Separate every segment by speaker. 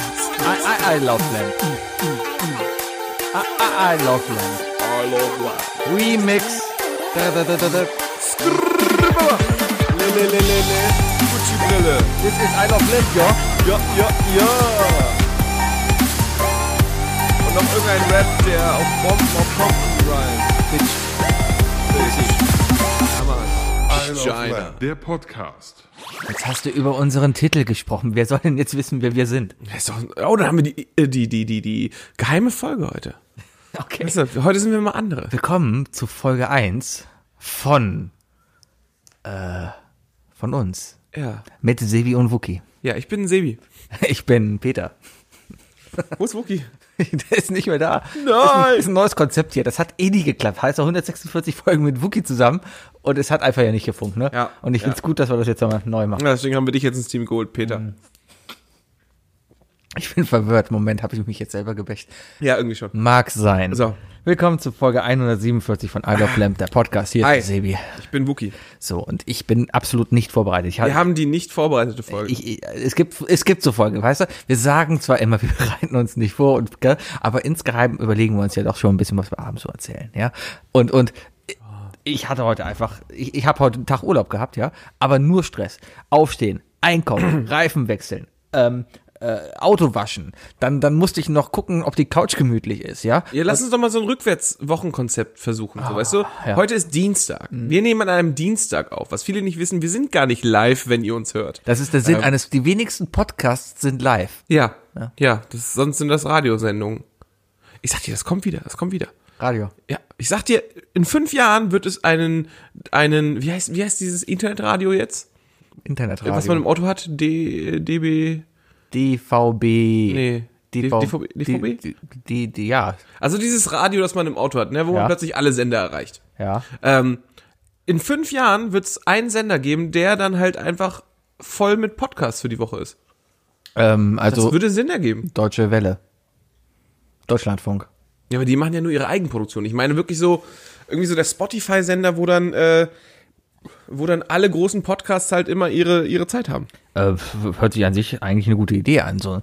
Speaker 1: I, I love Lamb. I, I, I love Lamb.
Speaker 2: I love black.
Speaker 1: Remix. Da, da, da, da, da.
Speaker 2: Lelelelele. Gucci-Brille.
Speaker 1: This is I love Lamb, ja?
Speaker 2: Ja, ja, ja. Und noch irgendein Rap, der auf Bomben, auf Bomben rhymt.
Speaker 1: Bitch.
Speaker 2: Richtig. Hammer.
Speaker 3: I love
Speaker 2: China.
Speaker 3: Lamb, Der Podcast.
Speaker 4: Jetzt hast du über unseren Titel gesprochen. Wer soll denn jetzt wissen, wer wir sind?
Speaker 2: Ja, ist doch- Oh, dann haben wir die, äh, die, die, die, die geheime Folge heute.
Speaker 4: Okay.
Speaker 2: Weißt du, Heute sind wir mal andere.
Speaker 4: Also, Willkommen zu Folge 1 von, äh, von uns.
Speaker 2: Ja.
Speaker 4: Mit Sevi und Wookie.
Speaker 2: Ja, ich bin Sebi.
Speaker 4: Ich bin Peter.
Speaker 2: Wo ist Wookie?
Speaker 4: Der ist nicht mehr da. Das ist,
Speaker 2: Nein!
Speaker 4: ein, ist ein neues Konzept hier. Das hat eh nie geklappt. Heißt auch 146 Folgen mit Wookie zusammen. Und es hat einfach ja nicht gefunkt, ne?
Speaker 2: Ja.
Speaker 4: Und ich find's gut, dass wir das jetzt nochmal neu machen.
Speaker 2: Ja, deswegen haben wir dich jetzt ins Team geholt, Peter.
Speaker 4: Ich bin verwirrt. Moment, habe ich mich jetzt selber gebächt.
Speaker 2: Ja, irgendwie schon.
Speaker 4: Mag sein.
Speaker 2: So.
Speaker 4: Willkommen zu Folge 147 von I Love Lamp, der Podcast. Hier
Speaker 2: Hi.
Speaker 4: ist Sebi.
Speaker 2: Ich bin Wookie.
Speaker 4: So, und ich bin absolut nicht vorbereitet. Ich,
Speaker 2: Wir
Speaker 4: hab,
Speaker 2: haben die nicht vorbereitete Folge.
Speaker 4: ich, ich, es, gibt, es gibt so Folgen, weißt du? Wir sagen zwar immer, wir bereiten uns nicht vor, und, gell, aber insgeheim überlegen wir uns ja doch schon ein bisschen, was wir abends so erzählen, ja? Und, und ich hatte heute einfach, ich, ich habe heute einen Tag Urlaub gehabt, ja? Aber nur Stress. Aufstehen, einkaufen, Reifen wechseln, ähm, äh, Auto waschen. Dann, dann musste ich noch gucken, ob die Couch gemütlich ist, ja?
Speaker 2: Ja, lass uns doch mal so ein Rückwärtswochenkonzept versuchen. So, weißt du,
Speaker 4: ja.
Speaker 2: heute ist Dienstag. Wir nehmen an einem Dienstag auf. Was viele nicht wissen, wir sind gar nicht live, wenn ihr uns hört.
Speaker 4: Das ist der
Speaker 2: Ähm.
Speaker 4: Sinn eines, die wenigsten Podcasts sind live.
Speaker 2: Ja, ja, das, sonst sind das Radiosendungen. Ich sag dir, das kommt wieder, das kommt wieder.
Speaker 4: Radio.
Speaker 2: Ja, ich sag dir, in fünf Jahren wird es einen, einen, wie heißt, wie heißt dieses Internetradio jetzt?
Speaker 4: Internetradio.
Speaker 2: Was man im Auto hat? D, DB,
Speaker 4: DVB.
Speaker 2: nee.
Speaker 4: DV,
Speaker 2: DVB? DVB?
Speaker 4: Die, die, die, ja,
Speaker 2: Also dieses Radio, das man im Auto hat, ne, wo man
Speaker 4: Ja.
Speaker 2: plötzlich alle Sender erreicht.
Speaker 4: ja.
Speaker 2: Ähm, in fünf Jahren wird es einen Sender geben, der dann halt einfach voll mit Podcasts für die Woche ist.
Speaker 4: Ähm,
Speaker 2: Das
Speaker 4: also
Speaker 2: würde Sinn ergeben.
Speaker 4: Deutsche Welle. Deutschlandfunk.
Speaker 2: Ja, aber die machen ja nur ihre Eigenproduktion. Ich meine wirklich so, irgendwie so der Spotify-Sender, wo dann, äh, wo dann alle großen Podcasts halt immer ihre, ihre Zeit haben.
Speaker 4: Äh, hört sich an sich eigentlich eine gute Idee an, so eine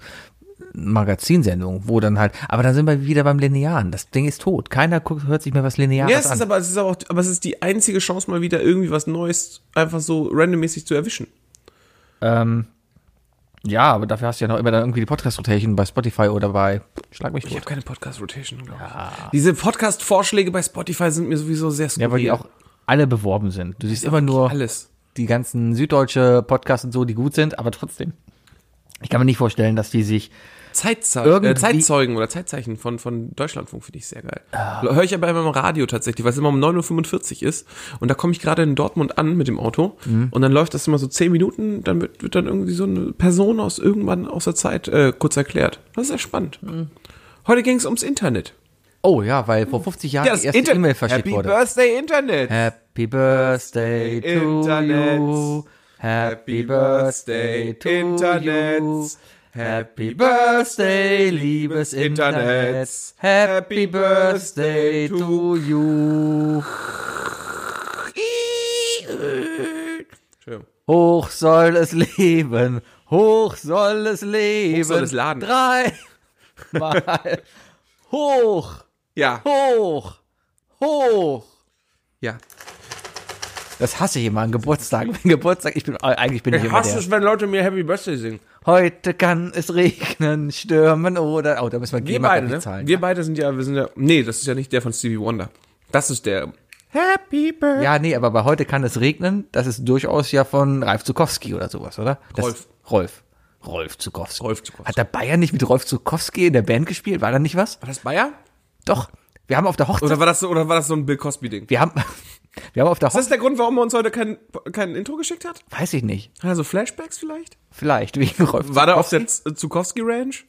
Speaker 4: Magazinsendung, wo dann halt, aber dann sind wir wieder beim Linearen. Das Ding ist tot. Keiner guckt, hört sich mehr was Lineares
Speaker 2: Ja, es ist
Speaker 4: an.
Speaker 2: aber, es ist aber auch, aber es ist die einzige Chance mal wieder irgendwie was Neues einfach so randommäßig zu erwischen.
Speaker 4: ähm, ja, aber dafür hast du ja noch immer dann irgendwie die Podcast-Rotation bei Spotify oder bei Schlag mich
Speaker 2: Ich
Speaker 4: tot.
Speaker 2: habe keine Podcast-Rotation, glaube ich. Diese Podcast-Vorschläge bei Spotify sind mir sowieso sehr skurril.
Speaker 4: Ja, weil die auch alle beworben sind. Du siehst immer nur
Speaker 2: alles.
Speaker 4: die ganzen süddeutsche Podcasts und so, die gut sind, aber trotzdem. Ich kann mir nicht vorstellen, dass die sich
Speaker 2: Zeitzei
Speaker 4: Irgendwie-
Speaker 2: äh, Zeitzeugen oder Zeitzeichen von, von Deutschlandfunk finde ich sehr geil.
Speaker 4: Ah.
Speaker 2: Hör Höre ich aber immer im Radio tatsächlich, weil es immer um 9.45 Uhr ist. Und da komme ich gerade in Dortmund an mit dem Auto.
Speaker 4: Mhm.
Speaker 2: Und dann läuft das immer so 10 Minuten. Dann wird, wird dann irgendwie so eine Person aus irgendwann aus der Zeit äh, kurz erklärt. Das ist ja spannend.
Speaker 4: Mhm.
Speaker 2: Heute ging es ums Internet.
Speaker 4: Oh ja, weil vor 50 Jahren die erste
Speaker 2: Inter-
Speaker 4: E-Mail verschickt
Speaker 2: Happy
Speaker 4: wurde.
Speaker 2: Birthday Internet.
Speaker 4: Happy Birthday to
Speaker 2: Internet.
Speaker 4: you. Happy Birthday to
Speaker 2: Internet.
Speaker 4: you. Happy Birthday, liebes Internet.
Speaker 2: Internet.
Speaker 4: Happy Birthday to you.
Speaker 2: Entschuldigung.
Speaker 4: Hoch soll es leben. Hoch soll es leben.
Speaker 2: soll es laden.
Speaker 4: Drei Mal. hoch,
Speaker 2: Ja,
Speaker 4: hoch, hoch.
Speaker 2: ja.
Speaker 4: Das hasse ich immer an Geburtstagen. Wenn Geburtstag, ich bin äh, eigentlich
Speaker 2: Äh,
Speaker 4: bin ich, immer der.
Speaker 2: wenn Leute mir Happy Birthday singen.
Speaker 4: Heute kann es regnen, stürmen oder oh, da müssen wir
Speaker 2: Wir
Speaker 4: GEMA
Speaker 2: beide,
Speaker 4: dafür
Speaker 2: ne?
Speaker 4: zahlen.
Speaker 2: Wir beide sind ja, wir sind ja. Nee, das ist ja nicht der von Stevie Wonder. Das ist der. Happy Birthday.
Speaker 4: ja, nee, aber bei heute kann es regnen, das ist durchaus ja von Ralf Zukowski oder sowas, oder? Das,
Speaker 2: Rolf.
Speaker 4: Rolf. Rolf Zukowski.
Speaker 2: Rolf Zukowski.
Speaker 4: Hat der Bayern nicht mit Rolf Zukowski in der Band gespielt? War da nicht was?
Speaker 2: War das Bayer?
Speaker 4: Doch. Wir haben auf der Hochzeit.
Speaker 2: Oder war das so, oder war das so ein Bill Cosby-Ding?
Speaker 4: wir haben. Wir haben auf der
Speaker 2: Das
Speaker 4: Hochzeit.
Speaker 2: ist der Grund, warum er uns heute kein, kein Intro geschickt hat?
Speaker 4: Weiß ich nicht.
Speaker 2: Also Flashbacks vielleicht?
Speaker 4: Vielleicht, wegen Rolf
Speaker 2: War der auf
Speaker 4: Zukowski.
Speaker 2: der Z- Zukowski Ranch?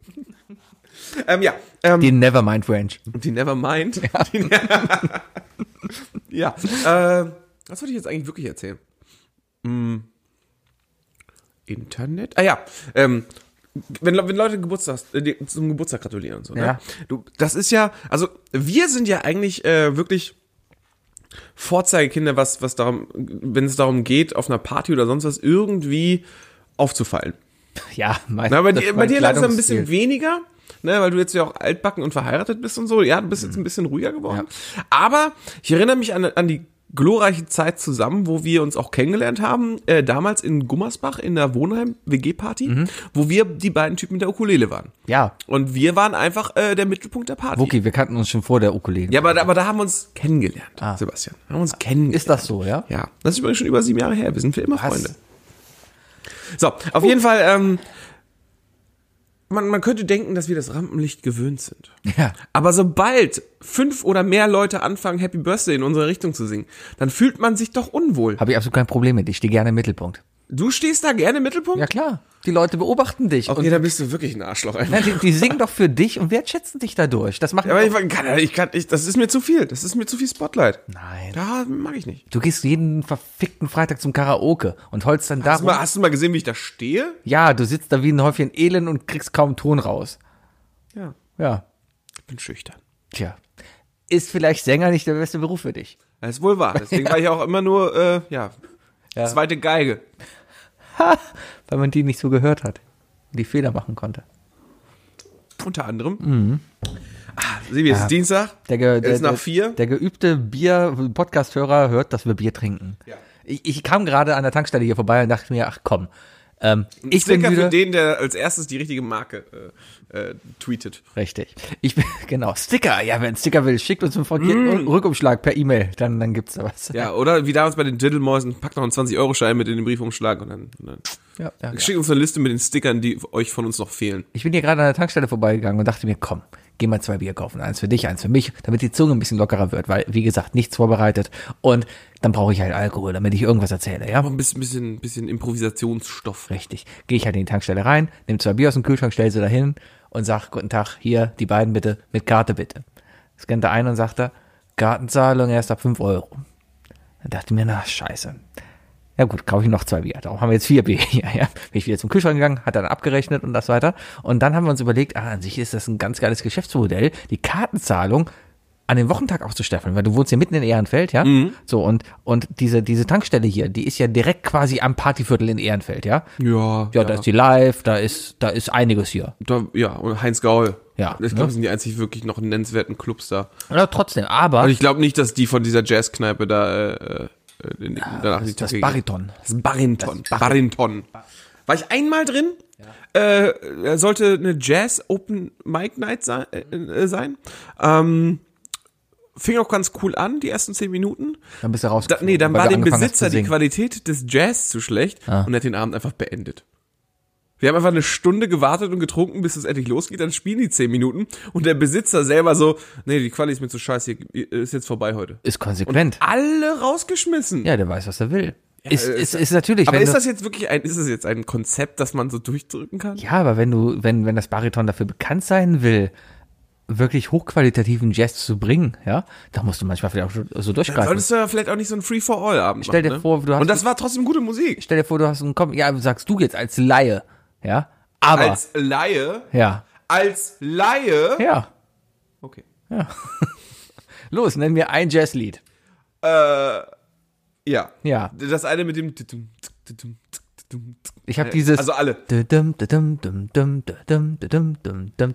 Speaker 2: ähm, ja. Ähm,
Speaker 4: Die Nevermind Ranch.
Speaker 2: die Nevermind. Ja. Die, ja. Äh, was wollte ich jetzt eigentlich wirklich erzählen? Hm. Internet? Ah ja. Ähm, wenn, Le- wenn Leute Geburtstag, äh, die- zum Geburtstag gratulieren und so. Ne?
Speaker 4: Ja.
Speaker 2: Du, das ist ja, also wir sind ja eigentlich äh, wirklich Vorzeigekinder, was, was darum, wenn es darum geht, auf einer Party oder sonst was irgendwie aufzufallen.
Speaker 4: Ja, mein,
Speaker 2: Na, bei,
Speaker 4: das
Speaker 2: dir,
Speaker 4: ist
Speaker 2: bei
Speaker 4: mein
Speaker 2: dir langsam ein bisschen
Speaker 4: Kleidungsstil.
Speaker 2: weniger, ne, weil du jetzt ja auch altbacken und verheiratet bist und so. Ja, du bist
Speaker 4: Mhm.
Speaker 2: jetzt ein bisschen ruhiger geworden. Aber ich erinnere mich an, an die glorreiche Zeit zusammen, wo wir uns auch kennengelernt haben, äh, damals in Gummersbach in der Wohnheim-WG-Party, wo wir die beiden Typen mit der Ukulele waren.
Speaker 4: Mhm. Ja,
Speaker 2: Und wir waren einfach äh, der Mittelpunkt der Party.
Speaker 4: Wookie, wir kannten uns schon vor der Ukulele.
Speaker 2: Ja, aber, aber da haben wir uns kennengelernt,
Speaker 4: Ah.
Speaker 2: Sebastian. Haben wir uns kennengelernt.
Speaker 4: Ist das so, ja?
Speaker 2: Ja, das ist übrigens schon über sieben Jahre her. Wir sind für immer
Speaker 4: Was? Oh.
Speaker 2: Freunde. So, auf jeden Fall, ähm, man, man könnte denken, dass wir das Rampenlicht gewöhnt sind.
Speaker 4: Ja.
Speaker 2: Aber sobald fünf oder mehr Leute anfangen, Happy Birthday in unsere Richtung zu singen, dann fühlt man sich doch unwohl.
Speaker 4: Habe ich absolut kein Problem mit. Ich stehe gerne im Mittelpunkt.
Speaker 2: Du stehst da gerne im Mittelpunkt?
Speaker 4: Ja klar, die Leute beobachten dich.
Speaker 2: Okay,
Speaker 4: und
Speaker 2: da bist du wirklich ein Arschloch. einfach.
Speaker 4: Nein, die, die singen doch für dich und wertschätzen dich dadurch. Das macht
Speaker 2: Aber
Speaker 4: doch-
Speaker 2: ich kann, ich kann, ich, das ist mir zu viel. Das ist mir zu viel Spotlight.
Speaker 4: Nein.
Speaker 2: Da mag ich nicht.
Speaker 4: Du gehst jeden verfickten Freitag zum Karaoke und holst dann da
Speaker 2: Hast du, mal,
Speaker 4: rum.
Speaker 2: hast du mal gesehen, wie ich da stehe?
Speaker 4: Ja, du sitzt da wie ein Häufchen Elend und kriegst kaum Ton raus.
Speaker 2: Ja.
Speaker 4: Ja,
Speaker 2: Ich bin schüchtern.
Speaker 4: tja. Ist vielleicht Sänger nicht der beste Beruf für dich.
Speaker 2: Das ist wohl wahr. Deswegen war ich auch immer nur, äh, ja, zweite Geige.
Speaker 4: Weil man die nicht so gehört hat. und Die Fehler machen konnte.
Speaker 2: Unter anderem. Ah, Sebi, es ist Dienstag.
Speaker 4: Der, ge, der,
Speaker 2: es ist nach
Speaker 4: der,
Speaker 2: vier.
Speaker 4: der geübte Bier-Podcast-Hörer hört, dass wir Bier trinken.
Speaker 2: Ja.
Speaker 4: Ich, ich kam gerade an der Tankstelle hier vorbei und dachte mir, ach komm, ähm, ich bin
Speaker 2: Sticker für
Speaker 4: müde.
Speaker 2: den, der als erstes die richtige Marke äh, äh, tweetet.
Speaker 4: Richtig. Ich bin, genau, Sticker. Ja, wer einen Sticker will, schickt uns einen frankierten Rückumschlag per E-Mail. Dann, dann gibt's da was.
Speaker 2: Mm. Ja, oder wie damals bei den Diddlemäusen, packt noch einen 20-Euro-Schein mit in den Briefumschlag und dann, und dann
Speaker 4: ja, ja.
Speaker 2: schickt uns eine Liste mit den Stickern, die euch von uns noch fehlen.
Speaker 4: Ich bin hier gerade an der Tankstelle vorbeigegangen und dachte mir, komm, geh mal zwei Bier kaufen. Eins für dich, eins für mich, damit die Zunge ein bisschen lockerer wird, weil, wie gesagt, nichts vorbereitet. Und dann brauche ich halt Alkohol, damit ich irgendwas erzähle, ja?
Speaker 2: Ein bisschen, bisschen, bisschen Improvisationsstoff.
Speaker 4: Richtig. Gehe ich halt in die Tankstelle rein, nehme zwei Bier aus dem Kühlschrank, stell sie dahin und sag, guten Tag, hier, die beiden bitte, mit Karte bitte. Scannt er ein und sagt er, Kartenzahlung erst ab 5 Euro. Dann dachte ich mir, na, scheiße. Ja gut, kaufe ich noch zwei Bier. Darum haben wir jetzt vier Bier hier. Ja. Bin ich wieder zum Kühlschrank gegangen, hat dann abgerechnet und das weiter. Und dann haben wir uns überlegt, ah, an sich ist das ein ganz geiles Geschäftsmodell, die Kartenzahlung an den Wochentag aufzustaffeln, weil du wohnst hier mitten in Ehrenfeld, ja? So, und, und diese, diese Tankstelle hier, die ist ja direkt quasi am Partyviertel in Ehrenfeld, ja?
Speaker 2: Ja,
Speaker 4: Ja, da ist die Live, da ist, da ist einiges hier.
Speaker 2: da, ja, und Heinz Gaul.
Speaker 4: Ja,
Speaker 2: Ich glaube,
Speaker 4: ne?
Speaker 2: das sind die einzig wirklich noch nennenswerten Clubs da.
Speaker 4: Ja, trotzdem, aber
Speaker 2: Und Also ich glaube nicht, dass die von dieser Jazzkneipe da äh, äh, in, danach die
Speaker 4: das
Speaker 2: Tür
Speaker 4: Bariton.
Speaker 2: Das ist Bariton. Bariton. War ich einmal drin? Äh, sollte eine Jazz Open Mic Night sein. Äh, äh, sein. Ähm, fing auch ganz cool an, die ersten zehn Minuten.
Speaker 4: Dann bist du
Speaker 2: Da,
Speaker 4: rausgeflogen,
Speaker 2: nee, dann
Speaker 4: weil
Speaker 2: war
Speaker 4: du
Speaker 2: dem
Speaker 4: angefangen hast zu
Speaker 2: Besitzer die
Speaker 4: singen. Ah.
Speaker 2: Qualität des Jazz zu schlecht und hat den Abend einfach beendet. Wir haben einfach eine Stunde gewartet und getrunken, bis es endlich losgeht, dann spielen die zehn Minuten und der Besitzer selber so, nee, die Quali ist mir zu scheiße, hier ist jetzt vorbei heute.
Speaker 4: Ist konsequent.
Speaker 2: Alle rausgeschmissen.
Speaker 4: Ja, der weiß, was er will. ist,
Speaker 2: äh,
Speaker 4: ist, ist natürlich.
Speaker 2: Aber
Speaker 4: wenn
Speaker 2: ist
Speaker 4: du,
Speaker 2: das jetzt wirklich ein, ist es jetzt ein Konzept, das man so durchdrücken kann?
Speaker 4: ja, aber wenn du, wenn, wenn das Bariton dafür bekannt sein will, wirklich hochqualitativen Jazz zu bringen, ja, da musst du manchmal vielleicht auch so- so durchgreifen.
Speaker 2: Solltest du ja vielleicht auch nicht so einen Free-for-all-Abend machen.
Speaker 4: Stell dir
Speaker 2: ne?
Speaker 4: vor, du hast-
Speaker 2: Und das war trotzdem gute Musik.
Speaker 4: Stell dir vor, du hast einen Kopf, ja, sagst du jetzt als Laie, ja, aber,
Speaker 2: Als Laie.
Speaker 4: ja,
Speaker 2: Als Laie.
Speaker 4: ja,
Speaker 2: Okay.
Speaker 4: los, nenn mir ein Jazzlied.
Speaker 2: Äh, Ja.
Speaker 4: Ja.
Speaker 2: Das eine mit dem.
Speaker 4: Ich habe dieses.
Speaker 2: Also alle.
Speaker 4: Dum, dum, dum, dum, dum, dum, dum, dum, dum, dum, dum,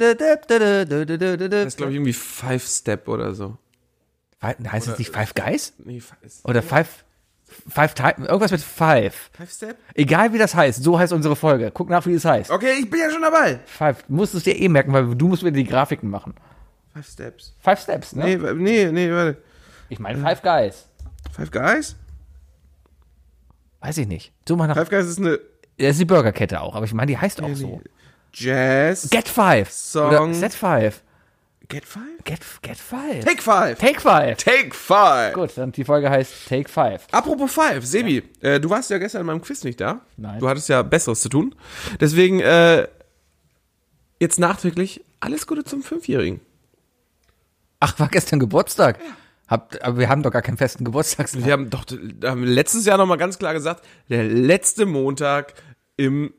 Speaker 2: Das ist, glaube ich, irgendwie Five Step oder so.
Speaker 4: Heißt es nicht Five Guys?
Speaker 2: Nee, Five
Speaker 4: Oder Five. Five Time? Irgendwas mit Five.
Speaker 2: Step?
Speaker 4: Egal wie das heißt, so heißt unsere Folge. Guck nach, wie es heißt.
Speaker 2: Okay, ich bin ja schon dabei.
Speaker 4: Five. Musst es dir eh merken, weil du musst wieder die Grafiken machen.
Speaker 2: Five Steps.
Speaker 4: Five Steps, ne?
Speaker 2: Nee, wa- nee, nee, warte.
Speaker 4: Ich meine Five Guys.
Speaker 2: Five Guys?
Speaker 4: Weiß ich nicht. So mal nach.
Speaker 2: Five Guys ist eine
Speaker 4: Das ist die Burgerkette auch, aber ich meine, die heißt auch so.
Speaker 2: Jazz.
Speaker 4: Get Five.
Speaker 2: Song.
Speaker 4: Oder Set Five.
Speaker 2: Get Five?
Speaker 4: Get, get Five.
Speaker 2: Take Five.
Speaker 4: Take Five.
Speaker 2: Take Five.
Speaker 4: Gut, dann die Folge heißt Take Five.
Speaker 2: Apropos Five, Sebi, äh, du warst ja gestern in meinem Quiz nicht da.
Speaker 4: Nein.
Speaker 2: Du hattest ja Besseres zu tun. Deswegen äh, jetzt nachträglich alles Gute zum Fünfjährigen.
Speaker 4: Ach, war gestern Geburtstag. Habt, aber wir haben doch gar keinen festen Geburtstag.
Speaker 2: Wir haben doch äh, haben letztes Jahr nochmal ganz klar gesagt, der letzte Montag im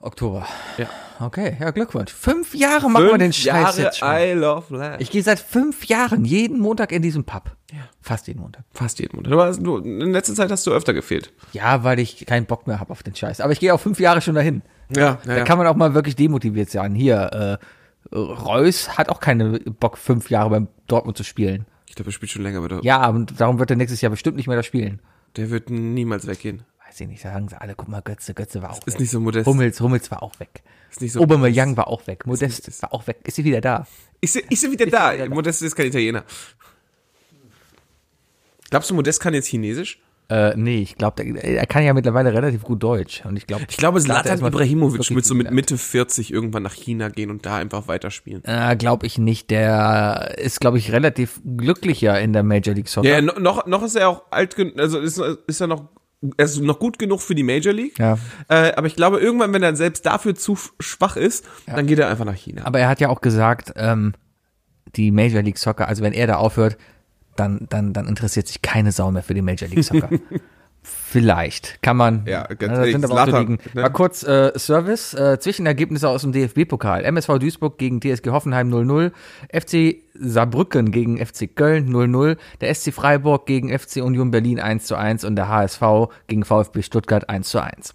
Speaker 4: Oktober.
Speaker 1: Ja.
Speaker 4: Okay, ja, Glückwunsch. Fünf Jahre machen wir den Scheiß
Speaker 1: Jahre
Speaker 4: jetzt schon.
Speaker 1: I love land.
Speaker 4: Ich gehe seit fünf Jahren jeden Montag in diesen Pub.
Speaker 1: Ja.
Speaker 4: Fast jeden Montag.
Speaker 1: Fast jeden Monat. Aber du, in letzter Zeit hast du öfter gefehlt.
Speaker 4: Ja, weil ich keinen Bock mehr habe auf den Scheiß. Aber ich gehe auch fünf Jahre schon dahin.
Speaker 1: Ja, ja,
Speaker 4: Da kann man auch mal wirklich demotiviert sein. Hier, äh, Reus hat auch keinen Bock, fünf Jahre beim Dortmund zu spielen.
Speaker 1: Ich glaube, er spielt schon länger, aber der,
Speaker 4: Ja, und darum wird er nächstes Jahr bestimmt nicht mehr da spielen.
Speaker 1: der wird niemals weggehen.
Speaker 4: Weiß ich nicht, da sagen sie alle, guck mal, Götze, Götze war auch
Speaker 1: Ist
Speaker 4: weg.
Speaker 1: nicht so modest.
Speaker 4: Hummels, Hummels war auch weg.
Speaker 1: Ist nicht so.
Speaker 4: Aubameyang war auch weg. Modest
Speaker 1: ist-
Speaker 4: war auch weg. Ist sie wieder da?
Speaker 1: Ich sehe ich seh wieder da. Modest ist kein Italiener. Glaubst du, Modest kann jetzt Chinesisch?
Speaker 4: Äh, nee, ich glaube, er kann ja mittlerweile relativ gut Deutsch. Und ich glaube,
Speaker 1: Ich glaube,
Speaker 4: er
Speaker 1: Zlatan
Speaker 4: ist mal
Speaker 1: Ibrahimovic
Speaker 4: wirklich
Speaker 1: wird so mit
Speaker 4: gelernt.
Speaker 1: Mitte 40 irgendwann nach China gehen und da einfach weiterspielen.
Speaker 4: äh, glaube ich nicht. Der ist, glaube ich, relativ glücklicher in der Major League Soccer.
Speaker 1: Ja, ja, no- noch, noch ist er auch alt, gen- also ist, ist er noch, er ist noch gut genug für die Major League.
Speaker 4: Ja.
Speaker 1: Äh, aber ich glaube, irgendwann, wenn er selbst dafür zu f- schwach ist, dann geht er einfach nach China.
Speaker 4: Aber er hat ja auch gesagt, ähm, die Major League Soccer, also wenn er da aufhört, dann, dann, dann interessiert sich keine Sau mehr für die Major League Soccer. Vielleicht kann man. ne,
Speaker 1: Ja, ganz
Speaker 4: das
Speaker 1: ehrlich,
Speaker 4: sind aber auch
Speaker 1: Zlatan,
Speaker 4: Ligen.
Speaker 1: ne?
Speaker 4: Mal kurz äh, Service, äh, Zwischenergebnisse aus dem DFB-Pokal. MSV Duisburg gegen TSG Hoffenheim 0-0, FC Saarbrücken gegen FC Köln 0-0, der SC Freiburg gegen FC Union Berlin 1-1 und der HSV gegen VfB Stuttgart 1-1.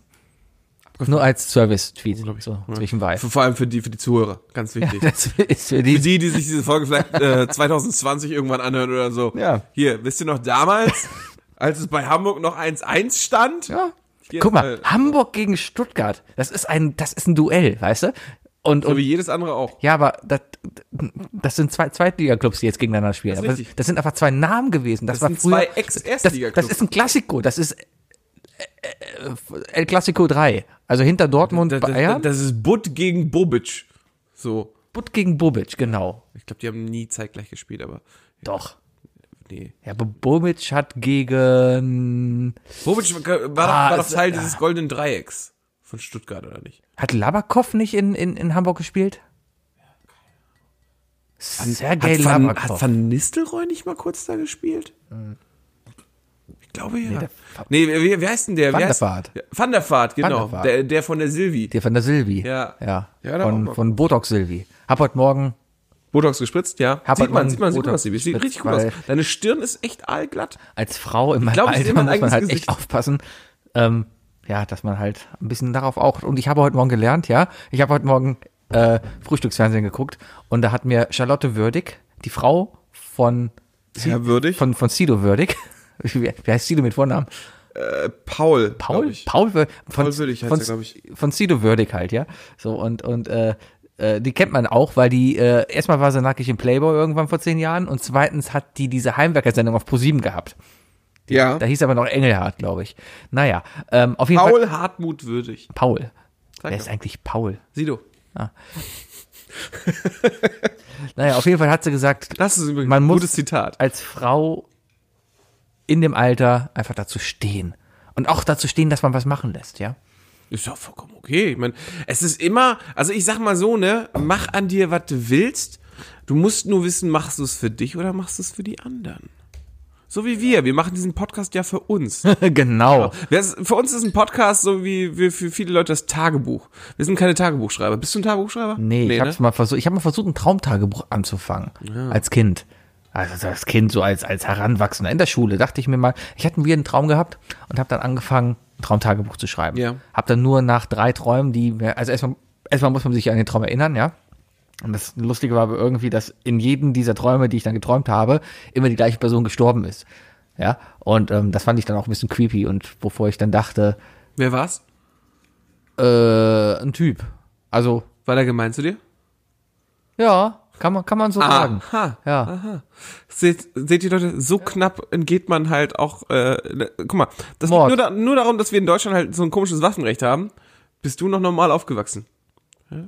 Speaker 4: Nur als Service-Tweet, so zwischenweise.
Speaker 1: Vor vor allem für die, für die Zuhörer. Ganz wichtig.
Speaker 4: Das ist für die
Speaker 1: Für die, die sich diese Folge vielleicht äh, 2020 irgendwann anhören oder so.
Speaker 4: Ja.
Speaker 1: Hier, wisst ihr noch damals, als es bei Hamburg noch 1-1 stand?
Speaker 4: Ja.
Speaker 1: Hier,
Speaker 4: Guck mal,
Speaker 1: äh,
Speaker 4: Hamburg gegen Stuttgart, das ist ein, das ist ein Duell, weißt du? Und,
Speaker 1: So
Speaker 4: und
Speaker 1: wie jedes andere auch.
Speaker 4: ja, aber das, das sind zwei Zweitliga-Clubs, die jetzt gegeneinander spielen.
Speaker 1: ist
Speaker 4: Das,
Speaker 1: richtig.
Speaker 4: das sind einfach zwei Namen gewesen. Das,
Speaker 1: Das
Speaker 4: war
Speaker 1: sind
Speaker 4: früher,
Speaker 1: zwei Ex-Erstliga-Clubs.
Speaker 4: Das, das ist ein Klassiko, das ist äh, äh, El Clasico 3. Also hinter Dortmund,
Speaker 1: Das, das,
Speaker 4: Bayern,
Speaker 1: das ist Butt gegen Bobic. So.
Speaker 4: Butt gegen Bobic, genau.
Speaker 1: Ich glaube, die haben nie zeitgleich gespielt, aber
Speaker 4: Doch.
Speaker 1: nee.
Speaker 4: Ja, aber Bobic hat gegen,
Speaker 1: Bobic war, war, doch-
Speaker 4: Ah,
Speaker 1: war doch
Speaker 4: es-
Speaker 1: Teil dieses goldenen Dreiecks von Stuttgart, oder nicht?
Speaker 4: hat Labakow nicht in, in, in Hamburg gespielt? Sergei
Speaker 1: Hat Van,
Speaker 4: Labakow.
Speaker 1: hat Van Nistelrooy nicht mal kurz da gespielt? Ich glaube ja.
Speaker 4: Äh. der-
Speaker 1: Nee, wie, wie heißt denn der?
Speaker 4: Van
Speaker 1: wie
Speaker 4: der
Speaker 1: heißt,
Speaker 4: Vaart.
Speaker 1: Van der Vaart, genau.
Speaker 4: Van der Vaart.
Speaker 1: Der, der von der Silvi.
Speaker 4: Der von der Silvi.
Speaker 1: Ja.
Speaker 4: Ja.
Speaker 1: Ja, da auch
Speaker 4: von,
Speaker 1: mal.
Speaker 4: von Botox Silvi. Hab heute Morgen,
Speaker 1: Botox gespritzt, ja.
Speaker 4: Hab
Speaker 1: sieht man,
Speaker 4: man
Speaker 1: sieht man, sieht man,
Speaker 4: Botox
Speaker 1: was sie Sieht richtig gut aus.
Speaker 4: gespritzt, weil-
Speaker 1: Deine Stirn ist echt aalglatt.
Speaker 4: als Frau in meinem
Speaker 1: glaub, ich sehe
Speaker 4: Alter, muss
Speaker 1: mein
Speaker 4: man
Speaker 1: eigenes
Speaker 4: halt echt
Speaker 1: Gesicht.
Speaker 4: aufpassen. Ähm, ja, dass man halt ein bisschen darauf auch. Und ich habe heute Morgen gelernt, ja. Ich habe heute Morgen äh, Frühstücksfernsehen geguckt und da hat mir Charlotte Würdig, die Frau von,
Speaker 1: Herr Würdig.
Speaker 4: von, von Sido Würdig, wie, wie heißt Sido mit Vornamen? Paul,
Speaker 1: Paul. glaub ich.
Speaker 4: Paul, Wür- von,
Speaker 1: Paul Würdig heißt
Speaker 4: von,
Speaker 1: er, glaub ich.
Speaker 4: von Sido Würdig halt, ja. So und und äh, äh, die kennt man auch, weil die äh, erstmal war sie nackig im Playboy irgendwann vor zehn Jahren und zweitens hat die diese Heimwerker-Sendung auf ProSieben gehabt.
Speaker 1: Ja.
Speaker 4: Da hieß aber noch Engelhardt, glaube ich. Naja, ähm, auf jeden Fall
Speaker 1: Paul Hartmut würdig.
Speaker 4: Paul.
Speaker 1: Sag
Speaker 4: Wer
Speaker 1: doch.
Speaker 4: ist eigentlich Paul?
Speaker 1: Sido.
Speaker 4: Naja, auf jeden Fall hat sie gesagt,
Speaker 1: Das ist übrigens
Speaker 4: Man
Speaker 1: ein
Speaker 4: muss-
Speaker 1: gutes Zitat.
Speaker 4: als Frau in dem Alter einfach dazu stehen und auch dazu stehen, dass man was machen lässt, ja.
Speaker 1: Ist ja vollkommen okay. Ich meine, es ist immer, also ich sag mal so, ne, mach an dir, was du willst. Du musst nur wissen, machst du es für dich oder machst du es für die anderen? So wie wir. Wir machen diesen Podcast ja für uns.
Speaker 4: genau.
Speaker 1: Wer ist- Für uns ist ein Podcast so wie, wie für viele Leute das Tagebuch. Wir sind keine Tagebuchschreiber. Bist du ein Tagebuchschreiber?
Speaker 4: Nee, ich
Speaker 1: ne?
Speaker 4: hab's mal versucht, ich habe mal versucht, ein Traumtagebuch anzufangen. Als Kind. Also als Kind, so als, als Heranwachsender in der Schule, dachte ich mir mal, ich hatte wieder einen Traum gehabt und habe dann angefangen, ein Traumtagebuch zu schreiben.
Speaker 1: Ja.
Speaker 4: Hab dann nur nach drei Träumen, die, mir- also erstmal, erstmal muss man sich an den Traum erinnern, ja. Und das Lustige war aber irgendwie, dass in jedem dieser Träume, die ich dann geträumt habe, immer die gleiche Person gestorben ist. Ja. Und ähm, das fand ich dann auch ein bisschen creepy. Und bevor ich dann dachte,
Speaker 1: Wer war's?
Speaker 4: äh, ein Typ. Also,
Speaker 1: War der gemein zu dir?
Speaker 4: ja, kann man, kann man
Speaker 1: Ah.
Speaker 4: so sagen.
Speaker 1: Aha.
Speaker 4: Ja.
Speaker 1: Seht, seht ihr Leute, so knapp entgeht man halt auch, äh, ne, guck mal, das liegt
Speaker 4: Mord.
Speaker 1: nur, da, nur darum, dass wir in Deutschland halt so ein komisches Waffenrecht haben, bist du noch normal aufgewachsen.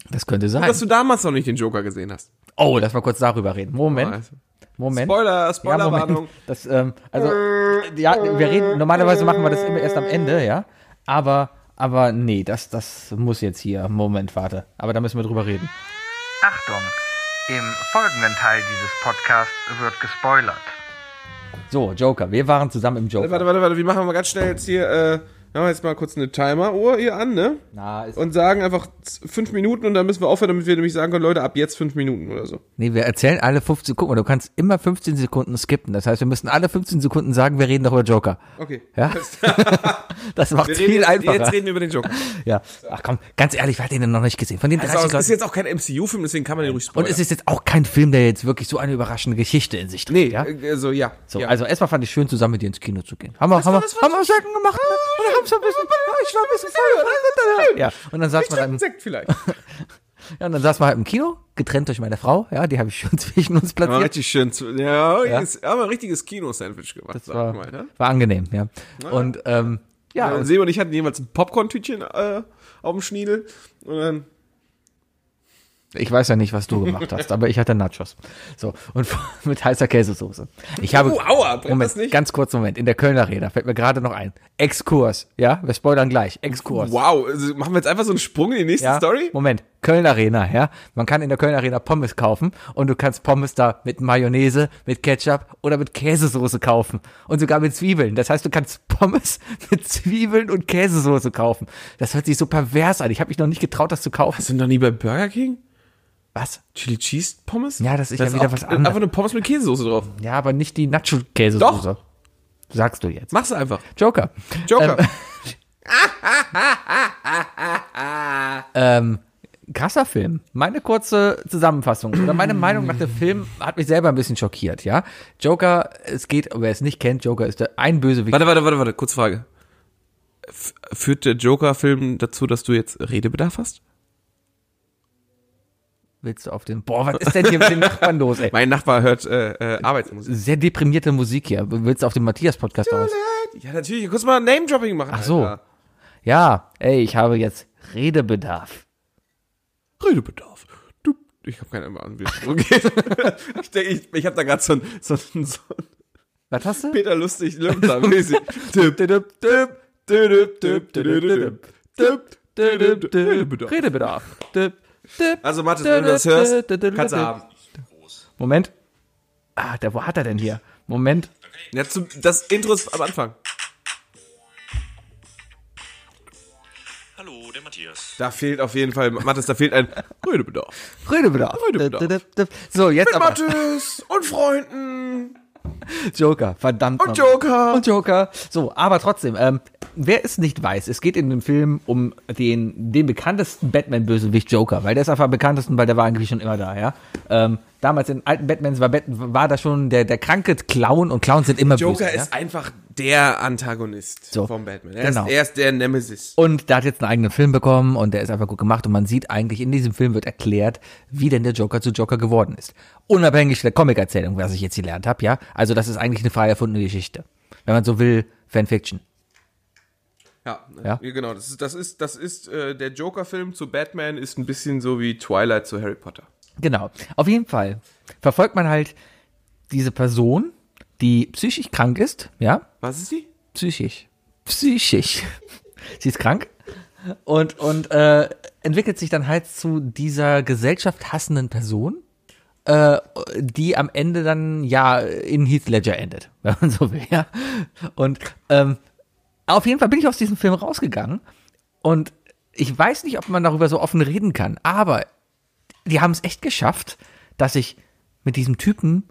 Speaker 4: Das könnte sein.
Speaker 1: Dass du damals noch nicht den Joker gesehen hast.
Speaker 4: oh, lass mal kurz darüber reden. Moment.
Speaker 1: Also,
Speaker 4: Moment.
Speaker 1: Spoiler,
Speaker 4: Ja,
Speaker 1: Spoilerwarnung.
Speaker 4: Moment. Das, ähm, also, ja, wir reden, normalerweise machen wir das immer erst am Ende, ja. Aber, aber nee, das, das muss jetzt hier. Moment, warte. Aber da müssen wir drüber reden.
Speaker 5: Achtung! Im folgenden Teil dieses Podcasts wird gespoilert.
Speaker 4: So, Joker. Wir waren zusammen im Joker.
Speaker 1: warte, warte, warte, wir machen mal ganz schnell jetzt hier, äh, Machen wir jetzt mal kurz eine Timer-Uhr hier an, ne?
Speaker 4: Na, ist
Speaker 1: Und sagen einfach z- fünf Minuten und dann müssen wir aufhören, damit wir nämlich sagen können, Leute, ab jetzt fünf Minuten oder so.
Speaker 4: Nee, wir erzählen alle 15 Sekunden. Du kannst immer 15 Sekunden skippen. Das heißt, wir müssen alle 15 Sekunden sagen, wir reden doch über Joker.
Speaker 1: Okay.
Speaker 4: Ja? das macht
Speaker 1: Wir
Speaker 4: viel
Speaker 1: reden jetzt,
Speaker 4: einfacher.
Speaker 1: jetzt reden wir über den Joker.
Speaker 4: ja. Ach komm, ganz ehrlich, wer hat den denn noch nicht gesehen? Von den 30
Speaker 1: Also, es ist
Speaker 4: Leuten.
Speaker 1: jetzt auch kein MCU-Film, deswegen kann man den ruhig spoilern.
Speaker 4: Und es ist jetzt auch kein Film, der jetzt wirklich so eine überraschende Geschichte in sich trägt.
Speaker 1: Nee,
Speaker 4: ja?
Speaker 1: äh, also ja.
Speaker 4: So,
Speaker 1: ja.
Speaker 4: also erstmal fand ich schön, zusammen mit dir ins Kino zu gehen. Haben wir, haben wir,
Speaker 1: das war
Speaker 4: haben wir Säcken gemacht, ne? Und dann haben ein bisschen, ja, ich war ein bisschen voll. Ja, und dann saß
Speaker 1: ich
Speaker 4: man dann
Speaker 1: trinke
Speaker 4: im
Speaker 1: einen Sekt vielleicht.
Speaker 4: Ja, und dann saß man halt im Kino, getrennt durch meine Frau. Ja, die habe ich schon zwischen uns
Speaker 1: Ja,
Speaker 4: platziert.
Speaker 1: richtig schön. Zu, ja, Ist, haben wir ein richtiges Kino-Sandwich gemacht,
Speaker 4: Das
Speaker 1: sag
Speaker 4: war,
Speaker 1: mal. Ne?
Speaker 4: war angenehm, ja. Und ähm, ja,
Speaker 1: Ja,
Speaker 4: und
Speaker 1: Sebo und ich hatten jeweils ein Popcorn-Tütchen äh, auf dem Schniedel. Und dann,
Speaker 4: ich weiß ja nicht, was du gemacht hast, aber ich hatte Nachos. So, und mit heißer Käsesoße. Ich habe,
Speaker 1: Oh, aua, brennt
Speaker 4: Moment,
Speaker 1: das nicht?
Speaker 4: ganz kurz Moment, in der Kölner Reda fällt mir gerade noch ein. Exkurs, ja, wir spoilern gleich, Exkurs.
Speaker 1: wow, also machen wir jetzt einfach so einen Sprung in die nächste
Speaker 4: Ja,
Speaker 1: Story?
Speaker 4: Moment, Köln Arena, ja. Man kann in der Köln Arena Pommes kaufen und du kannst Pommes da mit Mayonnaise, mit Ketchup oder mit Käsesoße kaufen und sogar mit Zwiebeln. Das heißt, du kannst Pommes mit Zwiebeln und Käsesoße kaufen. Das hört sich so pervers an. Ich habe mich noch nicht getraut, das zu kaufen.
Speaker 1: Sind doch nie bei Burger King?
Speaker 4: Was?
Speaker 1: Chili Cheese Pommes?
Speaker 4: Ja, das ist ja wieder
Speaker 1: auch
Speaker 4: was anderes.
Speaker 1: Einfach eine Pommes mit Käsesoße drauf.
Speaker 4: Ja, aber nicht die Nacho-Käsesoße. Sagst du jetzt.
Speaker 1: Mach's einfach.
Speaker 4: Joker.
Speaker 1: Joker.
Speaker 4: Ähm, krasser Film. Meine kurze Zusammenfassung oder meine Meinung nach dem Film hat mich selber ein bisschen schockiert, ja. Joker, es geht, wer es nicht kennt, Joker ist der ein Bösewicht.
Speaker 1: Warte, warte, warte, warte, kurz Frage. F führt der Joker-Film dazu, dass du jetzt Redebedarf hast?
Speaker 4: Willst du auf den, boah, was ist denn hier mit den Nachbarn los, ey?
Speaker 1: Mein Nachbar hört äh, äh, Arbeitsmusik.
Speaker 4: Sehr deprimierte Musik hier. Willst du auf den Matthias-Podcast raus?
Speaker 1: Ja, natürlich. Kurz mal Name-Dropping machen.
Speaker 4: Ach so. Ja, ey, ich habe jetzt Redebedarf.
Speaker 1: Redebedarf. Du, ich habe keine Ahnung, wie es so geht. ich denke, ich, ich habe da gerade so ein, so ein, so ein
Speaker 4: Was hast du?
Speaker 1: Peter lustig Lümpfer mäßig. Düpp, düpp, düpp, düpp, düpp, düpp, düpp, düpp, düpp, düpp, Redebedarf.
Speaker 4: Redebedarf. Dip, dip,
Speaker 1: Also, Mathis, wenn du das hörst, kannst du haben.
Speaker 4: Moment. Ah, der, wo hat er denn hier? Moment.
Speaker 1: Ja, zum, das Intro ist am Anfang.
Speaker 6: Hallo, der Matthias.
Speaker 1: Da fehlt auf jeden Fall, Mathis, da fehlt ein Redebedarf.
Speaker 4: Redebedarf.
Speaker 1: Redebedarf.
Speaker 4: Dip, dip, dip. So, jetzt
Speaker 1: Mit
Speaker 4: aber
Speaker 1: Mathis und Freunden
Speaker 4: Joker, verdammt.
Speaker 1: und
Speaker 4: nochmal.
Speaker 1: Joker.
Speaker 4: Und Joker. So, aber trotzdem, ähm, wer es nicht weiß, es geht in dem Film um den, den bekanntesten Batman-Bösewicht Joker, weil der ist einfach am bekanntesten, weil der war eigentlich schon immer da, ja. Ähm, damals in alten Batmans war, Bat war da schon der, der kranke Clown und Clowns sind immer böse.
Speaker 1: Joker
Speaker 4: ja?
Speaker 1: ist einfach der Antagonist
Speaker 4: So.
Speaker 1: von Batman. Er,
Speaker 4: Genau.
Speaker 1: ist, er ist der Nemesis.
Speaker 4: Und der hat jetzt einen eigenen Film bekommen und der ist einfach gut gemacht und man sieht eigentlich, in diesem Film wird erklärt, wie denn der Joker zu Joker geworden ist. Unabhängig der Comic-Erzählung, was ich jetzt hier gelernt habe, ja. Also das ist eigentlich eine frei erfundene Geschichte. Wenn man so will, Fanfiction.
Speaker 1: Ja,
Speaker 4: Oh, Ja.
Speaker 1: ja. genau. Das ist, das ist, das ist äh, der Joker-Film zu Batman ist ein bisschen so wie Twilight zu Harry Potter.
Speaker 4: Genau. Auf jeden Fall verfolgt man halt diese Person, die psychisch krank ist, ja,
Speaker 1: Was ist die?
Speaker 4: psychisch. Psychisch. Sie ist krank und, und äh, entwickelt sich dann halt zu dieser Gesellschaft hassenden Person, äh, die am Ende dann ja in Heath Ledger endet, wenn man so will. Ja. Und ähm, auf jeden Fall bin ich aus diesem Film rausgegangen und ich weiß nicht, ob man darüber so offen reden kann, aber die haben es echt geschafft, dass ich mit diesem Typen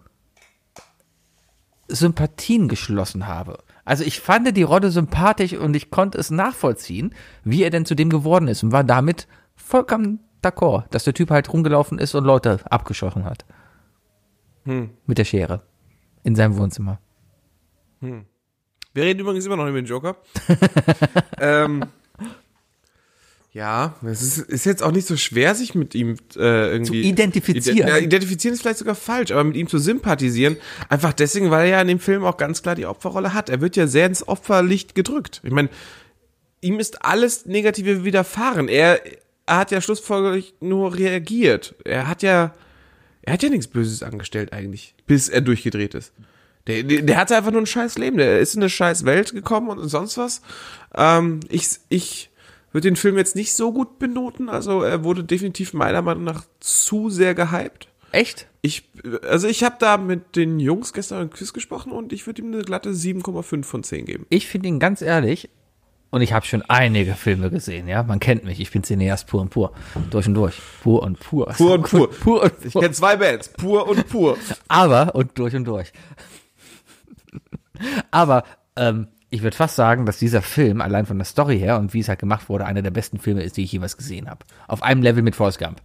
Speaker 4: Sympathien geschlossen habe. Also ich fand die Rolle sympathisch und ich konnte es nachvollziehen, wie er denn zu dem geworden ist und war damit vollkommen d'accord, dass der Typ halt rumgelaufen ist und Leute abgeschossen hat.
Speaker 2: Hm.
Speaker 4: Mit der Schere. In seinem Wohnzimmer.
Speaker 1: Wir reden übrigens immer noch über den Joker. ähm, ja, es ist, ist jetzt auch nicht so schwer, sich mit ihm äh, irgendwie
Speaker 4: Zu identifizieren.
Speaker 1: Ide- ja, identifizieren ist vielleicht sogar falsch, aber mit ihm zu sympathisieren. Einfach deswegen, weil er ja in dem Film auch ganz klar die Opferrolle hat. Er wird ja sehr ins Opferlicht gedrückt. Ich meine, ihm ist alles Negative widerfahren. Er, er hat ja schlussfolgerlich nur reagiert. Er hat ja, er hat ja nichts Böses angestellt eigentlich, bis er durchgedreht ist. Der, der, der hatte einfach nur ein scheiß Leben. Der ist in eine scheiß Welt gekommen und sonst was. Ähm, ich ich würde den Film jetzt nicht so gut benoten. Also er wurde definitiv meiner Meinung nach zu sehr gehypt.
Speaker 4: Echt?
Speaker 1: Ich, also ich habe da mit den Jungs gestern im Quiz gesprochen und ich würde ihm eine glatte 7,5 von 10 geben.
Speaker 4: Ich finde ihn ganz ehrlich Und ich habe schon einige Filme gesehen, ja. Man kennt mich, ich bin Cineast pur und pur. Durch und durch. Pur und pur.
Speaker 2: Pur und pur.
Speaker 4: Pur und
Speaker 2: Ich
Speaker 4: pur.
Speaker 2: kenne zwei Bands, pur und pur.
Speaker 4: Aber, und durch und durch. Aber ähm, ich würde fast sagen, dass dieser Film allein von der Story her und wie es halt gemacht wurde, einer der besten Filme ist, die ich jemals gesehen habe. Auf einem Level mit Forrest Gump.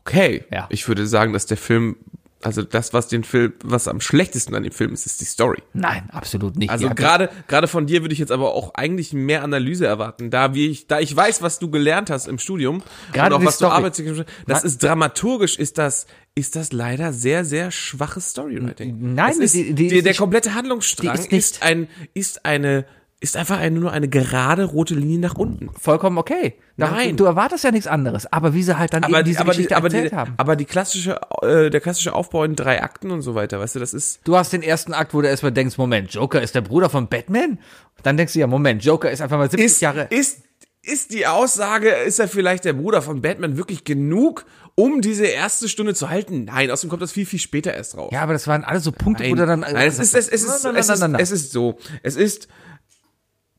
Speaker 2: Okay.
Speaker 4: Ja.
Speaker 2: Ich würde sagen, dass der Film, also das, was den Film, was am schlechtesten an dem Film ist, ist die Story.
Speaker 4: Nein, absolut nicht.
Speaker 2: Also
Speaker 4: Die hat-
Speaker 2: gerade gerade von dir würde ich jetzt aber auch eigentlich mehr Analyse erwarten, da wie ich da ich weiß, was du gelernt hast im Studium
Speaker 4: Gerade
Speaker 2: und auch
Speaker 4: die
Speaker 2: was
Speaker 4: Story.
Speaker 2: du arbeitest, das ist dramaturgisch ist das ist das leider sehr sehr schwaches Storywriting.
Speaker 4: Nein,
Speaker 2: Es ist,
Speaker 4: die- die-
Speaker 2: der, der
Speaker 4: die-
Speaker 2: komplette Handlungsstrang
Speaker 4: die ist
Speaker 2: ist,
Speaker 4: nicht-
Speaker 2: ein ist eine ist einfach eine, nur eine gerade rote Linie nach unten.
Speaker 4: vollkommen okay. Da-
Speaker 2: Nein.
Speaker 4: Du erwartest ja nichts anderes, aber wie sie halt dann
Speaker 2: Aber
Speaker 4: eben
Speaker 2: die,
Speaker 4: diese
Speaker 2: aber,
Speaker 4: Geschichte
Speaker 2: die, aber,
Speaker 4: erzählt
Speaker 2: die,
Speaker 4: haben.
Speaker 2: aber die klassische äh, der klassische Aufbau in drei Akten und so weiter, weißt du, das ist
Speaker 4: Du hast den ersten Akt, wo du erstmal denkst, Moment, Joker ist der Bruder von Batman? Dann denkst du ja, Moment, Joker ist einfach mal 70
Speaker 2: ist,
Speaker 4: Jahre.
Speaker 2: ist, ist die Aussage, ist er vielleicht der Bruder von Batman wirklich genug, um diese erste Stunde zu halten? Nein, außerdem kommt das viel, viel später erst raus.
Speaker 4: ja, aber das waren alles so Punkte,
Speaker 2: Nein.
Speaker 4: wo du dann. äh,
Speaker 2: Nein, es ist, es ist, es ist,
Speaker 4: Nein, nein,
Speaker 2: es
Speaker 4: nein,
Speaker 2: ist,
Speaker 4: nein, nein.
Speaker 2: es ist so. Es ist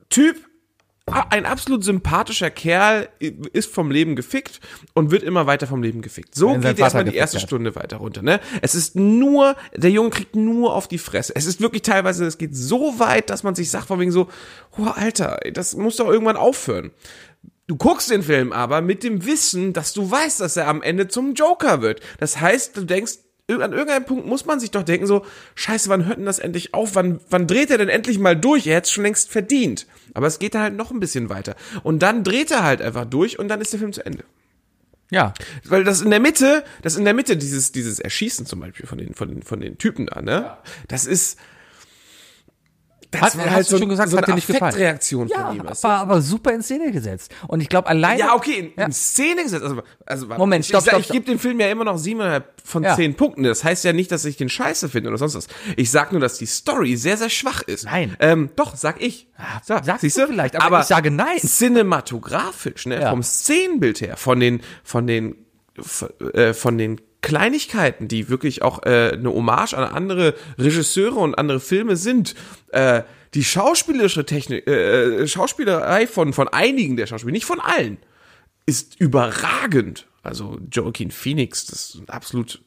Speaker 2: Typ, a- ein absolut sympathischer Kerl, ist vom Leben gefickt und wird immer weiter vom Leben gefickt. So
Speaker 4: Wenn sein
Speaker 2: geht erstmal
Speaker 4: Vater
Speaker 2: die erste
Speaker 4: gefickt hat.
Speaker 2: Stunde weiter runter, ne? Es ist nur, der Junge kriegt nur auf die Fresse. Es ist wirklich teilweise, es geht so weit, dass man sich sagt von wegen so, oh, Alter, ey, das muss doch irgendwann aufhören. Du guckst den Film aber mit dem Wissen, dass du weißt, dass er am Ende zum Joker wird. Das heißt, du denkst, ir- an irgendeinem Punkt muss man sich doch denken, so, scheiße, wann hört denn das endlich auf? Wann, wann dreht er denn endlich mal durch? Er hätte es schon längst verdient. Aber es geht dann halt noch ein bisschen weiter. Und dann dreht er halt einfach durch und dann ist der Film zu Ende.
Speaker 4: ja.
Speaker 2: Weil das in der Mitte, das in der Mitte, dieses, dieses Erschießen zum Beispiel von den, von den, von den Typen da, ne? Das ist. Das
Speaker 4: Hat- hast du
Speaker 2: ein-
Speaker 4: schon gesagt,
Speaker 2: so
Speaker 4: hat dir
Speaker 2: eine
Speaker 4: nicht gefallen.
Speaker 2: Affektreaktion
Speaker 4: Ja,
Speaker 2: von ihm. weißt du?
Speaker 4: war aber super in Szene gesetzt. Und ich glaube, allein.
Speaker 2: Ja, okay, in, in Szene gesetzt. Also, also, warte,
Speaker 4: Moment,
Speaker 2: ich-
Speaker 4: stopp,
Speaker 2: ich, sag,
Speaker 4: stopp,
Speaker 2: Ich
Speaker 4: stopp.
Speaker 2: gebe dem Film ja immer noch siebeneinhalb von
Speaker 4: Ja.
Speaker 2: zehn Punkten. Das heißt ja nicht, dass ich den scheiße finde oder sonst was. Ich sag nur, dass die Story sehr, sehr schwach ist.
Speaker 4: Nein. Ah,
Speaker 2: Ähm, doch, sag ich. So,
Speaker 4: sagst
Speaker 2: siehst
Speaker 4: du vielleicht, aber ich sage nein.
Speaker 2: Cinematografisch, ne,
Speaker 4: Ja.
Speaker 2: vom Szenenbild her, von den, von den, äh, von den Kleinigkeiten, die wirklich auch äh, eine Hommage an andere Regisseure und andere Filme sind, äh, die schauspielerische Technik, äh, Schauspielerei von, von einigen der Schauspieler, nicht von allen, ist überragend. Also Joaquin Phoenix, das ist ein absolut,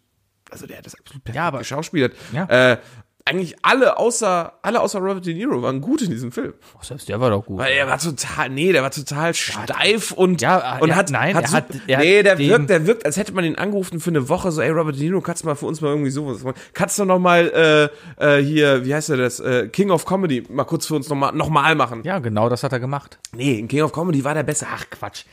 Speaker 2: also der hat das absolut perfekt
Speaker 4: Ja, aber-
Speaker 2: geschauspielert.
Speaker 4: Ja.
Speaker 2: Äh, eigentlich alle außer, alle außer Robert De Niro waren gut in diesem Film.
Speaker 4: Ach, selbst der war doch gut.
Speaker 2: Weil er Oh, war total, nee, der war total steif und,
Speaker 4: Ja,
Speaker 2: und
Speaker 4: er-
Speaker 2: hat,
Speaker 4: nein,
Speaker 2: hat,
Speaker 4: er
Speaker 2: so-
Speaker 4: hat- er hat
Speaker 2: nee, der
Speaker 4: dem-
Speaker 2: wirkt, der wirkt, als hätte man ihn angerufen für eine Woche, so, ey, Robert De Niro, kannst du mal für uns mal irgendwie sowas machen? Kannst du noch mal, äh, äh, hier, wie heißt er das, äh, King of Comedy mal kurz für uns nochmal, nochmal machen?
Speaker 4: Ja, genau das hat er gemacht.
Speaker 2: Nee, in King of Comedy war der besser. Ach,
Speaker 4: Quatsch.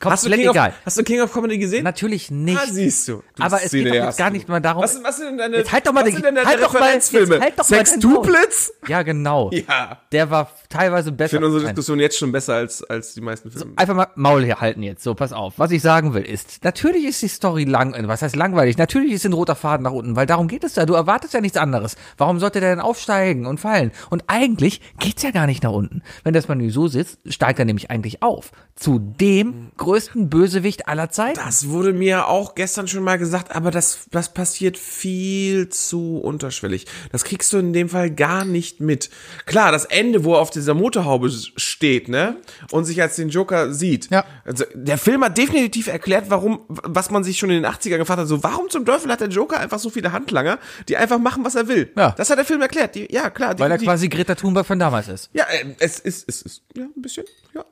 Speaker 2: hast du,
Speaker 4: Komplett
Speaker 2: King of,
Speaker 4: egal.
Speaker 2: hast du King of Comedy gesehen?
Speaker 4: Natürlich nicht.
Speaker 2: Ah, siehst du. du
Speaker 4: aber es geht doch jetzt
Speaker 2: Cineast.
Speaker 4: gar nicht mal darum.
Speaker 2: Was, was sind denn deine,
Speaker 4: Jetzt halt doch mal
Speaker 2: was
Speaker 4: den-
Speaker 2: sind denn deine
Speaker 4: halt doch mal-
Speaker 2: Referenzfilme?
Speaker 4: jetzt halt doch mal
Speaker 2: Sex
Speaker 4: deinen
Speaker 2: Duplitz?
Speaker 4: ja, genau.
Speaker 2: Ja.
Speaker 4: Der war teilweise
Speaker 2: Ich
Speaker 4: besser.
Speaker 2: finde unsere
Speaker 4: Nein.
Speaker 2: Diskussion jetzt schon besser als, als die meisten Filme.
Speaker 4: Einfach mal Maul hier halten jetzt. So, pass auf. Was ich sagen will ist, natürlich ist die Story lang, äh, was heißt langweilig? Natürlich ist ein roter Faden nach unten, weil darum geht es ja. Du erwartest ja nichts anderes. Warum sollte der denn aufsteigen und fallen? Und eigentlich geht's ja gar nicht nach unten. Wenn das Menü so sitzt, steigt er nämlich eigentlich auf. Zu dem größten Bösewicht aller Zeiten.
Speaker 2: Das wurde mir auch gestern schon mal gesagt, aber das, das passiert viel zu unterschwellig. Das kriegst du in dem Fall gar nicht mit. Klar, das Ende, wo er auf dieser Motorhaube s- steht, ne? Und sich als den Joker sieht.
Speaker 4: Ja.
Speaker 2: Also, der Film hat definitiv erklärt, warum, was man sich schon in den 80ern gefragt hat, so, warum zum Teufel hat der Joker einfach so viele Handlanger, die einfach machen, was er will?
Speaker 4: Ja.
Speaker 2: Das hat der Film erklärt. Die, ja, klar.
Speaker 4: Weil er
Speaker 2: definitiv.
Speaker 4: quasi Greta Thunberg von damals ist.
Speaker 2: Ja, äh, es ist, es ist, ja, ein bisschen, ja.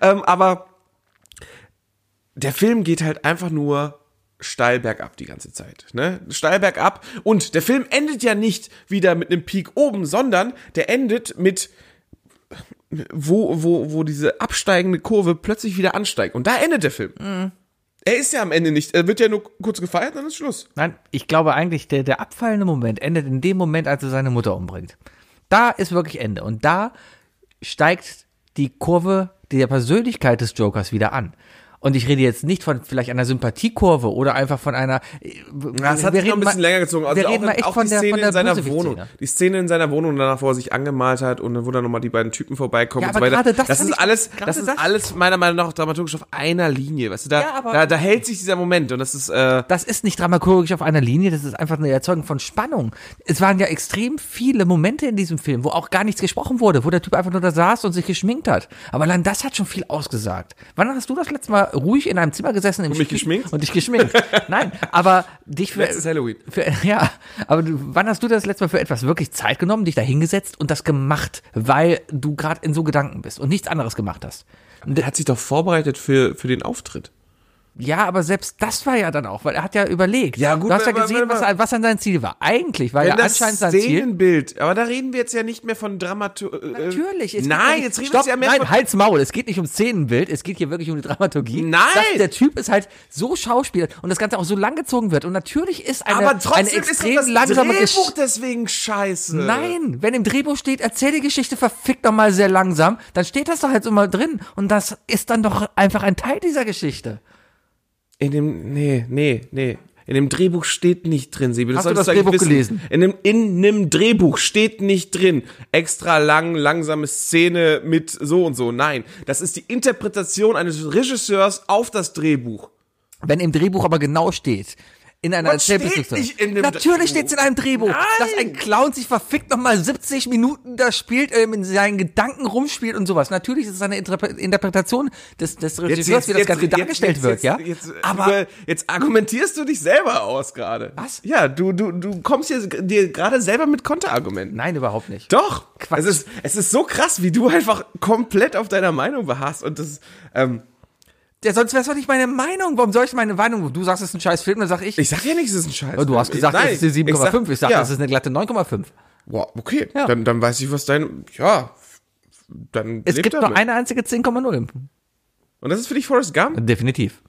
Speaker 2: Ähm, aber der Film geht halt einfach nur steil bergab die ganze Zeit, ne? Steil bergab. Und der Film endet ja nicht wieder mit einem Peak oben, sondern der endet mit, wo, wo, wo diese absteigende Kurve plötzlich wieder ansteigt. Und da endet der Film. Er ist ja am Ende nicht, er wird ja nur kurz gefeiert, dann ist Schluss.
Speaker 4: Nein, ich glaube eigentlich, der, der abfallende Moment endet in dem Moment, als er seine Mutter umbringt. Da ist wirklich Ende. Und da steigt die Kurve der Persönlichkeit des Jokers wieder an. Und ich rede jetzt nicht von vielleicht einer Sympathiekurve oder einfach von einer. äh,
Speaker 2: Ja, es hat
Speaker 4: wir
Speaker 2: sich noch
Speaker 4: reden
Speaker 2: ein bisschen
Speaker 4: mal-
Speaker 2: länger gezogen. Also
Speaker 4: wir
Speaker 2: auch,
Speaker 4: reden mal echt
Speaker 2: auch
Speaker 4: von
Speaker 2: die
Speaker 4: der,
Speaker 2: Szene
Speaker 4: von der
Speaker 2: in seiner
Speaker 4: Bösewicht-Szene.
Speaker 2: Wohnung. Die Szene in seiner Wohnung, danach, wo er sich angemalt hat und dann, wo dann nochmal die beiden Typen vorbeikommen
Speaker 4: Ja,
Speaker 2: und so
Speaker 4: aber
Speaker 2: weiter.
Speaker 4: gerade das
Speaker 2: das
Speaker 4: fand
Speaker 2: ist
Speaker 4: ich-
Speaker 2: alles,
Speaker 4: gerade
Speaker 2: das ist
Speaker 4: das-
Speaker 2: alles meiner Meinung nach dramaturgisch auf einer Linie. Weißt du, da,
Speaker 4: Ja, aber-
Speaker 2: da, da hält sich dieser Moment und das ist, äh,
Speaker 4: Das ist nicht dramaturgisch auf einer Linie, das ist einfach eine Erzeugung von Spannung. Es waren ja extrem viele Momente in diesem Film, wo auch gar nichts gesprochen wurde, wo der Typ einfach nur da saß und sich geschminkt hat. Aber allein das hat schon viel ausgesagt. Wann hast du das letzte Mal ruhig in einem Zimmer gesessen im
Speaker 2: Und mich
Speaker 4: Spiegel
Speaker 2: geschminkt?
Speaker 4: Und dich geschminkt. Nein, aber dich für,
Speaker 2: Letztes Halloween.
Speaker 4: für ja, aber du, wann hast du das letzte Mal für etwas wirklich Zeit genommen, dich da hingesetzt und das gemacht, weil du gerade in so Gedanken bist und nichts anderes gemacht hast?
Speaker 2: der hat sich doch vorbereitet für, für den Auftritt.
Speaker 4: Ja, aber selbst das war ja dann auch, weil er hat ja überlegt.
Speaker 2: Ja, gut,
Speaker 4: du hast ja
Speaker 2: aber-
Speaker 4: gesehen,
Speaker 2: aber-
Speaker 4: was, er- was dann sein Ziel war. Eigentlich war ja
Speaker 2: das
Speaker 4: anscheinend sein Ziel.
Speaker 2: Szenenbild, aber da reden wir jetzt ja nicht mehr von Dramatur. äh,
Speaker 4: Natürlich. es geht ja
Speaker 2: Nein,
Speaker 4: nicht-
Speaker 2: jetzt reden
Speaker 4: Stopp,
Speaker 2: wir ja mehr
Speaker 4: Nein,
Speaker 2: von.
Speaker 4: halt's Maul. Es geht nicht um Szenenbild. Es geht hier wirklich um die Dramaturgie.
Speaker 2: Nein!
Speaker 4: Dass der Typ ist halt so Schauspieler und das Ganze auch so lang gezogen wird. Und natürlich ist eine,
Speaker 2: aber trotzdem
Speaker 4: eine extrem
Speaker 2: ist doch das
Speaker 4: langsame Gesch-
Speaker 2: Drehbuch deswegen scheiße.
Speaker 4: Nein, wenn im Drehbuch steht, erzähl die Geschichte verfickt nochmal sehr langsam, dann steht das doch halt immer drin. Und das ist dann doch einfach ein Teil dieser Geschichte.
Speaker 2: In dem, nee, nee, nee. In dem Drehbuch steht nicht drin, Sebi.
Speaker 4: Hast du das
Speaker 2: solltest eigentlich
Speaker 4: Drehbuch gelesen?
Speaker 2: In dem, in dem Drehbuch steht nicht drin, extra lang, langsame Szene mit so und so. Nein, das ist die Interpretation eines Regisseurs auf das Drehbuch.
Speaker 4: Wenn im Drehbuch aber genau steht, in einer
Speaker 2: Was steht nicht in dem Drehbuch?
Speaker 4: Natürlich steht es in einem Drehbuch,
Speaker 2: Nein!
Speaker 4: dass ein Clown sich verfickt nochmal 70 Minuten da spielt, ähm, in seinen Gedanken rumspielt und sowas. Natürlich ist es eine Interpre- Interpretation des, des Regisseurs, wie das Ganze dargestellt
Speaker 2: jetzt,
Speaker 4: wird,
Speaker 2: jetzt,
Speaker 4: ja?
Speaker 2: Jetzt,
Speaker 4: aber
Speaker 2: aber jetzt argumentierst du dich selber aus gerade.
Speaker 4: Was?
Speaker 2: Ja, du, du, du kommst hier dir gerade selber mit Konterargumenten.
Speaker 4: nein, überhaupt nicht.
Speaker 2: Doch.
Speaker 4: Quatsch.
Speaker 2: Es ist, es ist so krass, wie du einfach komplett auf deiner Meinung beharrst und das, ähm,
Speaker 4: Ja, sonst wäre es doch nicht meine Meinung. Warum soll ich meine Meinung? Du sagst, es ist ein scheiß Film, dann sag ich.
Speaker 2: Ich sag ja nicht, es ist ein Scheiß.
Speaker 4: du hast gesagt,
Speaker 2: Nein,
Speaker 4: es ist eine 7,5. Ich, sag,
Speaker 2: ja.
Speaker 4: es ist eine glatte 9,5.
Speaker 2: Wow, okay.
Speaker 4: Ja.
Speaker 2: Dann, dann weiß ich, was dein. Ja. Dann
Speaker 4: Es
Speaker 2: lebt
Speaker 4: gibt
Speaker 2: damit.
Speaker 4: nur eine einzige 10,0.
Speaker 2: Und das ist für dich Forrest Gump?
Speaker 4: Definitiv.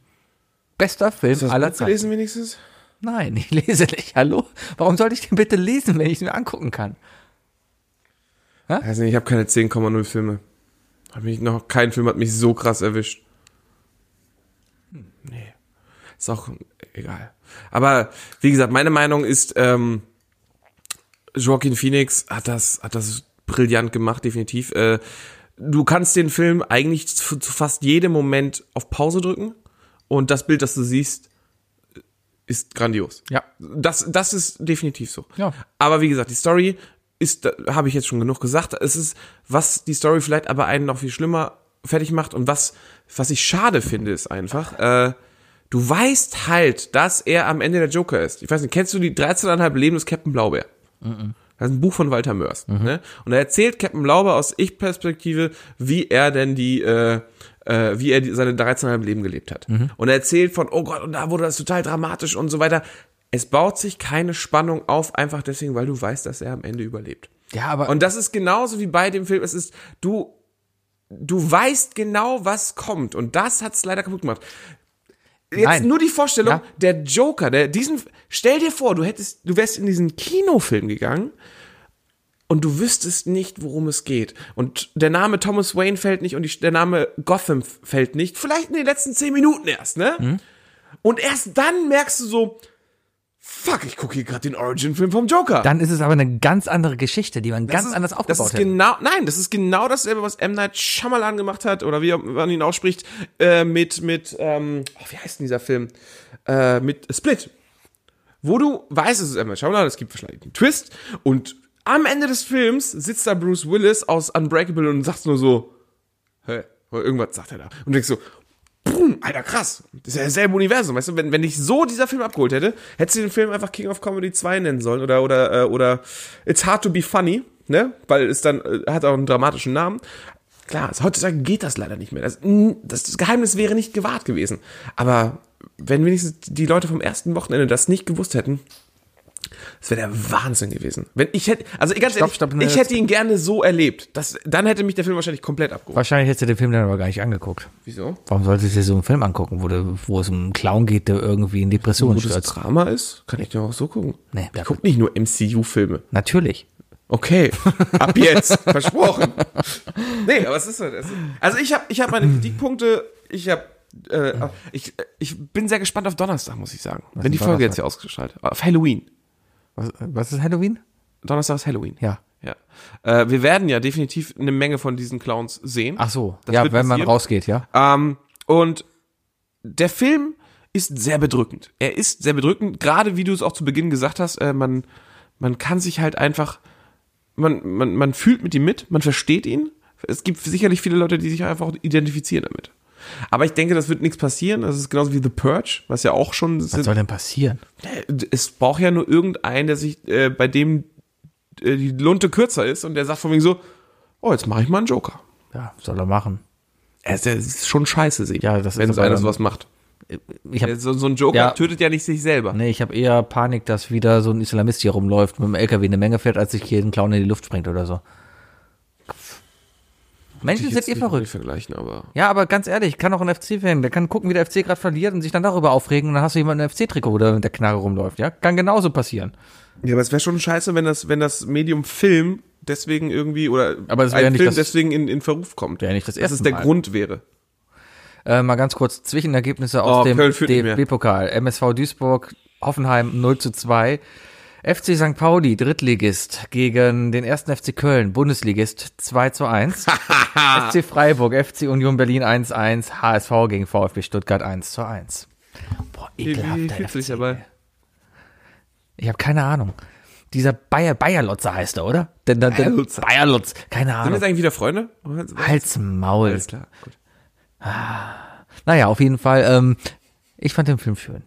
Speaker 4: Bester Film
Speaker 2: Hast du
Speaker 4: aller
Speaker 2: das
Speaker 4: Zeiten.
Speaker 2: gelesen wenigstens?
Speaker 4: Nein, ich lese nicht. Hallo? Warum sollte ich den bitte lesen, wenn ich es mir angucken kann?
Speaker 2: Weiß nicht, ich habe keine 10,0 Filme. Hab mich noch, kein Film hat mich so krass erwischt. Nee. Ist auch egal. Aber wie gesagt, meine Meinung ist, ähm, Joaquin Phoenix hat das, hat das brillant gemacht, definitiv. Äh, du kannst den Film eigentlich zu, zu fast jedem Moment auf Pause drücken und das Bild, das du siehst, ist grandios.
Speaker 4: Ja.
Speaker 2: Das, das ist definitiv so.
Speaker 4: Ja.
Speaker 2: Aber wie gesagt, die Story ist, da habe ich jetzt schon genug gesagt. Es ist, was die Story vielleicht aber einen noch viel schlimmer fertig macht und was, was ich schade finde, ist einfach, äh, du weißt halt, dass er am Ende der Joker ist. Ich weiß nicht, kennst du die 13,5 Leben des Captain Blaubeer? Das ist ein Buch von Walter Mörs. Ne? Und er erzählt Captain Blaubeer aus Ich-Perspektive, wie er denn die, äh, äh, wie er die, seine 13,5 Leben gelebt hat. Und er erzählt von, oh Gott, und da wurde das total dramatisch und so weiter. Es baut sich keine Spannung auf, einfach deswegen, weil du weißt, dass er am Ende überlebt.
Speaker 4: Ja, aber
Speaker 2: Und das ist genauso wie bei dem Film. Es ist, du, du weißt genau, was kommt. Und das hat's leider kaputt gemacht. Jetzt
Speaker 4: Nein.
Speaker 2: nur die Vorstellung,
Speaker 4: Ja.
Speaker 2: der Joker, der diesen, stell dir vor, du hättest, du wärst in diesen Kinofilm gegangen und du wüsstest nicht, worum es geht. Und der Name Thomas Wayne fällt nicht und die, der Name Gotham f- fällt nicht. Vielleicht in den letzten zehn Minuten erst, ne?
Speaker 4: Mhm.
Speaker 2: Und erst dann merkst du so, fuck, ich gucke hier gerade den Origin-Film vom Joker.
Speaker 4: dann ist es aber eine ganz andere Geschichte, die man ganz
Speaker 2: ist-
Speaker 4: anders
Speaker 2: Das
Speaker 4: aufgebaut
Speaker 2: ist
Speaker 4: hat.
Speaker 2: genau, nein, das ist genau dasselbe, was M. Night Shyamalan gemacht hat, oder wie man ihn ausspricht, äh, mit, mit, ähm, oh, wie heißt denn dieser Film? Äh, mit Split. Wo du weißt, es ist M. Night Shyamalan, es gibt wahrscheinlich einen Twist, und am Ende des Films sitzt da Bruce Willis aus Unbreakable und sagt nur so, hä, oder irgendwas sagt er da. Und du denkst so, boom, alter, krass. Das ist ja dasselbe Universum, weißt du, wenn, wenn ich so dieser Film abgeholt hätte, hättest du den Film einfach King of Comedy 2 nennen sollen oder, oder, äh, oder It's Hard to be Funny, ne, weil es dann, äh, hat auch einen dramatischen Namen. Klar, es- heutzutage geht das leider nicht mehr. Das, mm, das Geheimnis wäre nicht gewahrt gewesen. Aber wenn wenigstens die Leute vom ersten Wochenende das nicht gewusst hätten, das wäre der Wahnsinn gewesen. Wenn ich hätte, also ganz ehrlich,
Speaker 4: stopp, ne,
Speaker 2: ich
Speaker 4: das-
Speaker 2: hätte ihn gerne so erlebt. Das, dann hätte mich der Film wahrscheinlich komplett abgeholt.
Speaker 4: Wahrscheinlich hättest du den Film dann aber gar nicht angeguckt.
Speaker 2: Wieso?
Speaker 4: Warum solltest du dir so einen Film angucken, wo, du, wo es um einen Clown geht, der irgendwie in Depressionen
Speaker 2: wo das
Speaker 4: stürzt?
Speaker 2: Drama ist, kann ich dir auch so gucken.
Speaker 4: Nee,
Speaker 2: ich
Speaker 4: bleib-
Speaker 2: guck nicht nur MCU-Filme.
Speaker 4: Natürlich.
Speaker 2: Okay, ab jetzt, versprochen. Nee, aber es ist halt. es ist- Also ich habe ich hab meine Kritikpunkte, ich habe Äh, ich, ich bin sehr gespannt auf Donnerstag, muss ich sagen. wenn
Speaker 4: ist
Speaker 2: die Folge
Speaker 4: Donnerstag?
Speaker 2: jetzt hier ausgeschaltet Ah, Auf Halloween.
Speaker 4: Was, was ist Halloween?
Speaker 2: Donnerstag ist Halloween.
Speaker 4: Ja.
Speaker 2: Ja. Äh, wir werden ja definitiv eine Menge von diesen Clowns sehen.
Speaker 4: Ach so.
Speaker 2: Das
Speaker 4: ja,
Speaker 2: wird
Speaker 4: wenn man
Speaker 2: passieren.
Speaker 4: rausgeht, ja.
Speaker 2: Ähm, und der Film ist sehr bedrückend. Er ist sehr bedrückend, gerade wie du es auch zu Beginn gesagt hast, äh, man, man kann sich halt einfach, man, man, man fühlt mit ihm mit, man versteht ihn. Es gibt sicherlich viele Leute, die sich einfach auch identifizieren damit. Aber ich denke, das wird nichts passieren. Das ist genauso wie The Purge, was ja auch schon
Speaker 4: Was soll denn passieren?
Speaker 2: es braucht ja nur irgendeinen, der sich, äh, bei dem äh, die Lunte kürzer ist und der sagt von wegen so, oh, jetzt mache ich mal einen Joker.
Speaker 4: Ja, soll er machen.
Speaker 2: Er ist, er ist schon scheiße, sehe ich,
Speaker 4: Ja, das ist
Speaker 2: wenn
Speaker 4: das
Speaker 2: so einer
Speaker 4: aber-
Speaker 2: sowas macht.
Speaker 4: Ich hab,
Speaker 2: Äh, So, so ein Joker
Speaker 4: Ja.
Speaker 2: tötet ja nicht sich selber.
Speaker 4: nee, Ne, ich habe eher Panik, dass wieder so ein Islamist hier rumläuft, mit dem LKW eine Menge fährt, als sich hier ein Clown in die Luft sprengt oder so. Menschen
Speaker 2: Ich
Speaker 4: sind
Speaker 2: jetzt
Speaker 4: ihr
Speaker 2: nicht
Speaker 4: verrückt.
Speaker 2: wirklich vergleichen, aber.
Speaker 4: Ja, aber ganz ehrlich, kann auch ein FC-Fan, der kann gucken, wie der FC gerade verliert und sich dann darüber aufregen und dann hast du jemanden im FC-Trikot, der mit der Knarre rumläuft, ja? Kann genauso passieren.
Speaker 2: Ja, aber es wäre schon scheiße, wenn das, wenn das Medium Film deswegen irgendwie oder
Speaker 4: Aber es wär
Speaker 2: ein
Speaker 4: ja nicht
Speaker 2: Film
Speaker 4: das-
Speaker 2: deswegen in, in Verruf kommt.
Speaker 4: Wär nicht das
Speaker 2: dass es
Speaker 4: erste
Speaker 2: der
Speaker 4: Mal.
Speaker 2: Grund wäre.
Speaker 4: Äh, mal ganz kurz Zwischenergebnisse aus
Speaker 2: Oh,
Speaker 4: dem
Speaker 2: Köln führt nicht mehr.
Speaker 4: DFB-Pokal. MSV Duisburg, Hoffenheim 0 zu 2. FC St. Pauli, Drittligist, gegen den ersten FC Köln, Bundesligist 2 zu 1. FC Freiburg, FC Union Berlin 1 1. HSV gegen VfB Stuttgart 1 zu 1. Boah,
Speaker 2: Wie, wie fühlst du dich
Speaker 4: FC.
Speaker 2: dabei?
Speaker 4: Ich habe keine Ahnung. Dieser Bayer, Bayerlotzer heißt er, oder? Der, der, der
Speaker 2: Bayerlotzer.
Speaker 4: Bayerlotz, keine
Speaker 2: Sind wir
Speaker 4: Ahnung.
Speaker 2: jetzt eigentlich wieder Freunde?
Speaker 4: Halt's Maul.
Speaker 2: Alles klar. Gut.
Speaker 4: Naja, auf jeden Fall, ähm, ich fand den Film schön.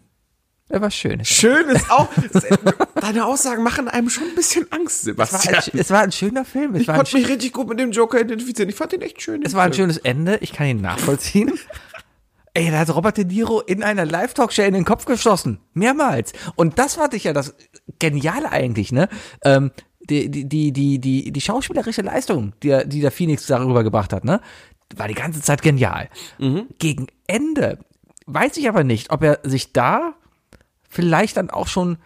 Speaker 4: Er war schön.
Speaker 2: Schön ist auch. deine Aussagen machen einem schon ein bisschen Angst,
Speaker 4: Es
Speaker 2: Sebastian.
Speaker 4: war, ein, es war ein schöner Film. Es,
Speaker 2: Ich
Speaker 4: war, ein,
Speaker 2: konnte mich
Speaker 4: schö-
Speaker 2: richtig gut mit dem Joker identifizieren. Ich fand den echt schön. den
Speaker 4: es war ein
Speaker 2: Film.
Speaker 4: schönes Ende. Ich kann ihn nachvollziehen. Ey, da hat Robert De Niro in einer Live-Talkshow in den Kopf geschossen. Mehrmals. Und das fand ich ja das Geniale eigentlich, ne? Ähm, die, die, die, die, die, die schauspielerische Leistung, die, er- die der Phoenix darüber gebracht hat, ne? War die ganze Zeit genial.
Speaker 2: Mhm.
Speaker 4: Gegen Ende weiß ich aber nicht, ob er sich da vielleicht dann auch schon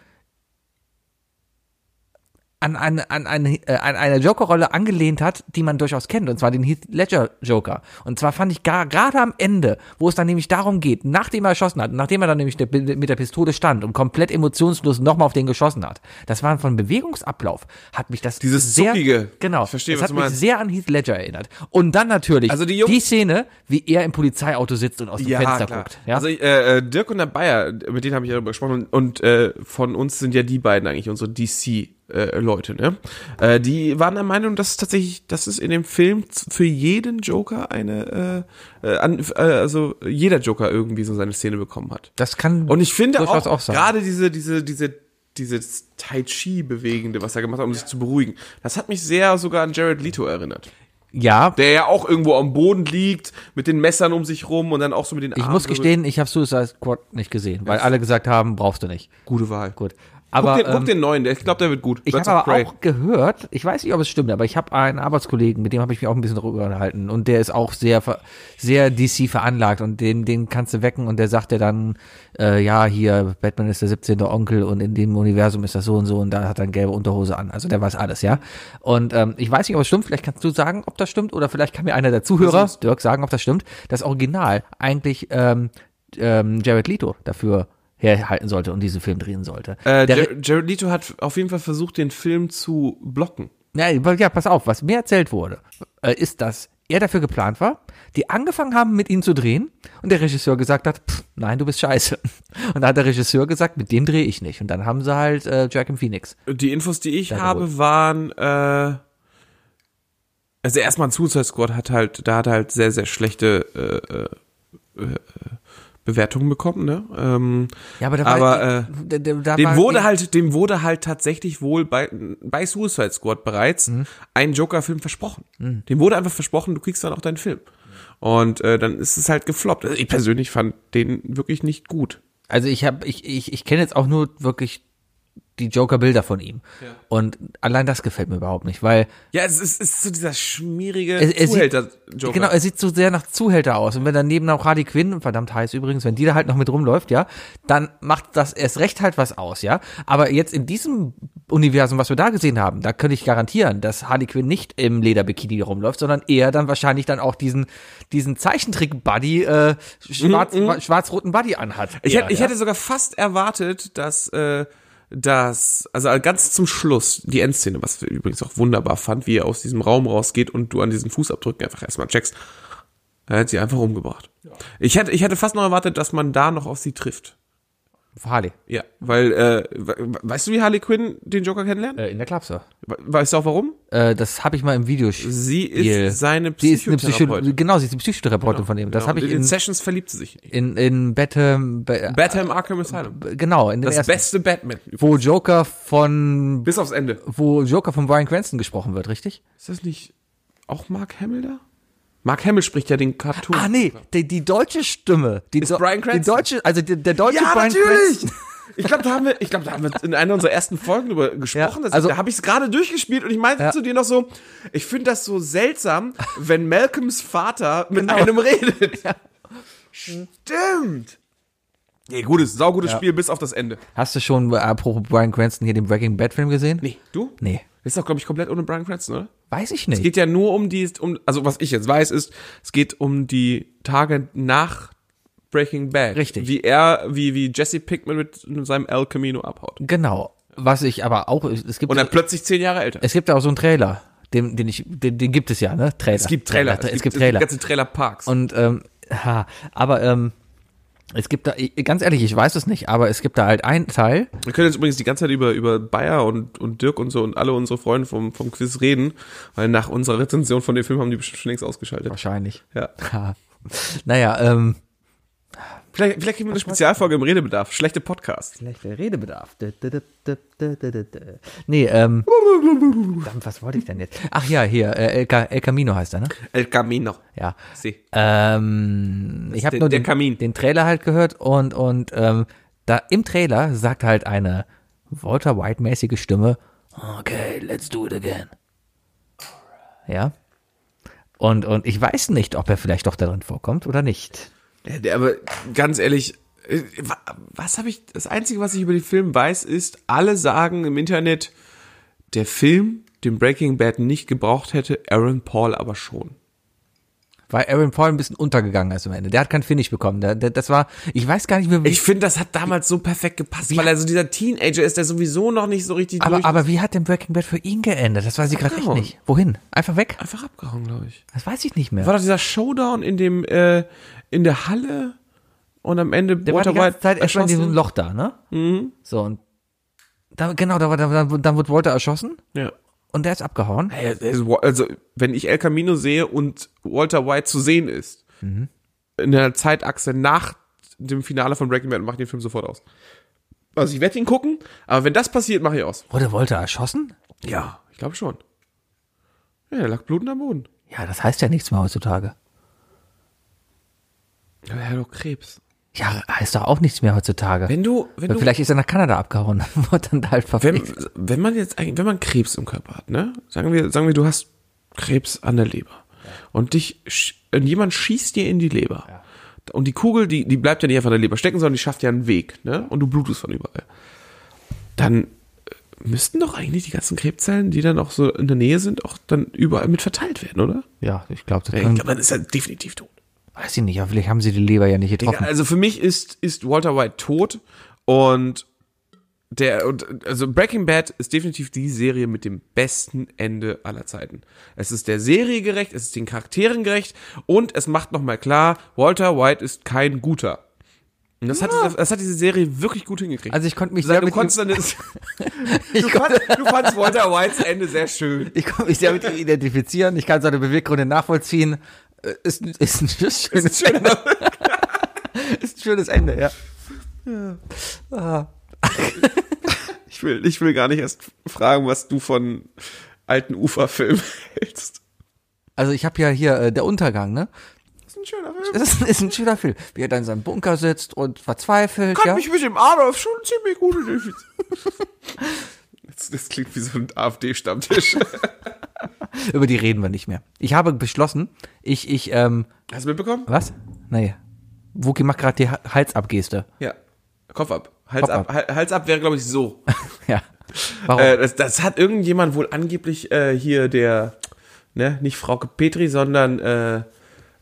Speaker 4: an eine, an eine, äh, an eine Joker-Rolle angelehnt hat, die man durchaus kennt, und zwar den Heath Ledger-Joker. Und zwar fand ich gar, gerade am Ende, wo es dann nämlich darum geht, nachdem er erschossen hat, nachdem er dann nämlich der, mit der Pistole stand und komplett emotionslos nochmal auf den geschossen hat, das war von Bewegungsablauf, hat mich das
Speaker 2: Dieses
Speaker 4: sehr,
Speaker 2: Zuckige.
Speaker 4: genau,
Speaker 2: Ich verstehe,
Speaker 4: das hat
Speaker 2: was du
Speaker 4: mich
Speaker 2: meinst.
Speaker 4: sehr an Heath Ledger erinnert. Und dann natürlich
Speaker 2: Also die Jungs-
Speaker 4: Szene, wie er im Polizeiauto sitzt und aus dem Fenster guckt. Ja?
Speaker 2: Also äh, äh, Dirk und der Bayer, mit denen habe ich ja darüber gesprochen und, und äh, von uns sind ja die beiden eigentlich unsere DC äh, Leute, ne? Äh, die waren der Meinung, dass es tatsächlich, dass es in dem Film z- für jeden Joker eine, äh, äh, an, äh, also jeder Joker irgendwie so seine Szene bekommen hat.
Speaker 4: das kann
Speaker 2: Und ich finde auch,
Speaker 4: durchaus auch sein.
Speaker 2: gerade diese, diese, diese, dieses Tai Chi bewegende, was er gemacht hat, um sich zu beruhigen, das hat mich sehr sogar an Jared Leto erinnert.
Speaker 4: ja,
Speaker 2: Der ja auch irgendwo am Boden liegt, mit den Messern um sich rum und dann auch so mit den
Speaker 4: Ich
Speaker 2: Armen
Speaker 4: muss
Speaker 2: berührt.
Speaker 4: gestehen, ich habe Suicide Squad nicht gesehen, weil alle gesagt haben, brauchst du nicht.
Speaker 2: Gute Wahl.
Speaker 4: Gut.
Speaker 2: guck,
Speaker 4: Aber
Speaker 2: den, guck
Speaker 4: ähm,
Speaker 2: den neuen, der, ich glaube, der wird gut.
Speaker 4: ich
Speaker 2: Birds
Speaker 4: habe
Speaker 2: of
Speaker 4: aber
Speaker 2: Prey.
Speaker 4: auch gehört, ich weiß nicht, ob es stimmt, aber ich habe einen Arbeitskollegen, mit dem habe ich mich auch ein bisschen drüber unterhalten und der ist auch sehr ver- sehr DC veranlagt und den den kannst du wecken und der sagt dir dann äh, ja, hier Batman ist der 17. Onkel und in dem Universum ist das so und so und da hat er eine gelbe Unterhose an. Also der weiß alles, ja. Und ähm, ich weiß nicht, ob es stimmt, vielleicht kannst du sagen, ob das stimmt oder vielleicht kann mir einer der Zuhörer, Dirk, sagen, ob das stimmt. Das Original eigentlich ähm, ähm, Jared Leto dafür herhalten sollte und diesen Film drehen sollte.
Speaker 2: Äh,
Speaker 4: Der-
Speaker 2: Jar- Jared Leto hat auf jeden Fall versucht, den Film zu blocken.
Speaker 4: ja, ja, pass auf, was mir erzählt wurde, äh, ist, dass er dafür geplant war, die angefangen haben, mit ihm zu drehen und der Regisseur gesagt hat, pff, nein, du bist scheiße. Und da hat der Regisseur gesagt, mit dem drehe ich nicht. Und dann haben sie halt äh, Joaquin Phoenix.
Speaker 2: Die Infos, die ich
Speaker 4: Sehr
Speaker 2: habe,
Speaker 4: gut.
Speaker 2: waren, äh, also erstmal Suicide Squad hat halt, da hat er halt sehr, sehr schlechte äh, äh, äh, Bewertungen bekommen, ne? Ähm,
Speaker 4: Ja, aber da war,
Speaker 2: Aber, äh,
Speaker 4: da, da, da
Speaker 2: dem
Speaker 4: war-
Speaker 2: wurde halt, dem wurde halt tatsächlich wohl bei, bei Suicide Squad bereits ein Joker-Film versprochen. Dem wurde einfach versprochen, du kriegst dann auch deinen Film. Und äh, dann ist es halt gefloppt. Also ich persönlich fand den wirklich nicht gut.
Speaker 4: Also ich habe, ich, ich, ich kenne jetzt auch nur wirklich die Joker-Bilder von ihm. Und allein das gefällt mir überhaupt nicht, weil
Speaker 2: Ja, es ist, es ist so dieser schmierige
Speaker 4: Er- er sieht-
Speaker 2: Zuhälter-Joker.
Speaker 4: Genau, er sieht so sehr nach Zuhälter aus. Und wenn daneben noch Harley Quinn, verdammt heiß übrigens, wenn die da halt noch mit rumläuft, ja, dann macht das erst recht halt was aus, ja. Aber jetzt in diesem Universum, was wir da gesehen haben, da könnte ich garantieren, dass Harley Quinn nicht im Lederbikini rumläuft, sondern eher dann wahrscheinlich dann auch diesen, diesen Zeichentrick-Buddy, äh, schwarz, schwarz-roten Buddy anhat.
Speaker 2: Mhm, Ich,
Speaker 4: Eher,
Speaker 2: hätte, ich
Speaker 4: ja?
Speaker 2: hätte sogar fast erwartet, dass äh, das, also ganz zum Schluss, die Endszene, was ich übrigens auch wunderbar fand, wie er aus diesem Raum rausgeht und du an diesen Fußabdrücken einfach erstmal checkst, er hat sie einfach umgebracht. Ich, hätte, ich hätte fast noch erwartet, dass man da noch auf sie trifft.
Speaker 4: Harley.
Speaker 2: Ja, weil, äh, we- weißt du, wie Harley Quinn den Joker kennenlernt?
Speaker 4: Äh, in der Klapse.
Speaker 2: We- Weißt du auch warum?
Speaker 4: Äh, das habe ich mal im Video.
Speaker 2: Sie ist seine
Speaker 4: Sie ist eine Psycho
Speaker 2: Psychotherapeutin. Genau,
Speaker 4: genau, sie ist eine Psychotherapeutin von ihm. Das
Speaker 2: Ja,
Speaker 4: habe
Speaker 2: und
Speaker 4: ich
Speaker 2: in
Speaker 4: in,
Speaker 2: Sessions verliebt sie sich. in
Speaker 4: in,
Speaker 2: ihn.
Speaker 4: in Batman, Ba-
Speaker 2: Batman Arkham Asylum.
Speaker 4: genau, in dem
Speaker 2: Das
Speaker 4: ersten,
Speaker 2: beste Batman.
Speaker 4: wo Joker von
Speaker 2: Bis aufs Ende.
Speaker 4: wo Joker von Brian Cranston gesprochen wird, richtig?
Speaker 2: Ist das nicht auch Mark Hamill da? Mark Hamill spricht ja den Cartoon.
Speaker 4: Ah nee, die, die deutsche Stimme, die, Do-
Speaker 2: Bryan
Speaker 4: die
Speaker 2: Cranston?
Speaker 4: deutsche, also der, der deutsche
Speaker 2: ja,
Speaker 4: Brian
Speaker 2: natürlich!
Speaker 4: Cranston.
Speaker 2: Ich glaube, da haben wir, ich glaube, da haben wir in einer unserer ersten Folgen drüber gesprochen.
Speaker 4: also-
Speaker 2: also, da habe ich es gerade durchgespielt und ich meinte zu dir noch so, ich finde das so seltsam, wenn Malcolms Vater mit
Speaker 4: Genau.
Speaker 2: einem redet. Stimmt. Nee, gutes, saugutes Spiel bis auf das Ende.
Speaker 4: Hast du schon äh, apropos Brian Cranston hier den Breaking Bad Film gesehen?
Speaker 2: Nee, du?
Speaker 4: Nee.
Speaker 2: Ist doch, glaube ich, komplett ohne Brian Cranston, oder?
Speaker 4: Weiß ich nicht.
Speaker 2: geht ja nur um die, um, also was ich jetzt weiß, ist, es geht um die Tage nach Breaking Bad.
Speaker 4: Richtig.
Speaker 2: Wie er, wie, wie Jesse Pickman mit seinem El Camino abhaut.
Speaker 4: Genau. Was ich aber auch es gibt
Speaker 2: Und dann plötzlich zehn Jahre älter.
Speaker 4: es gibt ja auch so einen Trailer, den den ich den, den gibt es ja, ne? Trailer.
Speaker 2: Es gibt Trailer.
Speaker 4: Es, gibt Trailer.
Speaker 2: ganze Trailer-Parks.
Speaker 4: Und ähm, ha, aber ähm, es gibt da ich- ganz ehrlich, ich weiß es nicht, aber es gibt da halt einen Teil,
Speaker 2: Wir können jetzt übrigens die ganze Zeit über, über Bayer und, und Dirk und so und alle unsere Freunde vom, vom Quiz reden, weil nach unserer Rezension von dem Film haben die bestimmt schon längst ausgeschaltet.
Speaker 4: wahrscheinlich.
Speaker 2: Ja.
Speaker 4: Ha. Naja, ähm,
Speaker 2: Vielleicht, vielleicht kriegen wir eine Spezialfolge im Redebedarf. Schlechte Podcast.
Speaker 4: Vielleicht der Redebedarf. Dö, dö, dö, dö, dö, dö, dö, dö. Nee, ähm. Verdammt, was wollte ich denn jetzt? Ach ja, hier, äh, El, Ca- El Camino heißt er, ne?
Speaker 2: El Camino.
Speaker 4: Ja.
Speaker 2: Sie.
Speaker 4: Ähm, ich habe
Speaker 2: der-
Speaker 4: nur
Speaker 2: der
Speaker 4: den,
Speaker 2: Kamin.
Speaker 4: den Trailer halt gehört und, und ähm, da im Trailer sagt halt eine Walter White-mäßige Stimme, okay, let's do it again. Ja. Und, und ich weiß nicht, ob er vielleicht doch darin vorkommt oder nicht.
Speaker 2: Ja, der, aber ganz ehrlich, äh, wa- was habe ich, das Einzige, was ich über den Film weiß, ist, alle sagen im Internet, der Film, den Breaking Bad nicht gebraucht hätte, Aaron Paul aber schon.
Speaker 4: Weil Aaron Paul ein bisschen untergegangen ist am Ende. Der hat kein Finish bekommen. Der, der, das war, ich weiß gar nicht mehr, wie
Speaker 2: Ich finde, das hat damals so perfekt gepasst, weil er so dieser Teenager ist, der sowieso noch nicht Genau. so richtig
Speaker 4: Aber,
Speaker 2: durch
Speaker 4: aber wie hat denn Breaking Bad für ihn geendet? Das weiß ich gerade echt
Speaker 2: Abgehauen.
Speaker 4: nicht. Wohin? Einfach weg?
Speaker 2: einfach abgehauen, glaube ich.
Speaker 4: Das weiß ich nicht mehr.
Speaker 2: War doch dieser Showdown in dem, äh, in der Halle und am Ende
Speaker 4: der war die ganze Zeit erstmal in diesem Loch da, ne? Mhm. So, und da, genau, da war, da, dann, dann wird Walter erschossen
Speaker 2: Ja.
Speaker 4: und der ist abgehauen.
Speaker 2: Ey, es ist Wa- Also, wenn ich El Camino sehe und Walter White zu sehen ist, in der Zeitachse nach dem Finale von Breaking Bad, mache ich den Film sofort aus. Also, ich werde ihn gucken, aber wenn das passiert, mache ich aus.
Speaker 4: Wurde Walter erschossen?
Speaker 2: Ja. Ich glaube schon. Ja, der lag blutend am Boden.
Speaker 4: Ja, das heißt ja nichts mehr heutzutage.
Speaker 2: Ja, er hat doch Krebs.
Speaker 4: Ja, heißt doch auch nichts mehr heutzutage.
Speaker 2: Wenn du, wenn
Speaker 4: Weil
Speaker 2: du,
Speaker 4: Vielleicht ist er nach Kanada abgehauen und wurde dann da halt
Speaker 2: wenn,
Speaker 4: verpflichtet.
Speaker 2: wenn man jetzt eigentlich, wenn man Krebs im Körper hat, ne? Sagen wir, sagen wir, du hast Krebs an der Leber. Und dich, sch- und jemand schießt dir in die Leber. Und die Kugel, die, die bleibt ja nicht einfach in der Leber stecken, sondern die schafft ja einen Weg, ne? Und du blutest von überall. Dann äh, müssten doch eigentlich die ganzen Krebszellen, die dann auch so in der Nähe sind, auch dann überall mit verteilt werden, oder?
Speaker 4: Ja, ich glaube, das
Speaker 2: Ich
Speaker 4: kann,
Speaker 2: glaube, dann ist er definitiv tot.
Speaker 4: weiß ich nicht, aber vielleicht haben sie die Leber ja nicht getroffen.
Speaker 2: Also für mich ist, ist Walter White tot und der und also Breaking Bad ist definitiv die Serie mit dem besten Ende aller Zeiten. Es ist der Serie gerecht, es ist den Charakteren gerecht und es macht nochmal klar, Walter White ist kein guter. Und das, hat diese, das hat diese Serie wirklich gut hingekriegt.
Speaker 4: Also ich konnte mich sehr
Speaker 2: sehr du,
Speaker 4: mit
Speaker 2: konntest dann das- du, fandst, du fandst Walter Whites Ende sehr schön.
Speaker 4: Ich kann mich sehr mit ihm identifizieren, ich kann seine Beweggründe nachvollziehen. Äh, Ist, ein- ist ein schönes Ende.
Speaker 2: ne?
Speaker 4: ist ein schönes Ende, ja.
Speaker 2: Ich will, ich will gar nicht erst fragen, was du von alten Uferfilmen hältst.
Speaker 4: Also ich habe ja hier äh, der Untergang, ne?
Speaker 2: ein schöner Film.
Speaker 4: Das ist, ist ein schöner Film, wie er da in seinem Bunker sitzt und verzweifelt.
Speaker 2: kann
Speaker 4: ja?
Speaker 2: mich mit dem Adolf schon ziemlich gut identifizieren. das, das klingt wie so ein AfD-Stammtisch.
Speaker 4: Über die reden wir nicht mehr. Ich habe beschlossen, ich, ich, ähm,
Speaker 2: Hast du mitbekommen?
Speaker 4: was? Naja. Wookie macht gerade die Ha- Halsabgeste.
Speaker 2: Ja. Kopf ab. Hals
Speaker 4: Kopf
Speaker 2: ab. Hal- Hals ab wäre, glaube ich, so.
Speaker 4: ja. Warum?
Speaker 2: Äh, das, das hat irgendjemand wohl angeblich äh, hier der, ne, nicht Frauke Petri, sondern äh,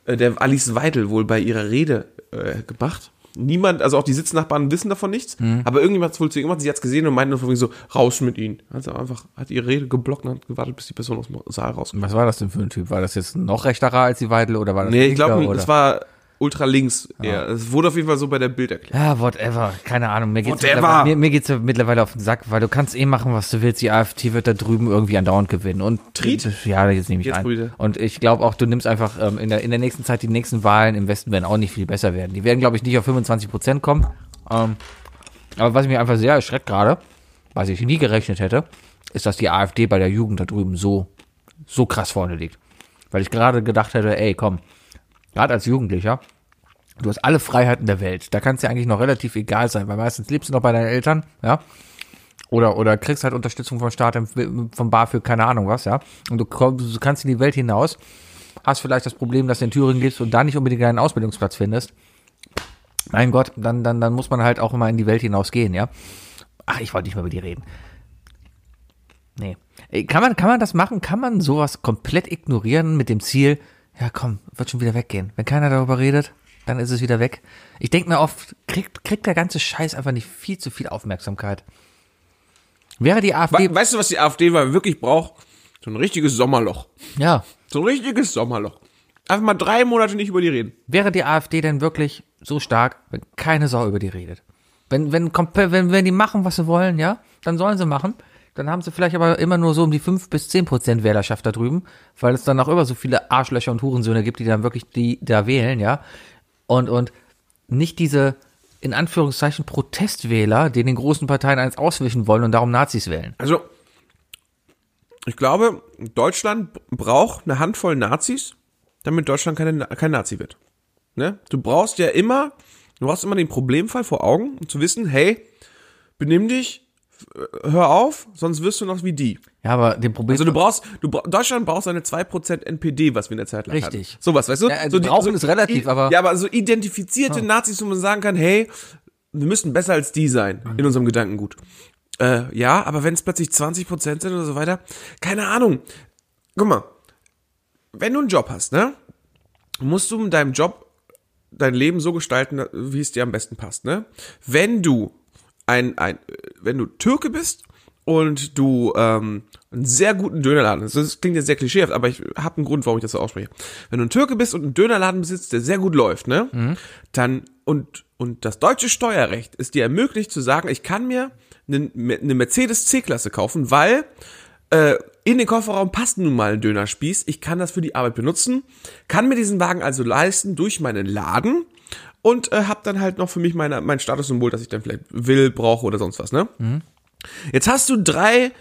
Speaker 2: äh, der Alice Weidel wohl bei ihrer Rede äh, gemacht. Niemand, also auch die Sitznachbarn wissen davon nichts, aber irgendjemand hat es wohl zu ihr gemacht, sie hat es gesehen und meinte nur von wegen so, raus mit ihnen. Also einfach, hat ihre Rede geblockt und hat gewartet, bis die Person aus dem Saal rauskommt.
Speaker 4: was war das denn für ein Typ? War das jetzt noch rechterer als die Weidel oder war das
Speaker 2: Nee, Äh, ich
Speaker 4: linker,
Speaker 2: glaube,
Speaker 4: oder?
Speaker 2: das war ultra links eher. Es wurde auf jeden Fall so bei der Bild erklärt.
Speaker 4: Ja, whatever. Keine Ahnung. Mir geht's,
Speaker 2: Whatever.
Speaker 4: mittlerweile- Mir, mir geht's ja mittlerweile auf den Sack, weil du kannst eh machen, was du willst. Die AfD wird da drüben irgendwie andauernd gewinnen. Und
Speaker 2: Tritt?
Speaker 4: Ja, jetzt nehme ich
Speaker 2: Jetzt
Speaker 4: an.
Speaker 2: Brüder.
Speaker 4: Und ich glaube auch, du nimmst einfach ähm, in, der, in der nächsten Zeit die nächsten Wahlen im Westen werden auch nicht viel besser werden. Die werden, glaube ich, nicht auf 25 Prozent kommen. Ähm, aber was mich einfach sehr erschreckt gerade, was ich nie gerechnet hätte, ist, dass die AfD bei der Jugend da drüben so, so krass vorne liegt. Weil ich gerade gedacht hätte, ey, komm, gerade als Jugendlicher, Du hast alle Freiheiten der Welt. Da kann es dir eigentlich noch relativ egal sein, weil meistens lebst du noch bei deinen Eltern, ja. Oder, oder kriegst halt Unterstützung vom Staat, vom BAföG, keine Ahnung was, ja. Und du, kommst, du kannst in die Welt hinaus, hast vielleicht das Problem, dass du in Thüringen lebst und da nicht unbedingt einen Ausbildungsplatz findest. Mein Gott, dann, dann, dann muss man halt auch immer in die Welt hinausgehen, ja. Ach, ich wollte nicht mehr über die reden. Nee. Ey, Kann man, kann man das machen? Kann man sowas komplett ignorieren mit dem Ziel, ja komm, wird schon wieder weggehen. Wenn keiner darüber redet, dann ist es wieder weg. Ich denke mir oft, kriegt, kriegt der ganze Scheiß einfach nicht viel zu viel Aufmerksamkeit. Wäre die AfD.
Speaker 2: We weißt du, was die AfD mal wirklich braucht? So ein richtiges Sommerloch.
Speaker 4: ja.
Speaker 2: So ein richtiges Sommerloch. Einfach mal drei Monate nicht über die reden.
Speaker 4: Wäre die AfD denn wirklich so stark, wenn keine Sau über die redet? Wenn, wenn, komp- wenn, wenn die machen, was sie wollen, ja, dann sollen sie machen. Dann haben sie vielleicht aber immer nur so um die 5 bis 10 Prozent Wählerschaft da drüben, weil es dann auch immer so viele Arschlöcher und Hurensöhne gibt, die dann wirklich die da wählen, ja. Und, und nicht diese, in Anführungszeichen, Protestwähler, die den großen Parteien eins auswischen wollen und darum Nazis wählen.
Speaker 2: Also, ich glaube, Deutschland b- braucht eine Handvoll Nazis, damit Deutschland keine, Na- kein Nazi wird. Ne? Du brauchst ja immer, du brauchst immer den Problemfall vor Augen, um zu wissen, hey, benimm dich, f- hör auf, sonst wirst du noch wie die.
Speaker 4: Ja, aber den Problem.
Speaker 2: Also du brauchst, du bra Deutschland braucht seine 2% NPD, was wir in der Zeit lang
Speaker 4: Richtig.
Speaker 2: hatten. Sowas, halt. weißt du?
Speaker 4: Ja, Äh, brauchen ist relativ,
Speaker 2: i-
Speaker 4: aber-
Speaker 2: also Ja, aber so identifizierte Nazis, wo man sagen kann, hey, wir müssen besser als die sein, in unserem Gedankengut. Äh, ja, aber wenn es plötzlich 20% sind oder so weiter, keine Ahnung. Guck mal, wenn du einen Job hast, ne, musst du in deinem Job dein Leben so gestalten, wie es dir am besten passt, ne? Wenn du ein, ein wenn du Türke bist und du ähm, einen sehr guten Dönerladen, hast, das klingt jetzt sehr klischeehaft, aber ich habe einen Grund, warum ich das so ausspreche. Wenn du ein Türke bist und einen Dönerladen besitzt, der sehr gut läuft, ne? Dann und und das deutsche Steuerrecht ist dir ermöglicht zu sagen, ich kann mir eine, eine Mercedes C-Klasse kaufen, weil äh, in den Kofferraum passt nun mal ein Dönerspieß. Ich kann das für die Arbeit benutzen, kann mir diesen Wagen also leisten durch meinen Laden und äh, habe dann halt noch für mich meine, mein Statussymbol, dass ich dann vielleicht will, brauche oder sonst was, ne? Jetzt hast du drei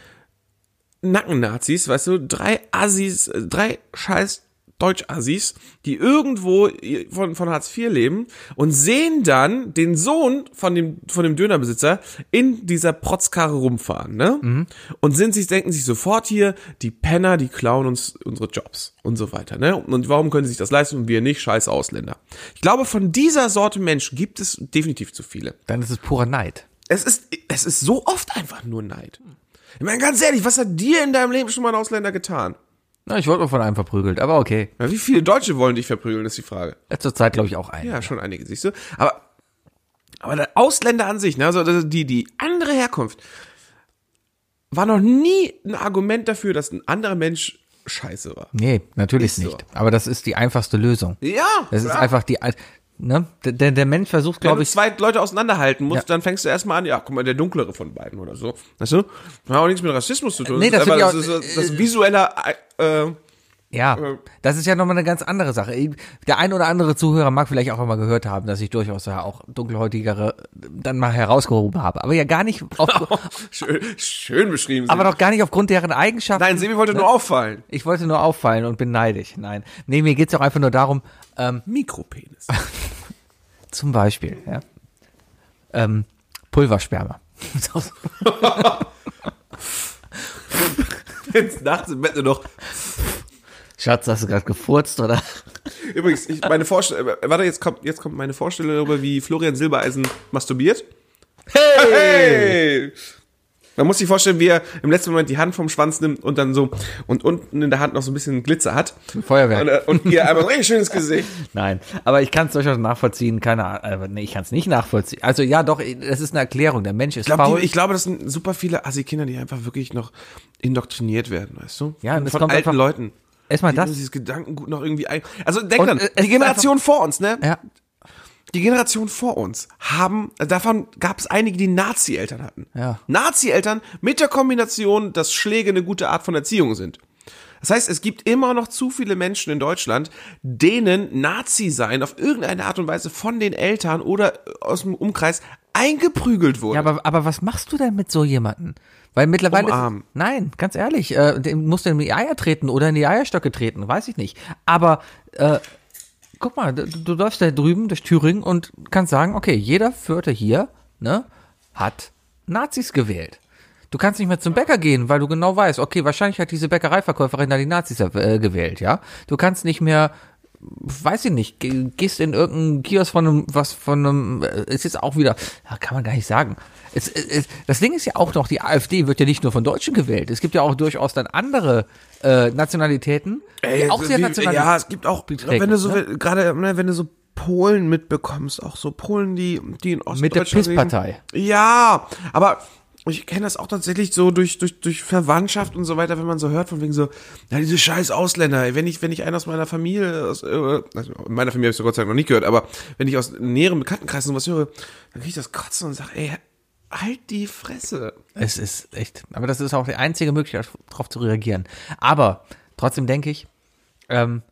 Speaker 2: Nackennazis, weißt du, drei Assis, äh, drei scheiß Deutsch-Assis, die irgendwo i- von, von Hartz IV leben und sehen dann den Sohn von dem, von dem Dönerbesitzer in dieser Protzkarre rumfahren, ne? Und sind sich, denken sich sofort hier, die Penner, die klauen uns unsere Jobs und so weiter, ne? Und warum können sie sich das leisten und wir nicht, scheiß Ausländer? Ich glaube, von dieser Sorte Menschen gibt es definitiv zu viele.
Speaker 4: dann ist es purer Neid.
Speaker 2: Es ist, es ist so oft einfach nur Neid. Ich meine, ganz ehrlich, was hat dir in deinem Leben schon mal ein Ausländer getan?
Speaker 4: Na, ich wurde mal von einem verprügelt, aber okay.
Speaker 2: Ja, wie viele Deutsche wollen dich verprügeln, ist die Frage.
Speaker 4: Zurzeit glaube ich auch ein.
Speaker 2: Ja, schon einige, siehst du. Aber, aber der Ausländer an sich, ne, also das- die, die andere Herkunft, war noch nie ein Argument dafür, dass ein anderer Mensch scheiße war.
Speaker 4: Nee, natürlich
Speaker 2: Ist so.
Speaker 4: nicht. Aber das ist die einfachste Lösung.
Speaker 2: Ja,
Speaker 4: Das ist
Speaker 2: klar.
Speaker 4: einfach die. ein- Ne? Der- Der, der Mensch versucht,
Speaker 2: Wenn
Speaker 4: glaube
Speaker 2: du
Speaker 4: ich.
Speaker 2: zwei Leute auseinanderhalten musst,
Speaker 4: Ja.
Speaker 2: dann fängst du erstmal an, ja, guck mal, der dunklere von beiden oder so. Weißt du? Hat auch nichts mit Rassismus zu tun.
Speaker 4: Nee, das
Speaker 2: ist
Speaker 4: find
Speaker 2: einfach-
Speaker 4: ich auch-
Speaker 2: das, ist, das ist visueller äh, äh,
Speaker 4: Ja, das ist ja nochmal eine ganz andere Sache. Der ein oder andere Zuhörer mag vielleicht auch einmal gehört haben, dass ich durchaus ja auch dunkelhäutigere dann mal herausgehoben habe. Aber ja gar nicht, auf,
Speaker 1: schön, schön beschrieben.
Speaker 4: aber
Speaker 1: Semi.
Speaker 4: doch gar nicht aufgrund deren Eigenschaften.
Speaker 1: Nein, Semi wollte nur auffallen.
Speaker 4: Ich wollte nur auffallen und bin neidisch. Nein. Nee, mir geht's auch einfach nur darum, ähm,
Speaker 1: Mikropenis.
Speaker 4: zum Beispiel, ja. Ähm, Pulversperma.
Speaker 1: Jetzt nachts im Bett nur noch.
Speaker 4: Schatz, hast du gerade gefurzt, oder?
Speaker 1: Übrigens, ich, meine Vorstellung, äh, warte, jetzt kommt, jetzt kommt meine Vorstellung darüber, wie Florian Silbereisen masturbiert. Hey! Man muss sich vorstellen, wie er im letzten Moment die Hand vom Schwanz nimmt und dann so und unten in der Hand noch so ein bisschen Glitzer hat.
Speaker 4: Feuerwerk.
Speaker 1: Und, äh, und ihr einmal ein richtig schönes Gesicht.
Speaker 4: Nein, aber ich kann es durchaus nachvollziehen. Keine Ahnung, äh, nee, ich kann es nicht nachvollziehen. Also ja, doch, das ist eine Erklärung. Der Mensch ist
Speaker 1: Ich glaube,
Speaker 4: faul.
Speaker 1: die, ich glaube, das sind super viele Assi-Kinder, die einfach wirklich noch indoktriniert werden, weißt du?
Speaker 4: Ja, und
Speaker 1: und
Speaker 4: es
Speaker 1: von
Speaker 4: kommt
Speaker 1: alten
Speaker 4: einfach-
Speaker 1: Leuten.
Speaker 4: Erstmal
Speaker 1: Die
Speaker 4: das.
Speaker 1: haben dieses Gedankengut noch irgendwie ein. Also denk
Speaker 4: Und,
Speaker 1: dran,
Speaker 4: äh, es
Speaker 1: die
Speaker 4: ist
Speaker 1: Generation vor uns, ne?
Speaker 4: ja,
Speaker 1: Die Generation vor uns haben, äh, davon gab es einige, die Nazi-Eltern hatten.
Speaker 4: Ja.
Speaker 1: Nazi-Eltern mit der Kombination, dass Schläge eine gute Art von Erziehung sind. Das heißt, es gibt immer noch zu viele Menschen in Deutschland, denen Nazi-Sein auf irgendeine Art und Weise von den Eltern oder äh, aus dem Umkreis eingeprügelt wurde.
Speaker 4: ja aber, aber was machst du denn mit so jemanden? Weil mittlerweile.
Speaker 1: Umarmen.
Speaker 4: nein, ganz ehrlich, äh, dem musst du in die Eier treten oder in die Eierstöcke treten, weiß ich nicht. Aber äh, guck mal, du, du läufst da drüben durch Thüringen und kannst sagen, okay, jeder Vierte hier ne, hat Nazis gewählt. Du kannst nicht mehr zum Bäcker gehen, weil du genau weißt, okay, wahrscheinlich hat diese Bäckereiverkäuferin da die Nazis äh, gewählt, ja. Du kannst nicht mehr, weiß ich nicht, ge- gehst in irgendeinen Kiosk von einem, was von einem, äh, es ist auch wieder, ja, kann man gar nicht sagen. Es, es, es, das Ding ist ja auch noch, die AfD wird ja nicht nur von Deutschen gewählt. Es gibt ja auch durchaus dann andere äh, Nationalitäten, die
Speaker 1: Ey,
Speaker 4: auch sehr
Speaker 1: wie-
Speaker 4: national
Speaker 1: Ja, es gibt auch,
Speaker 4: beträgt,
Speaker 1: wenn du so,
Speaker 4: ne?
Speaker 1: will- gerade, ne, wenn du so Polen mitbekommst, auch so Polen, die, die in Ostdeutschland.
Speaker 4: Mit der
Speaker 1: leben.
Speaker 4: Pisspartei.
Speaker 1: Ja, aber ich kenne das auch tatsächlich so durch, durch, durch Verwandtschaft und so weiter, wenn man so hört, von wegen so, na, diese scheiß Ausländer, ey, wenn ich, wenn ich einen aus meiner Familie, aus, äh, also in meiner Familie habe ich Gott sei Dank noch nicht gehört, aber wenn ich aus näherem Bekanntenkreis sowas höre, dann kriege ich das Kotzen und sage, ey, halt die Fresse.
Speaker 4: Es ist echt, aber das ist auch die einzige Möglichkeit, darauf zu reagieren. Aber trotzdem denke ich, ähm,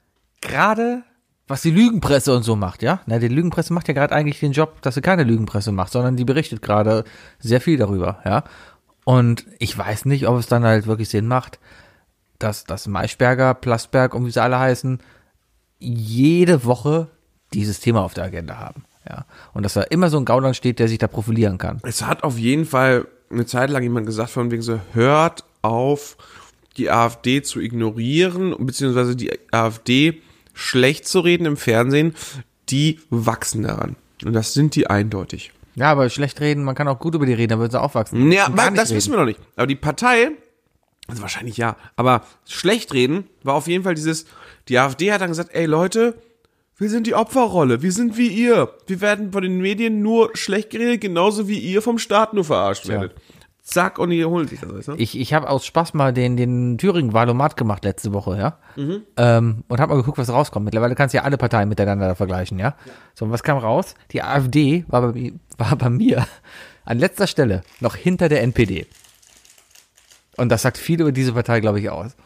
Speaker 4: gerade was die Lügenpresse und so macht, ja, na, die Lügenpresse macht ja gerade eigentlich den Job, dass sie keine Lügenpresse macht, sondern die berichtet gerade sehr viel darüber, ja. Und ich weiß nicht, ob es dann halt wirklich Sinn macht, dass das Maischberger, Plastberg und wie sie alle heißen, jede Woche dieses Thema auf der Agenda haben. Ja. Und dass da immer so ein Gaunern steht, der sich da profilieren kann.
Speaker 1: Es hat auf jeden Fall eine Zeit lang jemand gesagt, von wegen so, hört auf, die AfD zu ignorieren, beziehungsweise die AfD schlecht zu reden im Fernsehen, die wachsen daran. Und das sind die eindeutig.
Speaker 4: Ja, aber schlecht reden, man kann auch gut über die reden, da würden sie aufwachsen.
Speaker 1: Ja,
Speaker 4: Gar nicht
Speaker 1: das
Speaker 4: reden.
Speaker 1: wissen wir noch nicht. Aber die Partei, also wahrscheinlich ja, aber schlecht reden war auf jeden Fall dieses, die AfD hat dann gesagt, ey Leute, wir sind die Opferrolle, wir sind wie ihr. Wir werden von den Medien nur schlecht geredet, genauso wie ihr vom Staat nur verarscht werdet. Zack, und ihr holt sich das, weißt du?
Speaker 4: Ich, ich habe aus Spaß mal den, den Thüringen-Wahlomat gemacht letzte Woche, ja.
Speaker 1: Mhm.
Speaker 4: Ähm, und habe mal geguckt, was rauskommt. Mittlerweile kannst du ja alle Parteien miteinander da vergleichen, ja. So, und was kam raus? Die AfD war bei, mi- war bei mir an letzter Stelle noch hinter der NPD. Und das sagt viel über diese Partei, glaube ich, aus.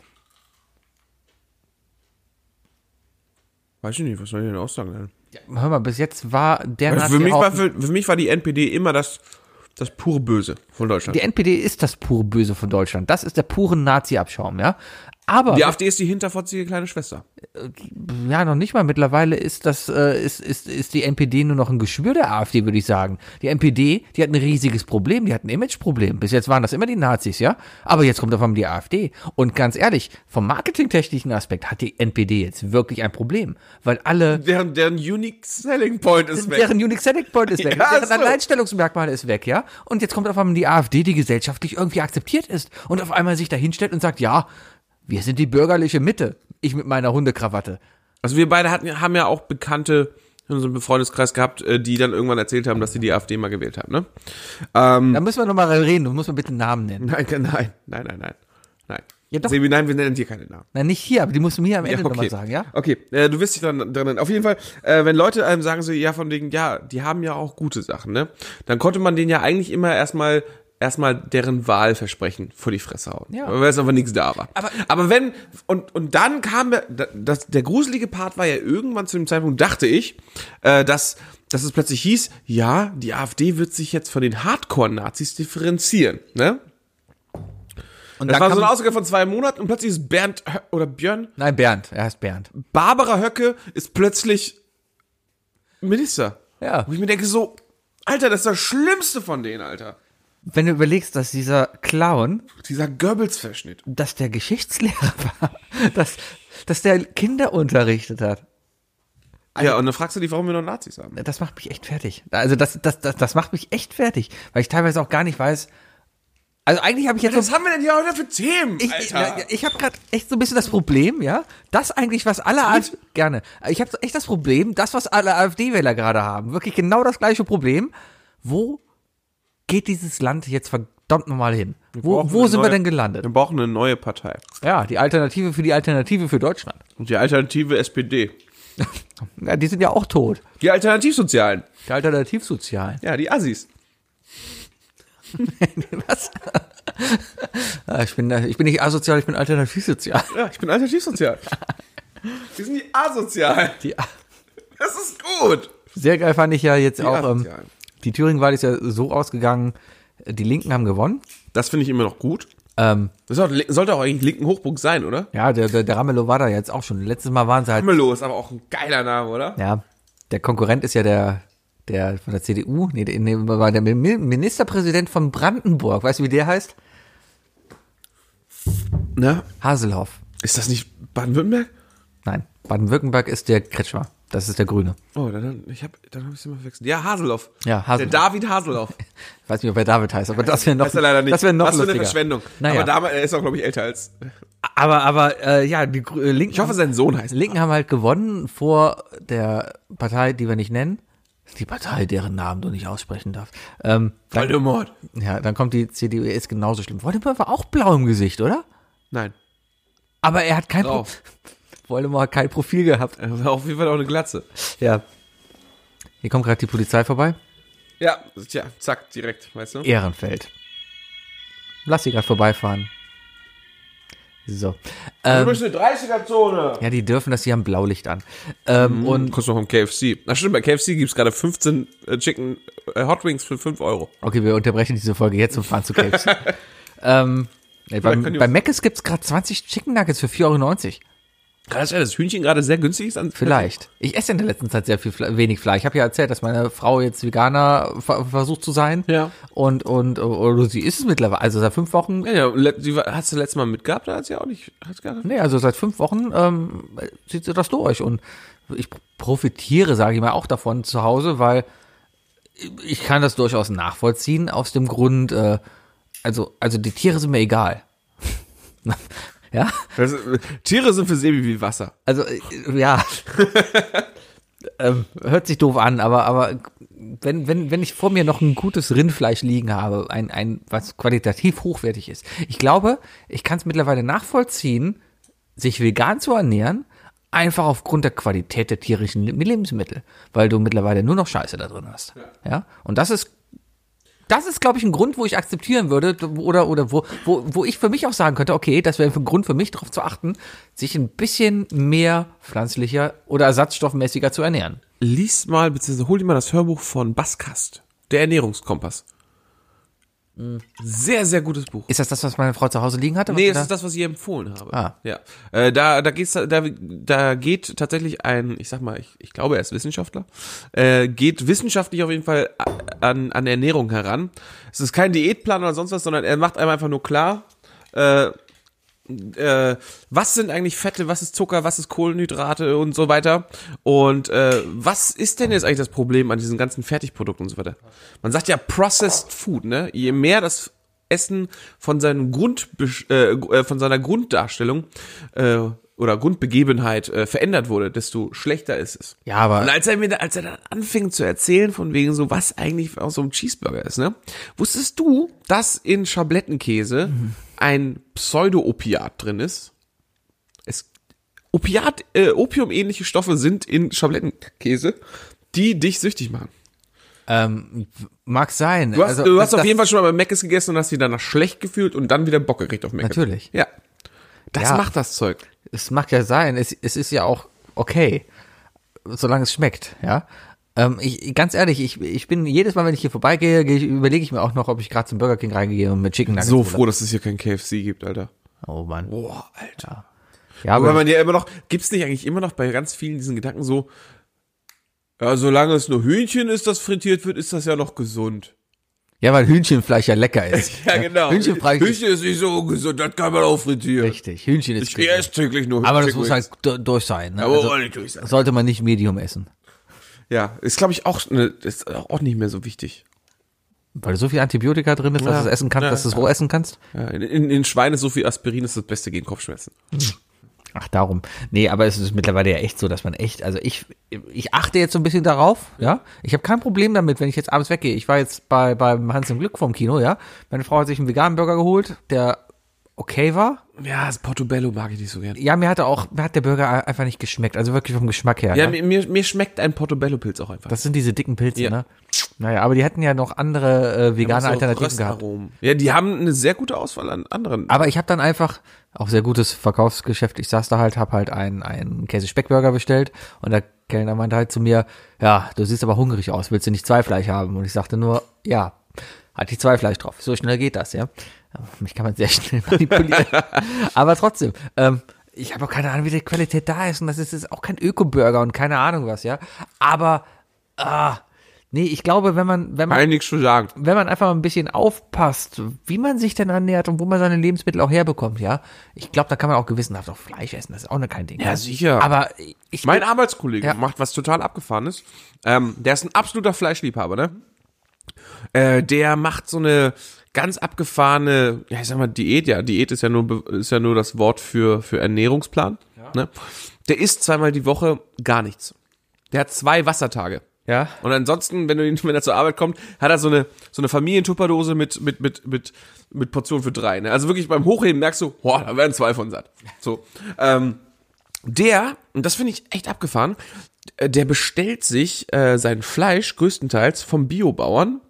Speaker 1: Weiß ich nicht, was soll ich denn aussagen? Denn?
Speaker 4: Hör mal, bis jetzt war der
Speaker 1: Also
Speaker 4: Nazi
Speaker 1: für, mich
Speaker 4: auch-
Speaker 1: war, für, für mich war die NPD immer das, das pure Böse von Deutschland.
Speaker 4: Die
Speaker 1: Die,
Speaker 4: NPD ist das pure Böse von Deutschland. Das ist der pure Nazi-Abschaum, ja. Aber
Speaker 1: AfD ist die hinterfotzige kleine Schwester.
Speaker 4: ja, noch nicht mal. Mittlerweile ist das, äh, ist, ist, ist die NPD nur noch ein Geschwür der AfD, würde ich sagen. Die NPD, die hat ein riesiges Problem, die hat ein Imageproblem. Bis jetzt waren das immer die Nazis, ja? Aber jetzt kommt auf einmal die AfD. Und ganz ehrlich, vom marketingtechnischen Aspekt hat die NPD jetzt wirklich ein Problem. Weil alle,
Speaker 1: Deren, deren Unique Selling Point ist weg.
Speaker 4: deren Unique Selling Point ist weg,
Speaker 1: Ja,
Speaker 4: deren
Speaker 1: so.
Speaker 4: Alleinstellungsmerkmal ist weg, ja? Und jetzt kommt auf einmal die AfD, die gesellschaftlich irgendwie akzeptiert ist. Und auf einmal sich dahinstellt und sagt, ja, wir sind die bürgerliche Mitte. Ich mit meiner Hundekrawatte.
Speaker 1: Also wir beide hatten, haben ja auch Bekannte in unserem Freundeskreis gehabt, äh, die dann irgendwann erzählt haben, dass sie die AfD mal gewählt haben, ne?
Speaker 4: Da müssen wir nochmal reden, du musst mir bitte einen Namen nennen.
Speaker 1: Nein, nein, nein, nein, nein, nein. Nein.
Speaker 4: Ja, doch.
Speaker 1: Sebi, nein, wir nennen dir keine Namen.
Speaker 4: Nein, nicht hier, aber die musst du mir am Ende
Speaker 1: okay.
Speaker 4: nochmal sagen, ja?
Speaker 1: Okay, äh, du wirst dich dann drinnen. Auf jeden Fall, äh, wenn Leute einem sagen so, ja, von wegen, ja, die haben ja auch gute Sachen, ne? Dann konnte man denen ja eigentlich immer erstmal
Speaker 2: erstmal deren Wahlversprechen vor die Fresse hauen.
Speaker 4: Ja.
Speaker 2: Weil es einfach nichts da war.
Speaker 4: Aber-
Speaker 2: wenn, und, und dann kam der, das, der gruselige Part war ja irgendwann zu dem Zeitpunkt, dachte ich, äh, dass, dass es plötzlich hieß, ja, die AfD wird sich jetzt von den Hardcore-Nazis differenzieren, ne?
Speaker 4: Und
Speaker 2: Das
Speaker 4: da
Speaker 2: war so ein
Speaker 4: man-
Speaker 2: Ausgang von zwei Monaten und plötzlich ist Bernd Hö- oder Björn,
Speaker 4: Nein, Bernd. Er heißt Bernd.
Speaker 2: Barbara Höcke ist plötzlich Minister.
Speaker 4: Ja.
Speaker 2: Wo ich mir denke so, Alter, das ist das Schlimmste von denen, Alter.
Speaker 4: Wenn du überlegst, dass dieser Clown,
Speaker 2: Dieser Goebbels-Verschnitt.
Speaker 4: dass der Geschichtslehrer war, dass, dass der Kinder unterrichtet hat.
Speaker 2: ja, und dann fragst du dich, warum wir noch Nazis haben.
Speaker 4: das macht mich echt fertig. Also das, das, das, das macht mich echt fertig, weil ich teilweise auch gar nicht weiß. Also eigentlich habe ich jetzt
Speaker 2: Was
Speaker 4: so,
Speaker 2: haben wir denn hier heute für Themen,
Speaker 4: ich, ich,
Speaker 2: Alter?
Speaker 4: ich habe gerade echt so ein bisschen das Problem, ja, das eigentlich was alle AfD, gerne. Ich habe so echt das Problem, das was alle AfD-Wähler gerade haben, wirklich genau das gleiche Problem. Wo geht dieses Land jetzt verdammt nochmal hin? Wo,
Speaker 2: brauchen
Speaker 4: wo
Speaker 2: eine
Speaker 4: sind wir
Speaker 2: neue-
Speaker 4: denn gelandet?
Speaker 2: Wir brauchen eine neue Partei.
Speaker 4: Ja, die Alternative für die Alternative für Deutschland.
Speaker 2: Und die alternative SPD.
Speaker 4: Ja, die sind ja auch tot.
Speaker 2: Die Alternativsozialen.
Speaker 4: Die Alternativsozialen.
Speaker 2: Ja, die Assis.
Speaker 4: Was? Ah, Ich bin, ich bin nicht asozial, ich bin alternativsozial.
Speaker 2: Ja, ich bin alternativsozial. die sind die asozialen.
Speaker 4: Die,
Speaker 2: Das ist gut.
Speaker 4: sehr geil fand ich ja jetzt auch, ähm,
Speaker 2: Asozialen.
Speaker 4: die Thüringen-Wahl ist ja so ausgegangen, die Linken haben gewonnen.
Speaker 2: Das finde ich immer noch gut.
Speaker 4: Ähm,
Speaker 2: Das sollte, sollte auch eigentlich linken Hochburg sein, oder?
Speaker 4: ja, der, der, der Ramelow war da jetzt auch schon. Letztes Mal waren sie halt,
Speaker 2: Ramelow ist aber auch ein geiler Name, oder?
Speaker 4: ja, der Konkurrent ist ja der, der von der CDU, nee, der, nee, war der Mi- Ministerpräsident von Brandenburg. Weißt du, wie der heißt?
Speaker 2: Na,
Speaker 4: Haselhoff.
Speaker 2: ist das nicht Baden-Württemberg?
Speaker 4: Nein, Baden-Württemberg ist der Kretschmer. Das ist der Grüne.
Speaker 2: Oh, dann, ich hab, dann habe ich es immer verwechselt. Ja, Haseloff.
Speaker 4: Ja, Haseloff.
Speaker 2: Der David Haseloff.
Speaker 4: Ich weiß nicht, ob er David heißt, aber das wäre noch,
Speaker 2: Weiß er leider nicht.
Speaker 4: das wäre noch
Speaker 2: Was für eine
Speaker 4: lustiger.
Speaker 2: Verschwendung.
Speaker 4: Naja.
Speaker 2: Aber damals, er ist auch, glaube ich, älter als.
Speaker 4: Aber, aber äh, ja, die Grü- äh, Linken,
Speaker 2: Ich hoffe, sein Sohn heißt.
Speaker 4: Linken haben halt gewonnen vor der Partei, die wir nicht nennen. Die Partei, deren Namen du nicht aussprechen darfst. Ähm, dann,
Speaker 2: Voldemort.
Speaker 4: ja, dann kommt die CDU, er ist genauso schlimm. Voldemort war auch blau im Gesicht, oder?
Speaker 2: Nein.
Speaker 4: Aber er hat kein Pro
Speaker 2: Drauf.
Speaker 4: Voldemort hat kein Profil gehabt.
Speaker 2: Er hat auf jeden Fall auch eine Glatze.
Speaker 4: Ja. Hier kommt gerade die Polizei vorbei.
Speaker 2: Ja, tja, zack, direkt, weißt
Speaker 4: Ähm.
Speaker 2: du?
Speaker 4: Ehrenfeld. Lass sie gerade vorbeifahren. So.
Speaker 2: Du bist eine 30er-Zone.
Speaker 4: Ja, die dürfen das hier am Blaulicht an. Ähm,
Speaker 2: Und
Speaker 4: Und
Speaker 2: kostet noch im KFC. Na stimmt, bei KFC gibt's gerade 15 äh, Chicken äh, Hot Wings für 5 Euro.
Speaker 4: okay, wir unterbrechen diese Folge jetzt und fahren zu Caves. ähm, nee, bei
Speaker 2: können die
Speaker 4: bei
Speaker 2: was-
Speaker 4: Mc's gibt's grad gerade 20 Chicken Nuggets für 4,90 Euro.
Speaker 2: Kann das sein, dass Hühnchen gerade sehr günstig ist? An
Speaker 4: Vielleicht. Ich esse in der letzten Zeit sehr viel Fle wenig Fleisch. Ich habe ja erzählt, dass meine Frau jetzt Veganer ver versucht zu sein.
Speaker 2: Ja.
Speaker 4: Und, und oder sie ist es mittlerweile. Also seit fünf Wochen.
Speaker 2: Ja, ja, und le- die war- hast du letztes Mal mitgehabt? Da hat sie auch nicht. Hat's gar nicht.
Speaker 4: Nee, also seit fünf Wochen ähm, zieht sie das durch. Und ich profitiere, sage ich mal, auch davon zu Hause, weil ich kann das durchaus nachvollziehen, aus dem Grund, äh, also, also die Tiere sind mir egal. ja,
Speaker 2: Das, äh, Tiere sind für Sebi wie Wasser.
Speaker 4: also, äh, ja. ähm, hört sich doof an, aber, aber wenn, wenn, wenn ich vor mir noch ein gutes Rindfleisch liegen habe, ein, ein, was qualitativ hochwertig ist, ich glaube, ich kann es mittlerweile nachvollziehen, sich vegan zu ernähren, einfach aufgrund der Qualität der tierischen Leb- Lebensmittel, weil du mittlerweile nur noch Scheiße da drin hast. Ja. Und das ist das ist, glaube ich, ein Grund, wo ich akzeptieren würde oder, oder wo, wo, wo ich für mich auch sagen könnte, okay, das wäre ein Grund für mich, darauf zu achten, sich ein bisschen mehr pflanzlicher oder ersatzstoffmäßiger zu ernähren.
Speaker 2: lies mal, beziehungsweise hol dir mal das Hörbuch von Baskast, der Ernährungskompass. Sehr, sehr gutes Buch.
Speaker 4: Ist das das, was meine Frau zu Hause liegen hatte? was
Speaker 2: Nee, es
Speaker 4: du
Speaker 2: ist das, was ich ihr empfohlen habe.
Speaker 4: Ah.
Speaker 2: Ja. Äh, da, da, geht's, da, da geht tatsächlich ein, ich sag mal, ich, ich glaube, er ist Wissenschaftler, äh, geht wissenschaftlich auf jeden Fall a- an, an Ernährung heran. Es ist kein Diätplan oder sonst was, sondern er macht einem einfach nur klar, äh, äh, was sind eigentlich Fette, was ist Zucker, was ist Kohlenhydrate und so weiter. Und äh, was ist denn jetzt eigentlich das Problem an diesen ganzen Fertigprodukten und so weiter? Man sagt ja Processed Food, ne? Je mehr das Essen von seinem Grund, äh, äh, von seiner Grunddarstellung äh, oder Grundbegebenheit äh, verändert wurde, desto schlechter ist es.
Speaker 4: Ja, aber-
Speaker 2: Und als er mir, da- als er dann anfing zu erzählen von wegen so, was eigentlich aus so einem Cheeseburger ist, ne? Wusstest du, dass in Schablettenkäse ein Pseudo-Opiat drin ist? Es, Opiat, äh, Opium-ähnliche Stoffe sind in Schablettenkäse, die dich süchtig machen.
Speaker 4: Ähm, mag sein. Also,
Speaker 1: Du hast, du hast auf jeden Fall schon mal bei Mc's gegessen und hast dich danach schlecht gefühlt und dann wieder Bock gekriegt auf Mc's.
Speaker 4: Natürlich.
Speaker 1: Ja. Das
Speaker 4: Ja.
Speaker 1: macht das Zeug.
Speaker 4: Es mag ja sein, es, es ist ja auch okay, solange es schmeckt, ja. Ähm, ich, ganz ehrlich, ich, ich bin jedes Mal, wenn ich hier vorbeigehe, gehe ich, überlege ich mir auch noch, ob ich gerade zum Burger King reingehe und mit Chicken Nuggets.
Speaker 1: So
Speaker 4: hole.
Speaker 1: Oh, froh, dass es hier kein KFC gibt, Alter.
Speaker 4: Oh Mann.
Speaker 1: Boah, Alter.
Speaker 4: Ja,
Speaker 1: Aber
Speaker 4: aber
Speaker 1: man ja immer noch, gibt's nicht eigentlich immer noch bei ganz vielen diesen Gedanken so, ja, solange es nur Hühnchen ist, das frittiert wird, ist das ja noch gesund.
Speaker 4: ja, weil Hühnchenfleisch ja lecker ist.
Speaker 1: genau.
Speaker 4: Hühnchenfleisch ist
Speaker 1: Hühnchen ist nicht so ungesund, das kann man auch frittieren.
Speaker 4: richtig. Hühnchen ist
Speaker 1: Ich
Speaker 4: gesund.
Speaker 1: esse täglich nur Oh,
Speaker 4: Aber das
Speaker 1: Chicken
Speaker 4: muss halt
Speaker 1: Wings.
Speaker 4: du- durch sein. Ne?
Speaker 1: Aber
Speaker 4: Also,
Speaker 1: ordentlich durch sein.
Speaker 4: sollte man nicht Medium essen.
Speaker 1: Ja, ist glaube ich auch, ne, ist auch nicht mehr so wichtig.
Speaker 4: Weil so viel Antibiotika drin ist, dass
Speaker 1: Ja.
Speaker 4: du es essen kannst,
Speaker 1: Ja.
Speaker 4: dass du es roh essen kannst.
Speaker 1: Ja, in, in, in Schwein ist so viel Aspirin, ist das Beste gegen Kopfschmerzen.
Speaker 4: Ach, darum. Nee, aber es ist mittlerweile ja echt so, dass man echt, also ich, ich achte jetzt so ein bisschen darauf, ja. Ich habe kein Problem damit, wenn ich jetzt abends weggehe. Ich war jetzt bei, beim Hans im Glück vom Kino, ja. Meine Frau hat sich einen veganen Burger geholt, der okay war.
Speaker 1: Ja, das Portobello mag ich nicht so gerne.
Speaker 4: Ja, mir hat er auch, mir hat der Burger einfach nicht geschmeckt. Also wirklich vom Geschmack her.
Speaker 1: Ja,
Speaker 4: ne?
Speaker 1: mir, mir, mir schmeckt ein Portobello-Pilz auch einfach.
Speaker 4: Das sind diese dicken Pilze,
Speaker 1: Ja.
Speaker 4: ne? Naja, aber die hatten ja noch andere äh, vegane
Speaker 1: So
Speaker 4: Alternativen gehabt.
Speaker 1: Röstaromen. Ja, die haben eine sehr gute Auswahl an anderen.
Speaker 4: Aber ich habe dann einfach auch sehr gutes Verkaufsgeschäft. Ich saß da halt, habe halt einen, einen Käse-Speckburger bestellt und der Kellner meinte halt zu mir, ja, du siehst aber hungrig aus, willst du nicht zwei Fleisch haben? Und ich sagte nur, ja, hatte ich zwei Fleisch drauf. So schnell geht das, ja. Mich kann man sehr schnell manipulieren. aber trotzdem, ähm, ich habe auch keine Ahnung, wie die Qualität da ist und das ist jetzt auch kein Öko-Burger und keine Ahnung was, ja. Aber, ah, nee, ich glaube, wenn man, wenn man
Speaker 1: Nein, nichts zu sagen.
Speaker 4: wenn man einfach mal ein bisschen aufpasst, wie man sich denn ernährt und wo man seine Lebensmittel auch herbekommt, ja, ich glaube, da kann man auch gewissenhaft auch Fleisch essen, das ist auch ne kein Ding.
Speaker 1: Ja, sicher.
Speaker 4: Aber ich
Speaker 1: Mein Arbeitskollege
Speaker 4: Ja.
Speaker 1: macht was total abgefahrenes. Ähm, der ist ein absoluter Fleischliebhaber, ne? Äh, der macht so eine ganz abgefahrene, ja, ich sag mal, Diät, ja. Diät ist ja nur, be- ist ja nur das Wort für, für Ernährungsplan. Ne? Der isst zweimal die Woche gar nichts. Der hat zwei Wassertage.
Speaker 4: Ja.
Speaker 1: Und ansonsten, wenn, du ihn, wenn er zur Arbeit kommt, hat er so eine, so eine Familientupperdose mit, mit, mit, mit, mit Portion für drei. Ne? Also wirklich beim Hochheben merkst du, boah, da werden zwei von satt. So. Ähm, der, und das finde ich echt abgefahren, äh, der bestellt sich äh, sein Fleisch größtenteils vom Biobauern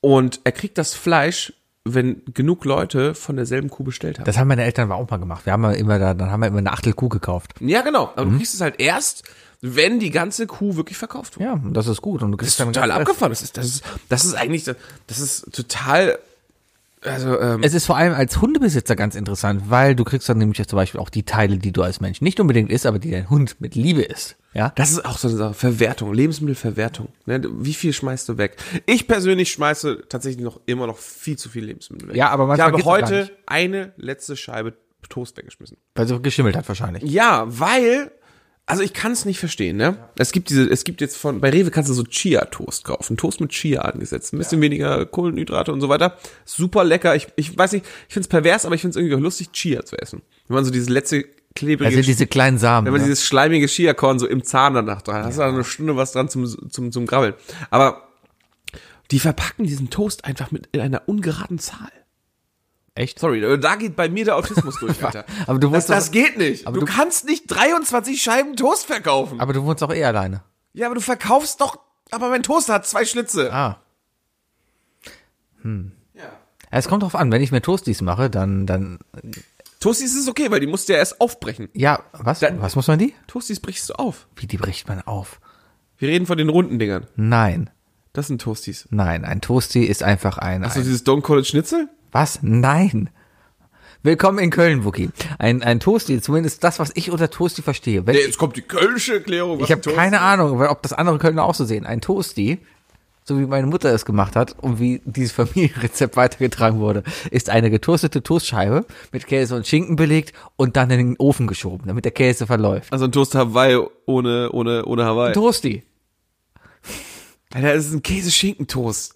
Speaker 1: und er kriegt das Fleisch, wenn genug Leute von derselben Kuh bestellt haben.
Speaker 4: das haben meine Eltern aber auch mal gemacht. Wir haben ja immer da, dann haben wir immer eine Achtel Kuh gekauft.
Speaker 1: ja, genau. Aber du kriegst es halt erst, wenn die ganze Kuh wirklich verkauft wurde.
Speaker 4: Ja, und das ist gut. Und du kriegst
Speaker 1: Das ist
Speaker 4: dann
Speaker 1: total abgefahren. Das ist, das ist, das ist eigentlich,
Speaker 2: äh,
Speaker 1: das ist total, also, ähm,
Speaker 4: Es ist vor allem als Hundebesitzer ganz interessant, weil du kriegst dann nämlich jetzt zum Beispiel auch die Teile, die du als Mensch nicht unbedingt isst, aber die dein Hund mit Liebe isst. Ja.
Speaker 1: das ist auch so eine Sache. Verwertung, Lebensmittelverwertung. Ne? Wie viel schmeißt du weg? Ich persönlich schmeiße tatsächlich noch immer noch viel zu viel Lebensmittel weg.
Speaker 4: Ja, aber
Speaker 1: ich
Speaker 4: manchmal
Speaker 1: habe
Speaker 4: geht's auch gar
Speaker 1: heute
Speaker 4: nicht.
Speaker 1: eine letzte Scheibe Toast weggeschmissen.
Speaker 4: Weil sie geschimmelt hat wahrscheinlich.
Speaker 1: Ja, weil, also ich kann es nicht verstehen, ne? Es gibt diese, es gibt jetzt von, bei Rewe kannst du so Chia-Toast kaufen, Toast mit Chia angesetzt, ein bisschen weniger Kohlenhydrate und so weiter. Super lecker. Ich, ich weiß nicht, ich find's pervers, aber ich find's irgendwie auch lustig, Chia zu essen. Wenn man so dieses letzte klebrige,
Speaker 4: Also diese kleinen Samen.
Speaker 1: wenn man
Speaker 4: ne?
Speaker 1: dieses schleimige Chia-Korn so im Zahn danach dran, hat, hast du da eine Stunde was dran zum, zum, zum Grabbeln. Aber die verpacken diesen Toast einfach mit in einer ungeraden Zahl.
Speaker 4: Echt?
Speaker 1: Sorry, äh, da geht bei mir der Autismus durch, Alter.
Speaker 4: Aber du
Speaker 1: das,
Speaker 4: musst
Speaker 1: das
Speaker 4: doch-
Speaker 1: geht nicht.
Speaker 4: aber
Speaker 1: du,
Speaker 4: du-
Speaker 1: kannst nicht 23 Scheiben Toast verkaufen.
Speaker 4: aber du wohnst auch eh alleine.
Speaker 1: ja, aber du verkaufst doch. Aber mein Toaster hat zwei Schlitze.
Speaker 4: Ah. Hm. Ja. Es kommt drauf an, wenn ich mir Toasties mache, dann, dann,
Speaker 1: Toasties ist okay, weil die musst du ja erst aufbrechen.
Speaker 4: ja, was, was muss man die?
Speaker 1: Toasties brichst du auf.
Speaker 4: Wie, die bricht man auf?
Speaker 1: Wir reden von den runden Dingern.
Speaker 4: Nein,
Speaker 1: Das sind Toasties.
Speaker 4: nein, ein Toastie ist einfach ein,
Speaker 1: Hast du
Speaker 4: ein
Speaker 1: dieses Don't Call It Schnitzel?
Speaker 4: was? Nein. Willkommen in Köln, Wookie. Ein, ein Toastie, zumindest das, was ich unter Toastie verstehe. Wenn,
Speaker 1: Nee, jetzt kommt die kölsche Erklärung. was
Speaker 4: ich habe
Speaker 1: ein Toast
Speaker 4: keine Ahnung, weil- ob das andere Kölner auch so sehen. Ein Toastie, so wie meine Mutter es gemacht hat und wie dieses Familienrezept weitergetragen wurde, ist eine getoastete Toastscheibe mit Käse und Schinken belegt und dann in den Ofen geschoben, damit der Käse verläuft.
Speaker 1: Also ein Toast Hawaii ohne, ohne, ohne Hawaii.
Speaker 4: Toasty.
Speaker 1: Alter, es ist ein Käse-Schinkentoast.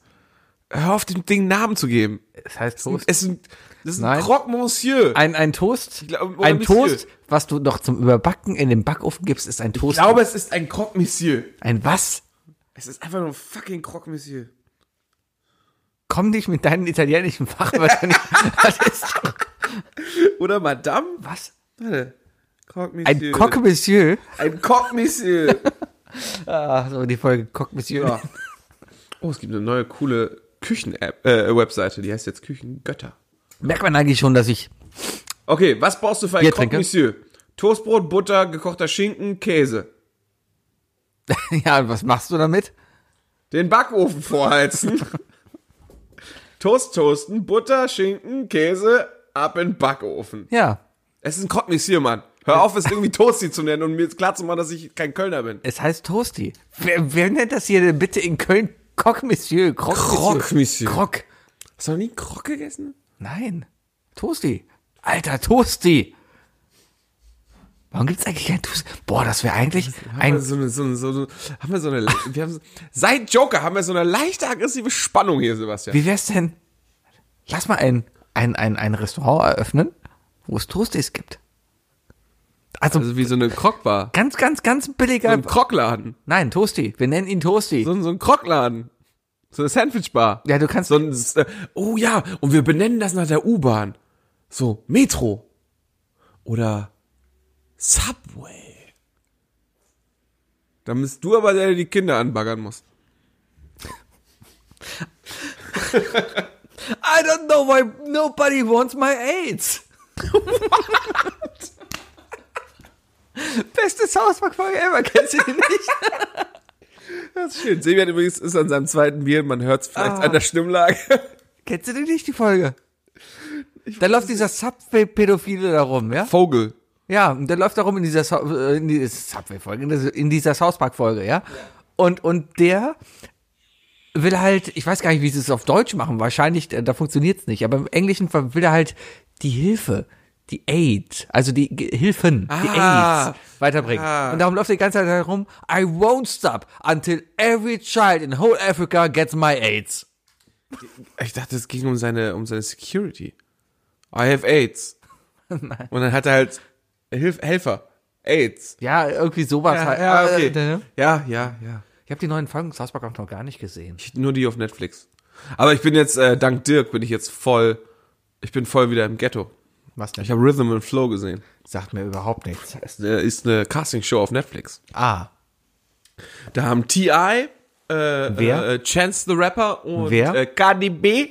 Speaker 1: Hör auf, dem Ding Namen zu geben.
Speaker 4: Das heißt
Speaker 1: Es ist ein, das ist ein
Speaker 4: Nein.
Speaker 1: Croque Monsieur.
Speaker 4: Ein, ein Toast,
Speaker 1: glaub- oder
Speaker 4: ein
Speaker 1: Monsieur.
Speaker 4: Toast, was du noch zum Überbacken in den Backofen gibst, ist ein Toast.
Speaker 1: Ich glaube, es ist ein Croque Monsieur.
Speaker 4: ein was?
Speaker 1: Es ist einfach nur ein fucking Croque Monsieur.
Speaker 4: Komm nicht mit deinen italienischen Fachwörtern. das ist doch,
Speaker 1: Oder Madame?
Speaker 4: was?
Speaker 1: Warte. Croque
Speaker 4: Ein
Speaker 1: Monsieur.
Speaker 4: Coq Monsieur.
Speaker 1: Ein Coq Monsieur.
Speaker 4: Ach so, die Folge Coq Monsieur.
Speaker 1: Ja.
Speaker 2: Oh, es gibt eine neue coole
Speaker 1: äh,
Speaker 2: Küchen-Webseite, die heißt jetzt Küchengötter.
Speaker 4: Merkt man eigentlich schon, dass ich.
Speaker 2: Okay, was brauchst du für ein
Speaker 4: Bier
Speaker 2: Croque
Speaker 4: trinke.
Speaker 2: Monsieur? Toastbrot, Butter, gekochter Schinken, Käse.
Speaker 4: ja, und was machst du damit?
Speaker 2: Den Backofen vorheizen. Toast toasten, Butter, Schinken, Käse, ab in den Backofen.
Speaker 4: Ja.
Speaker 2: Es ist ein Croque Monsieur, Mann. Hör auf, es irgendwie Toasty zu nennen und mir jetzt klar zu machen, dass ich kein Kölner bin.
Speaker 4: Es heißt Toasty. Wer, wer nennt das hier denn bitte in Köln Croque Monsieur? Croque
Speaker 2: Croque Monsieur.
Speaker 4: Croque.
Speaker 2: Hast du noch nie Croque gegessen?
Speaker 4: Nein. Toasty. Alter, Toasty. Warum gibt's eigentlich kein Toasty? Boah, das wäre eigentlich
Speaker 2: Haben wir
Speaker 4: ein.
Speaker 2: so eine, so eine, so eine, haben wir so eine, wir haben so, seit Joker haben wir so eine leichte aggressive Spannung hier, Sebastian.
Speaker 4: Wie wär's denn? Lass mal ein, ein, ein, ein Restaurant eröffnen, wo es Toasties gibt. Also,
Speaker 2: Also wie so eine Krogbar.
Speaker 4: ganz, ganz, ganz
Speaker 2: So
Speaker 4: billiger.
Speaker 2: ein Krogladen.
Speaker 4: Nein, Toasty. Wir nennen ihn Toasty.
Speaker 2: So, ein- so ein Krogladen. So eine Sandwichbar.
Speaker 4: ja, du kannst.
Speaker 2: So ein, S- äh, oh ja, und wir benennen das nach der U-Bahn. So, Metro. Oder Subway. Dann bist du aber der, der die Kinder anbaggern muss.
Speaker 4: I don't know why nobody wants my AIDS. Bestes Hausbackfolge ever, kennst du die nicht?
Speaker 2: Das ist schön. Sebian übrigens ist an seinem zweiten Bier, man hört es
Speaker 4: Ah.
Speaker 2: vielleicht an der Stimmlage.
Speaker 4: kennst du die nicht, die Folge? Da läuft dieser Subway-Pädophile da rum, ja?
Speaker 2: Vogel.
Speaker 4: Ja, und der läuft da rum in dieser, Sau- äh, in dieser Subway-Folge, in dieser- in dieser South Park-Folge, ja? Und, und der will halt, ich weiß gar nicht, wie sie es auf Deutsch machen, wahrscheinlich, äh, da funktioniert's nicht, aber im Englischen ver- will er halt die Hilfe, die Aid, also die Ge- Hilfen, die
Speaker 2: Ah.
Speaker 4: Aids weiterbringen.
Speaker 2: Ah.
Speaker 4: Und darum läuft er die ganze Zeit herum, I won't stop until every child in whole Africa gets my AIDS.
Speaker 2: Ich dachte, es ging um seine, um seine Security. I have AIDS. Und dann hat er halt Hilf Helfer. AIDS.
Speaker 4: Ja, irgendwie sowas halt.
Speaker 2: ja, okay.
Speaker 4: Äh, ne?
Speaker 2: Ja, ja, ja.
Speaker 4: Ich habe die neuen Folgen South Park auch noch gar nicht gesehen.
Speaker 2: Nur die auf Netflix. Aber ich bin jetzt, äh, dank Dirk, bin ich jetzt voll, ich bin voll wieder im Ghetto.
Speaker 4: Was denn?
Speaker 2: Ich habe Rhythm and Flow gesehen.
Speaker 4: Sagt mir überhaupt nichts.
Speaker 2: Das äh, ist eine Castingshow auf Netflix.
Speaker 4: Ah,
Speaker 2: Da haben T.I., äh,
Speaker 4: Wer?
Speaker 2: äh, Chance the Rapper und
Speaker 4: Wer?
Speaker 2: Äh, Cardi B.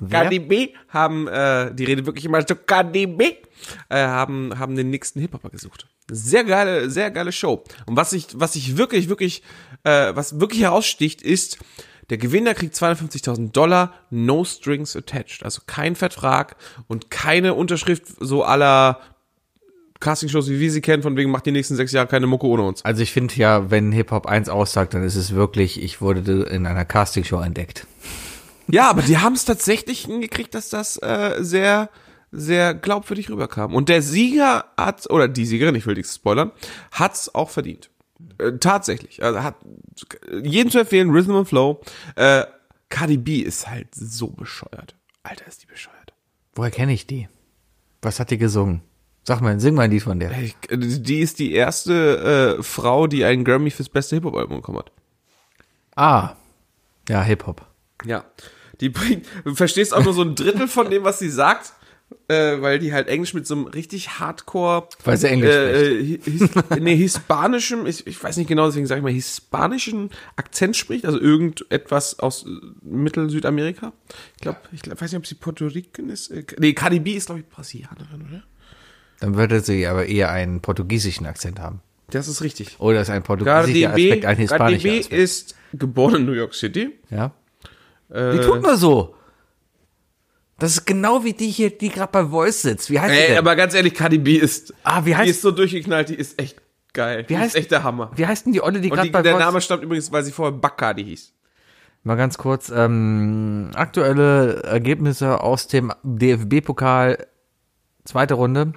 Speaker 4: Wer?
Speaker 2: Cardi B haben, äh, die reden wirklich immer so Cardi B, äh, haben, haben den nächsten Hip-Hopper gesucht. Sehr geile, sehr geile Show. Und was ich, was ich wirklich, wirklich, äh, was wirklich heraussticht, ist, der Gewinner kriegt 250.000 Dollar, no strings attached. Also kein Vertrag und keine Unterschrift so aller Castingshows, wie wir sie kennen, von wegen macht die nächsten sechs Jahre keine Mucke ohne uns.
Speaker 4: Also ich finde ja, wenn Hip-Hop eins aussagt, dann ist es wirklich, ich wurde in einer Castingshow entdeckt.
Speaker 2: Ja, aber die haben es tatsächlich hingekriegt, dass das äh, sehr, sehr glaubwürdig rüberkam. Und der Sieger hat, oder die Siegerin, ich will nichts spoilern, hat's auch verdient. Äh, tatsächlich. Also hat jeden zu empfehlen, Rhythm and Flow. Äh, Cardi B ist halt so bescheuert. Alter, ist die bescheuert.
Speaker 4: Woher kenne ich die? Was hat die gesungen? Sag mal, sing mal ein Lied von der.
Speaker 2: Ich, äh, die ist die erste äh, Frau, die einen Grammy fürs beste Hip-Hop-Album bekommen hat.
Speaker 4: Ah, ja, Hip-Hop.
Speaker 2: Ja. Die bringt, du verstehst auch nur so ein Drittel von dem, was sie sagt, äh, weil die halt Englisch mit so einem richtig Hardcore.
Speaker 4: Weil sie Englisch
Speaker 2: äh, äh, his, Nee, hispanischem, ich, ich weiß nicht genau, deswegen sage ich mal, hispanischen Akzent spricht, also irgendetwas aus äh, Mittel-Südamerika. Ich glaube, ich glaub, weiß nicht, ob sie Puerto Rican ist. Äh, nee, Cardi B ist, glaube ich, Brasilianerin, oder?
Speaker 4: Dann würde sie aber eher einen portugiesischen Akzent haben.
Speaker 2: Das ist richtig.
Speaker 4: Oder ist ein
Speaker 2: Cardi
Speaker 4: portugiesischer
Speaker 2: B,
Speaker 4: Aspekt ein
Speaker 2: Cardi
Speaker 4: hispanischer
Speaker 2: B
Speaker 4: Aspekt?
Speaker 2: ist geboren in New York City.
Speaker 4: Ja?
Speaker 2: Äh,
Speaker 4: Die tut nur so. Das ist genau wie die hier, die gerade bei Voice sitzt. Wie heißt die
Speaker 2: Ey,
Speaker 4: denn?
Speaker 2: aber ganz ehrlich, Cardi B ist.
Speaker 4: Ah, wie heißt-
Speaker 2: Die ist so durchgeknallt, die ist echt geil. Die
Speaker 4: wie heißt
Speaker 2: ist echt der Hammer.
Speaker 4: Wie heißt denn die Olle, die
Speaker 2: Und
Speaker 4: gerade
Speaker 2: die,
Speaker 4: bei
Speaker 2: der
Speaker 4: Voice
Speaker 2: Name stammt übrigens, weil sie vorher Bacardi hieß.
Speaker 4: Mal ganz kurz, ähm, aktuelle Ergebnisse aus dem DFB-Pokal, zweite Runde.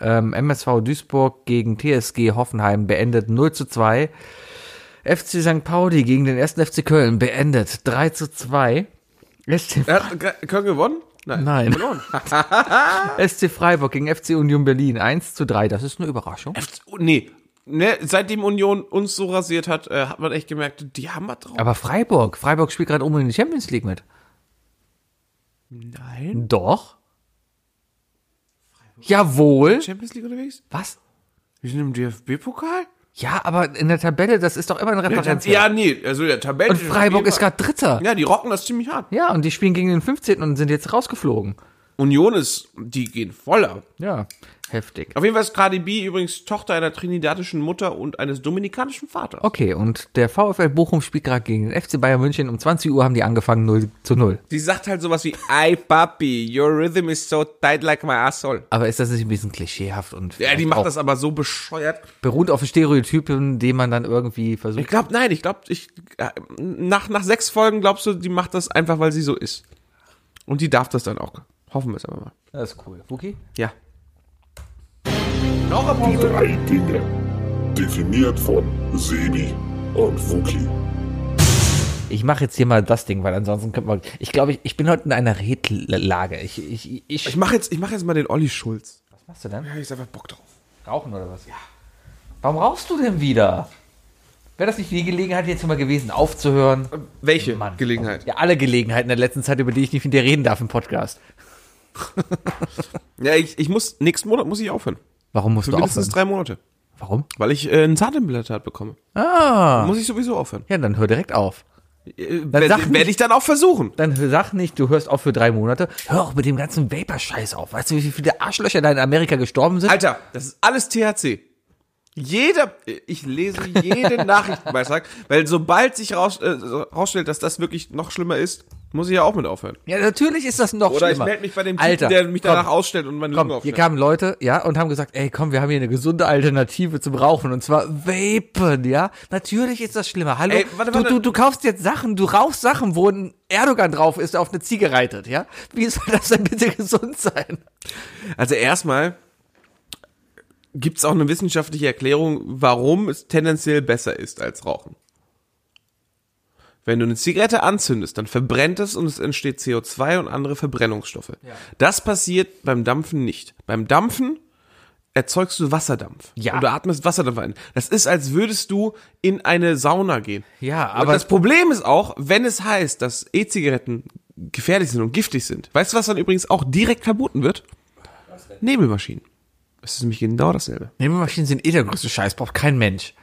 Speaker 4: Ähm, MSV Duisburg gegen TSG Hoffenheim beendet 0 zu 2. FC St. Pauli gegen den 1. FC Köln beendet 3 zu 2. SC,
Speaker 2: Er hat G- Köln gewonnen?
Speaker 1: Äh,
Speaker 2: Nein.
Speaker 4: nein,
Speaker 2: Verloren.
Speaker 4: SC Freiburg gegen FC Union Berlin 1 zu 3. Das ist eine Überraschung.
Speaker 2: Oh, nee. Ne, seitdem Union uns so rasiert hat, äh, hat man echt gemerkt, die haben wir drauf.
Speaker 4: Aber Freiburg, Freiburg spielt gerade oben in der Champions League mit.
Speaker 2: Nein.
Speaker 4: Doch. Jawohl.
Speaker 2: Champions League unterwegs?
Speaker 4: Was?
Speaker 2: Wir sind im DFB-Pokal?
Speaker 4: Ja, aber in der Tabelle, das ist doch immer ein Referenzwert.
Speaker 2: Ja, nee, also der Tabelle.
Speaker 4: Und Freiburg ist gerade Dritter.
Speaker 2: Ja, die rocken das ziemlich hart.
Speaker 4: Ja, und die spielen gegen den 15. und sind jetzt rausgeflogen.
Speaker 2: Union ist, die gehen voll ab.
Speaker 4: Ja, heftig.
Speaker 2: Auf jeden Fall ist Cardi B übrigens Tochter einer trinidadischen Mutter und eines dominikanischen Vaters.
Speaker 4: Okay, und der VfL Bochum spielt gerade gegen den FC Bayern München. Um 20 Uhr haben die angefangen 0 zu 0.
Speaker 2: Sie sagt halt sowas wie, I Papi, your rhythm is so tight like my asshole.
Speaker 4: Aber ist das nicht ein bisschen klischeehaft und
Speaker 2: Ja, die
Speaker 4: vielleicht
Speaker 2: macht
Speaker 4: auch
Speaker 2: das aber so bescheuert.
Speaker 4: beruht auf Stereotypen, den man dann irgendwie versucht.
Speaker 2: Ich glaube, nein, ich glaube, ich, äh, nach, nach sechs Folgen glaubst du, die macht das einfach, weil sie so ist. Und die darf das dann auch. Hoffen wir es aber mal.
Speaker 4: Das ist cool. Wookie?
Speaker 2: Ja.
Speaker 7: Drei Dinge. Definiert von Sebi und Wookie.
Speaker 4: Ich mache jetzt hier mal das Ding, weil ansonsten könnte man. Ich glaube, ich, ich bin heute in einer Redlage. Ich, ich, ich,
Speaker 2: Ich mache jetzt, ich mach jetzt mal den Olli Schulz.
Speaker 4: was machst du denn?
Speaker 2: Da hab ich jetzt einfach Bock drauf.
Speaker 4: Rauchen oder was? Ja. Warum rauchst du denn wieder? Wäre das nicht die Gelegenheit jetzt mal gewesen, aufzuhören?
Speaker 2: Welche
Speaker 4: Mann.
Speaker 2: Gelegenheit?
Speaker 4: Ja, alle Gelegenheiten der letzten Zeit, über die ich nicht mit dir reden darf im Podcast.
Speaker 2: Ja, ich, ich muss, nächsten Monat muss ich aufhören.
Speaker 4: Warum musst
Speaker 2: Für
Speaker 4: du
Speaker 2: mindestens
Speaker 4: aufhören?
Speaker 2: drei Monate.
Speaker 4: Warum?
Speaker 2: Weil ich äh, einen Zahnimplatat bekomme.
Speaker 4: Ah.
Speaker 2: Muss ich sowieso aufhören.
Speaker 4: Ja, dann hör direkt auf.
Speaker 2: Äh,
Speaker 4: sag
Speaker 2: Werde werd
Speaker 4: nicht-
Speaker 2: ich dann auch versuchen.
Speaker 4: Dann hör- sag nicht, du hörst auf für drei Monate. Hör auch mit dem ganzen Vapor-Scheiß auf. Weißt du, wie viele Arschlöcher da in Amerika gestorben sind?
Speaker 2: Alter, das ist alles THC. Jeder, äh, ich lese jeden Nachrichtenbeitrag, weil sobald sich raus, äh, rausstellt, dass das wirklich noch schlimmer ist, muss ich ja auch mit aufhören.
Speaker 4: Ja, natürlich ist das noch
Speaker 2: Oder
Speaker 4: schlimmer.
Speaker 2: ich melde mich bei dem
Speaker 4: Alter,
Speaker 2: Typen, der mich danach
Speaker 4: komm,
Speaker 2: ausstellt und meine Lungen
Speaker 4: Komm, hier
Speaker 2: aufstellt.
Speaker 4: kamen Leute, ja, und haben gesagt, ey, komm, wir haben hier eine gesunde Alternative zum Rauchen und zwar Vapen, ja. Natürlich ist das schlimmer. Hallo,
Speaker 2: Ey, warte, warte.
Speaker 4: Du, du, du kaufst jetzt Sachen, du rauchst Sachen, wo ein Erdogan drauf ist, der auf eine Ziege reitet, ja. Wie soll das denn bitte gesund sein?
Speaker 2: Also erstmal gibt es auch eine wissenschaftliche Erklärung, warum es tendenziell besser ist als Rauchen. Wenn du eine Zigarette anzündest, dann verbrennt es und es entsteht CO2 und andere Verbrennungsstoffe. Das passiert beim Dampfen nicht. Beim Dampfen erzeugst du Wasserdampf.
Speaker 4: Ja.
Speaker 2: Und du atmest Wasserdampf ein. Das ist, als würdest du in eine Sauna gehen.
Speaker 4: Ja,
Speaker 2: Und
Speaker 4: aber-
Speaker 2: das Problem ist auch, wenn es heißt, dass E-Zigaretten gefährlich sind und giftig sind. Weißt du, was dann übrigens auch direkt verboten wird? Nebelmaschinen. Es ist nämlich genau dasselbe.
Speaker 4: Nebelmaschinen sind eh der größte Scheiß, braucht kein Mensch.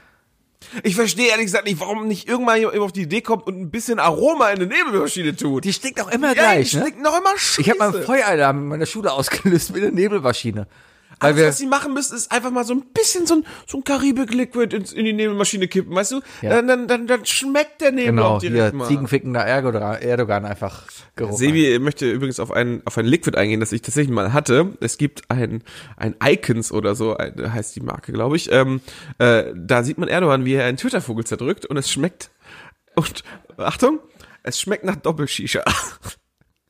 Speaker 2: Ich verstehe ehrlich gesagt nicht, warum nicht irgendwann jemand auf die Idee kommt und ein bisschen Aroma in eine Nebelmaschine tut.
Speaker 4: Die stinkt auch immer
Speaker 2: ja,
Speaker 4: gleich,
Speaker 2: die
Speaker 4: ne?
Speaker 2: schmecken noch immer Scheiße.
Speaker 4: Ich habe mal einen Feueralarm in meiner Schule ausgelöst mit einer Nebelmaschine. Weil
Speaker 2: Alles,
Speaker 4: wir,
Speaker 2: was sie machen müssen, ist einfach mal so ein bisschen so ein, so ein Karibik-Liquid ins- in die Nebelmaschine kippen, weißt du?
Speaker 4: Ja.
Speaker 2: Dann, dann, dann, dann schmeckt der Nebel
Speaker 4: genau,
Speaker 2: auch direkt
Speaker 4: hier,
Speaker 2: mal.
Speaker 4: ziegenfickender Erdogan, Erdogan einfach gerufen.
Speaker 2: Sebi möchte übrigens auf ein, auf ein Liquid eingehen, das ich tatsächlich mal hatte. Es gibt ein, ein Icons oder so, ein, heißt die Marke, glaube ich. Ähm, äh, da sieht man Erdogan, wie er einen Twitter-Vogel zerdrückt und es schmeckt. Und Achtung, es schmeckt nach Doppelshisha.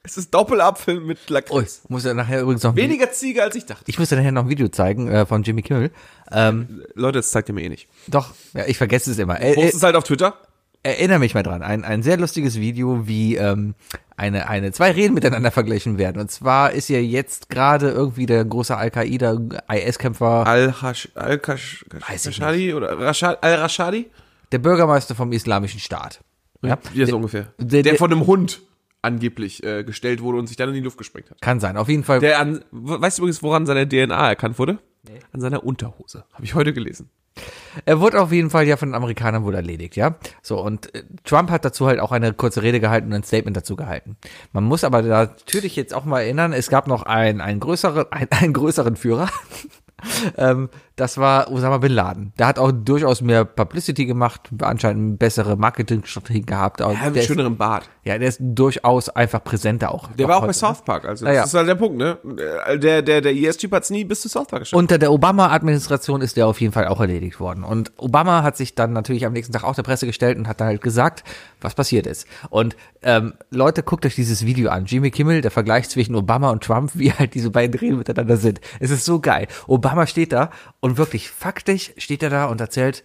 Speaker 2: Es ist Doppelapfel mit
Speaker 4: Oh,
Speaker 2: Lakritz.
Speaker 4: ich muss ja nachher übrigens noch ein Video,
Speaker 2: Weniger Ziege, als ich dachte.
Speaker 4: ich muss ja nachher noch ein Video zeigen äh, von Jimmy Kimmel. Ähm,
Speaker 2: Leute, das zeigt ihr mir eh nicht.
Speaker 4: doch, ja, ich vergesse es immer. Er,
Speaker 2: Post
Speaker 4: er,
Speaker 2: es halt auf Twitter.
Speaker 4: erinnere mich mal dran. Ein, ein sehr lustiges Video, wie ähm, eine, eine zwei Reden miteinander verglichen werden. Und zwar ist ja jetzt gerade irgendwie der große Al-Qaida, IS-Kämpfer,
Speaker 2: Al-Hash, Al-Kash,
Speaker 4: Weiß ich
Speaker 2: Rashadi oder Rashad, Al-Rashadi?
Speaker 4: der Bürgermeister vom Islamischen Staat. Ja,
Speaker 2: Ja, so ungefähr.
Speaker 4: der-
Speaker 2: Der,
Speaker 4: der-
Speaker 2: von einem Hund angeblich äh, gestellt wurde und sich dann in die Luft gesprengt hat.
Speaker 4: kann sein. Auf jeden Fall.
Speaker 2: Der an, weißt du übrigens, woran seine DNA erkannt wurde? An seiner Unterhose. Habe ich heute gelesen.
Speaker 4: Er wurde auf jeden Fall ja von den Amerikanern wohl erledigt, ja. So, und äh, Trump hat dazu halt auch eine kurze Rede gehalten und ein Statement dazu gehalten. Man muss aber da natürlich jetzt auch mal erinnern, es gab noch einen, einen, größeren, einen, einen größeren Führer. ähm, das war Osama Bin Laden. Der hat auch durchaus mehr Publicity gemacht, anscheinend bessere Marketingstrategien gehabt. Auch
Speaker 2: Er hat
Speaker 4: der
Speaker 2: einen
Speaker 4: ist,
Speaker 2: schöneren Bart.
Speaker 4: ja, der ist durchaus einfach präsenter auch.
Speaker 2: Der war auch bei
Speaker 4: heute.
Speaker 2: South Park. Also,
Speaker 4: Ja, ja.
Speaker 2: das ist halt der Punkt, ne? Der, der, der IS-Typ hat's nie bis zu South Park geschafft.
Speaker 4: Unter der Obama-Administration ist der auf jeden Fall auch erledigt worden. Und Obama hat sich dann natürlich am nächsten Tag auch der Presse gestellt und hat dann halt gesagt, was passiert ist. Und ähm, Leute, guckt euch dieses Video an. Jimmy Kimmel, der Vergleich zwischen Obama und Trump, wie halt diese beiden Reden miteinander sind. Es ist so geil. Obama steht da und wirklich faktisch steht er da und erzählt,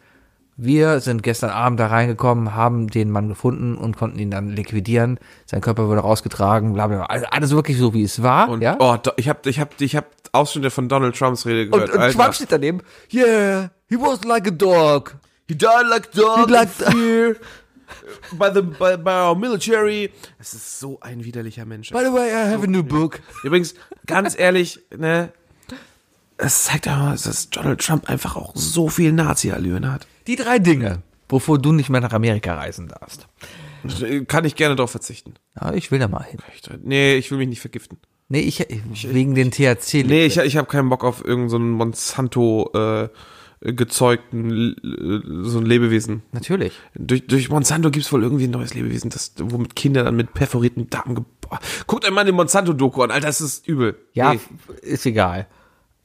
Speaker 4: wir sind gestern Abend da reingekommen, haben den Mann gefunden und konnten ihn dann liquidieren. Sein Körper wurde rausgetragen, bla bla bla. Also alles wirklich so, wie es war.
Speaker 2: Und,
Speaker 4: ja?
Speaker 2: oh, do- ich hab, ich hab, ich hab Ausschnitte von Donald Trumps Rede gehört.
Speaker 4: Und, und
Speaker 2: Alter.
Speaker 4: Trump steht daneben. Yeah, he was like a dog.
Speaker 2: He died like dog
Speaker 4: He like-
Speaker 2: in fear by, the, by, by our military. Es ist so ein widerlicher Mensch.
Speaker 4: By the way, I have a new book.
Speaker 2: Übrigens, ganz ehrlich, ne? es zeigt aber, dass Donald Trump einfach auch so viel Nazi-Allüren hat.
Speaker 4: Die drei Dinge, wovor du nicht mehr nach Amerika reisen darfst.
Speaker 2: Kann ich gerne darauf verzichten.
Speaker 4: Ja, ich will da mal hin.
Speaker 2: Nee, ich will mich nicht vergiften.
Speaker 4: Nee, ich, wegen den THC.
Speaker 2: Nee, ich, ich habe keinen Bock auf irgendeinen so einen Monsanto äh, gezeugten äh, so ein Lebewesen.
Speaker 4: Natürlich.
Speaker 2: Durch, durch Monsanto gibt's wohl irgendwie ein neues Lebewesen, das womit Kinder dann mit perforierten Darm ge- Boah. Guckt einmal den Monsanto-Doku an, Alter, das ist übel.
Speaker 4: Ja,
Speaker 2: Nee.
Speaker 4: f- ist egal.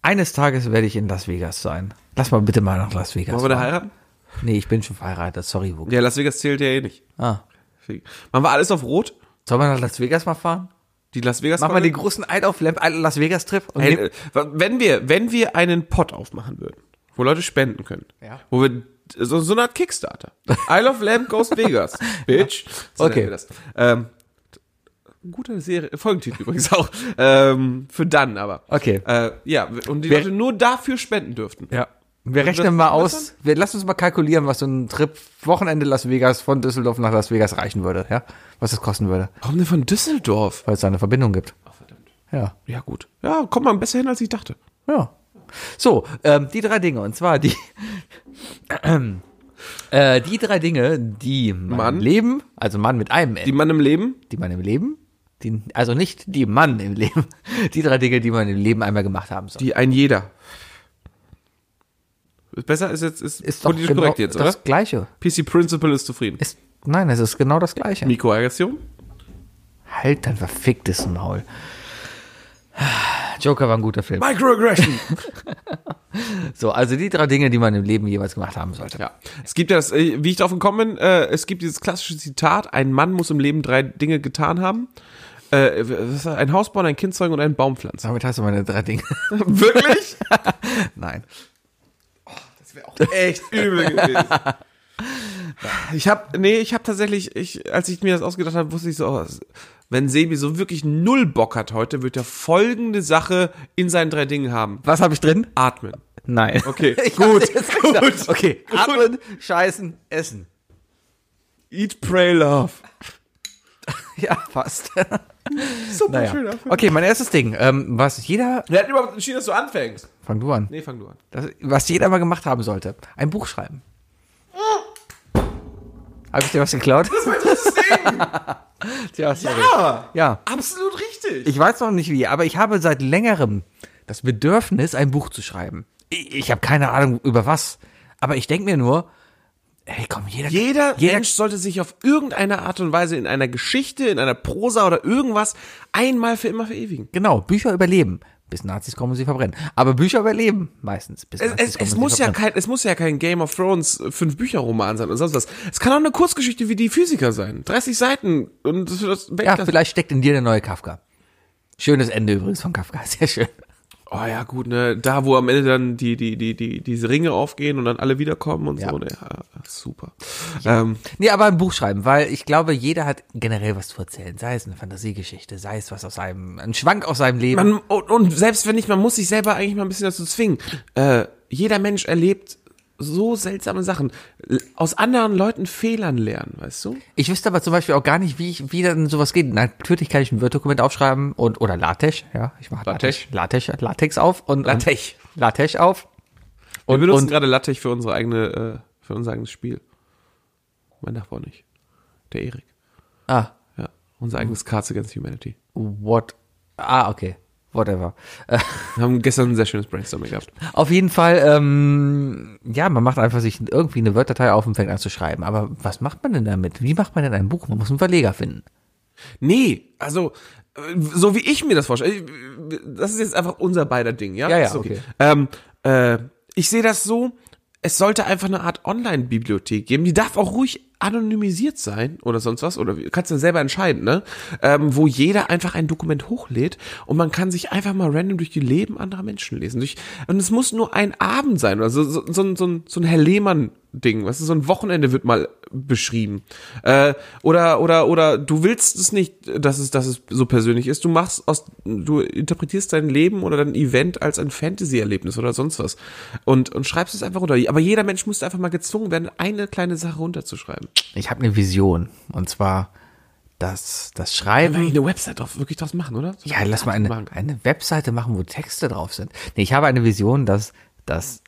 Speaker 4: Eines Tages werde ich in Las Vegas sein. Lass mal bitte mal nach Las Vegas.
Speaker 2: Wollen wir da
Speaker 4: fahren.
Speaker 2: heiraten?
Speaker 4: Nee, ich bin schon verheiratet. Sorry, Wookie.
Speaker 2: Ja, Las Vegas zählt ja eh nicht.
Speaker 4: Ah.
Speaker 2: Deswegen. Machen wir alles auf Rot?
Speaker 4: Sollen wir nach Las Vegas mal fahren?
Speaker 2: Die Las Vegas.
Speaker 4: Machen wir den großen Eid auf Lamp Island Las Vegas Trip und
Speaker 2: Ein,
Speaker 4: nehmen-
Speaker 2: äh, wenn wir, wenn wir einen Pot aufmachen würden, wo Leute spenden können,
Speaker 4: Ja.
Speaker 2: wo wir so, so eine Art Kickstarter. Isle of Lamb Goes Vegas, bitch. So
Speaker 4: Okay.
Speaker 2: nennen wir Das. Ähm, guter Serie, Folgentitel übrigens auch. Ähm, für dann aber.
Speaker 4: Okay.
Speaker 2: Äh, ja, und die
Speaker 4: Wer-
Speaker 2: Leute nur dafür spenden dürften.
Speaker 4: Ja. Wir rechnen mal aus, wir lass uns mal kalkulieren, was so ein Trip Wochenende Las Vegas von Düsseldorf nach Las Vegas reichen würde, ja? Was das kosten würde,
Speaker 2: Warum denn von Düsseldorf?
Speaker 4: weil es da eine Verbindung gibt.
Speaker 2: verdammt.
Speaker 4: Ja.
Speaker 2: Ja, gut. Ja, kommt man besser hin, als ich dachte.
Speaker 4: Ja. So, ähm, die drei Dinge und zwar die äh, die drei Dinge, die man
Speaker 2: Mann.
Speaker 4: im Leben, also Mann mit einem N,
Speaker 2: Die Mann im Leben,
Speaker 4: die man im Leben, die, also nicht die Mann im Leben, die drei Dinge, die man im Leben einmal gemacht haben soll.
Speaker 2: die ein jeder. Ist Besser ist jetzt ist, politisch
Speaker 4: genau
Speaker 2: korrekt jetzt, oder?
Speaker 4: das Gleiche.
Speaker 2: PC Principle ist zufrieden.
Speaker 4: Ist, nein, es ist genau das Gleiche.
Speaker 2: Mikroaggression?
Speaker 4: Halt dein verficktes Maul. Joker war ein guter Film.
Speaker 2: Microaggression.
Speaker 4: So, also die drei Dinge, die man im Leben jeweils gemacht haben sollte.
Speaker 2: ja. Es gibt ja das, äh, wie ich drauf gekommen bin, äh, es gibt dieses klassische Zitat, ein Mann muss im Leben drei Dinge getan haben. Äh, was ist das? ein Haus bauen, ein Kind zeugen und einen Baum pflanzen.
Speaker 4: Damit hast du meine drei Dinge.
Speaker 2: Wirklich?
Speaker 4: Nein.
Speaker 2: Echt übel gewesen. Ich habe nee, ich habe tatsächlich, ich, als ich mir das ausgedacht habe, wusste ich so, oh, wenn Sebi so wirklich null Bock hat heute, wird er folgende Sache in seinen drei Dingen haben.
Speaker 4: Was habe ich drin? Ah,
Speaker 2: Atmen.
Speaker 4: Nein.
Speaker 2: Okay,
Speaker 4: Ich
Speaker 2: gut,
Speaker 4: hab's jetzt gesagt.
Speaker 2: gut,
Speaker 4: Okay.
Speaker 2: gut.
Speaker 4: Atmen, scheißen, essen.
Speaker 2: Eat, pray, love.
Speaker 4: Ja, fast.
Speaker 2: Super
Speaker 4: Naja. Okay, mein erstes Ding. Ähm, was jeder.
Speaker 2: Wer hat überhaupt entschieden, dass du anfängst?
Speaker 4: Fang du an.
Speaker 2: Nee, fang du an.
Speaker 4: Das, was jeder mal gemacht haben sollte. Ein Buch schreiben. Ah. Habe ich dir was geklaut? Tja, sorry.
Speaker 2: Ja,
Speaker 4: Ja.
Speaker 2: absolut richtig.
Speaker 4: Ich weiß noch nicht wie, aber ich habe seit längerem das Bedürfnis, ein Buch zu schreiben. Ich, ich habe keine Ahnung über was. Aber ich denke mir nur, hey komm, jeder.
Speaker 2: jeder, Mensch sollte sich auf irgendeine Art und Weise in einer Geschichte, in einer Prosa oder irgendwas einmal für immer verewigen.
Speaker 4: Genau, Bücher überleben. Bis Nazis kommen und sie verbrennen. Aber Bücher überleben meistens. Bis
Speaker 2: Es, es, es, muss ja kein, es muss ja kein Game of Thrones äh, Fünf-Bücher-Roman sein oder sonst was. Es kann auch eine Kurzgeschichte wie die Physiker sein. 30 Seiten und das, das
Speaker 4: Ja,
Speaker 2: Weltklasse-
Speaker 4: vielleicht steckt in dir der neue Kafka. Schönes Ende übrigens von Kafka. Sehr schön.
Speaker 2: Oh ja, gut, ne? Da, wo am Ende dann die, die, die, die, diese Ringe aufgehen und dann alle wiederkommen und
Speaker 4: Ja.
Speaker 2: so. Ne? Ja, super. Ähm,
Speaker 4: Nee, aber ein Buch schreiben, weil ich glaube, jeder hat generell was zu erzählen. Sei es eine Fantasiegeschichte, sei es was aus seinem, ein Schwank aus seinem Leben.
Speaker 2: Man, und, und selbst wenn nicht, man muss sich selber eigentlich mal ein bisschen dazu zwingen. Äh, jeder Mensch erlebt so seltsame Sachen. L- Aus anderen Leuten Fehlern lernen, weißt du?
Speaker 4: Ich wüsste aber zum Beispiel auch gar nicht, wie ich, wie dann sowas geht. Natürlich kann ich ein Word-Dokument aufschreiben und, oder LaTeX, ja, ich mache
Speaker 2: LaTeX.
Speaker 4: LaTeX, LaTeX, LaTeX auf und,
Speaker 2: LaTeX.
Speaker 4: und LaTeX auf.
Speaker 2: Wir benutzen
Speaker 4: und-
Speaker 2: gerade Lattich für unsere eigene, äh, für unser eigenes Spiel. Mein Nachbar nicht. Der Erik.
Speaker 4: Ah,
Speaker 2: Ja. Unser eigenes Cards Against Humanity.
Speaker 4: what, ah, okay, whatever. Äh,
Speaker 2: Wir haben gestern ein sehr schönes Brainstorming gehabt.
Speaker 4: auf jeden Fall, ähm, ja, man macht einfach sich irgendwie eine Word-Datei auf und fängt an zu schreiben. Aber was macht man denn damit? Wie macht man denn ein Buch? Man muss einen Verleger finden.
Speaker 2: Nee, also äh, so wie ich mir das vorstelle, ich- das ist jetzt einfach unser beider Ding, ja?
Speaker 4: Ja, ja,
Speaker 2: ist
Speaker 4: okay.
Speaker 2: Ähm, äh, ich sehe das so, es sollte einfach eine Art Online-Bibliothek geben, die darf auch ruhig anonymisiert sein oder sonst was, oder wie- kannst du selber entscheiden, ne? Ähm, wo jeder einfach ein Dokument hochlädt und man kann sich einfach mal random durch die Leben anderer Menschen lesen. Durch, und es muss nur ein Abend sein oder so, so, so, ein- so, ein, so ein Herr Lehmann Ding, weißt du, so ein Wochenende wird mal beschrieben. Äh, oder, oder, oder du willst es nicht, dass es, dass es so persönlich ist. Du machst aus, du interpretierst dein Leben oder dein Event als ein Fantasy-Erlebnis oder sonst was. Und, und schreibst es einfach runter. Aber jeder Mensch muss einfach mal gezwungen werden, eine kleine Sache runterzuschreiben.
Speaker 4: Ich habe eine Vision. Und zwar, das, das
Speaker 2: Können wir
Speaker 4: Schreiben.
Speaker 2: eigentlich eine Website drauf, wirklich draus machen, oder? So
Speaker 4: Ja, lass mal eine,
Speaker 2: Datenbank.
Speaker 4: eine Webseite machen, wo Texte drauf sind. Nee, ich habe eine Vision, dass, dass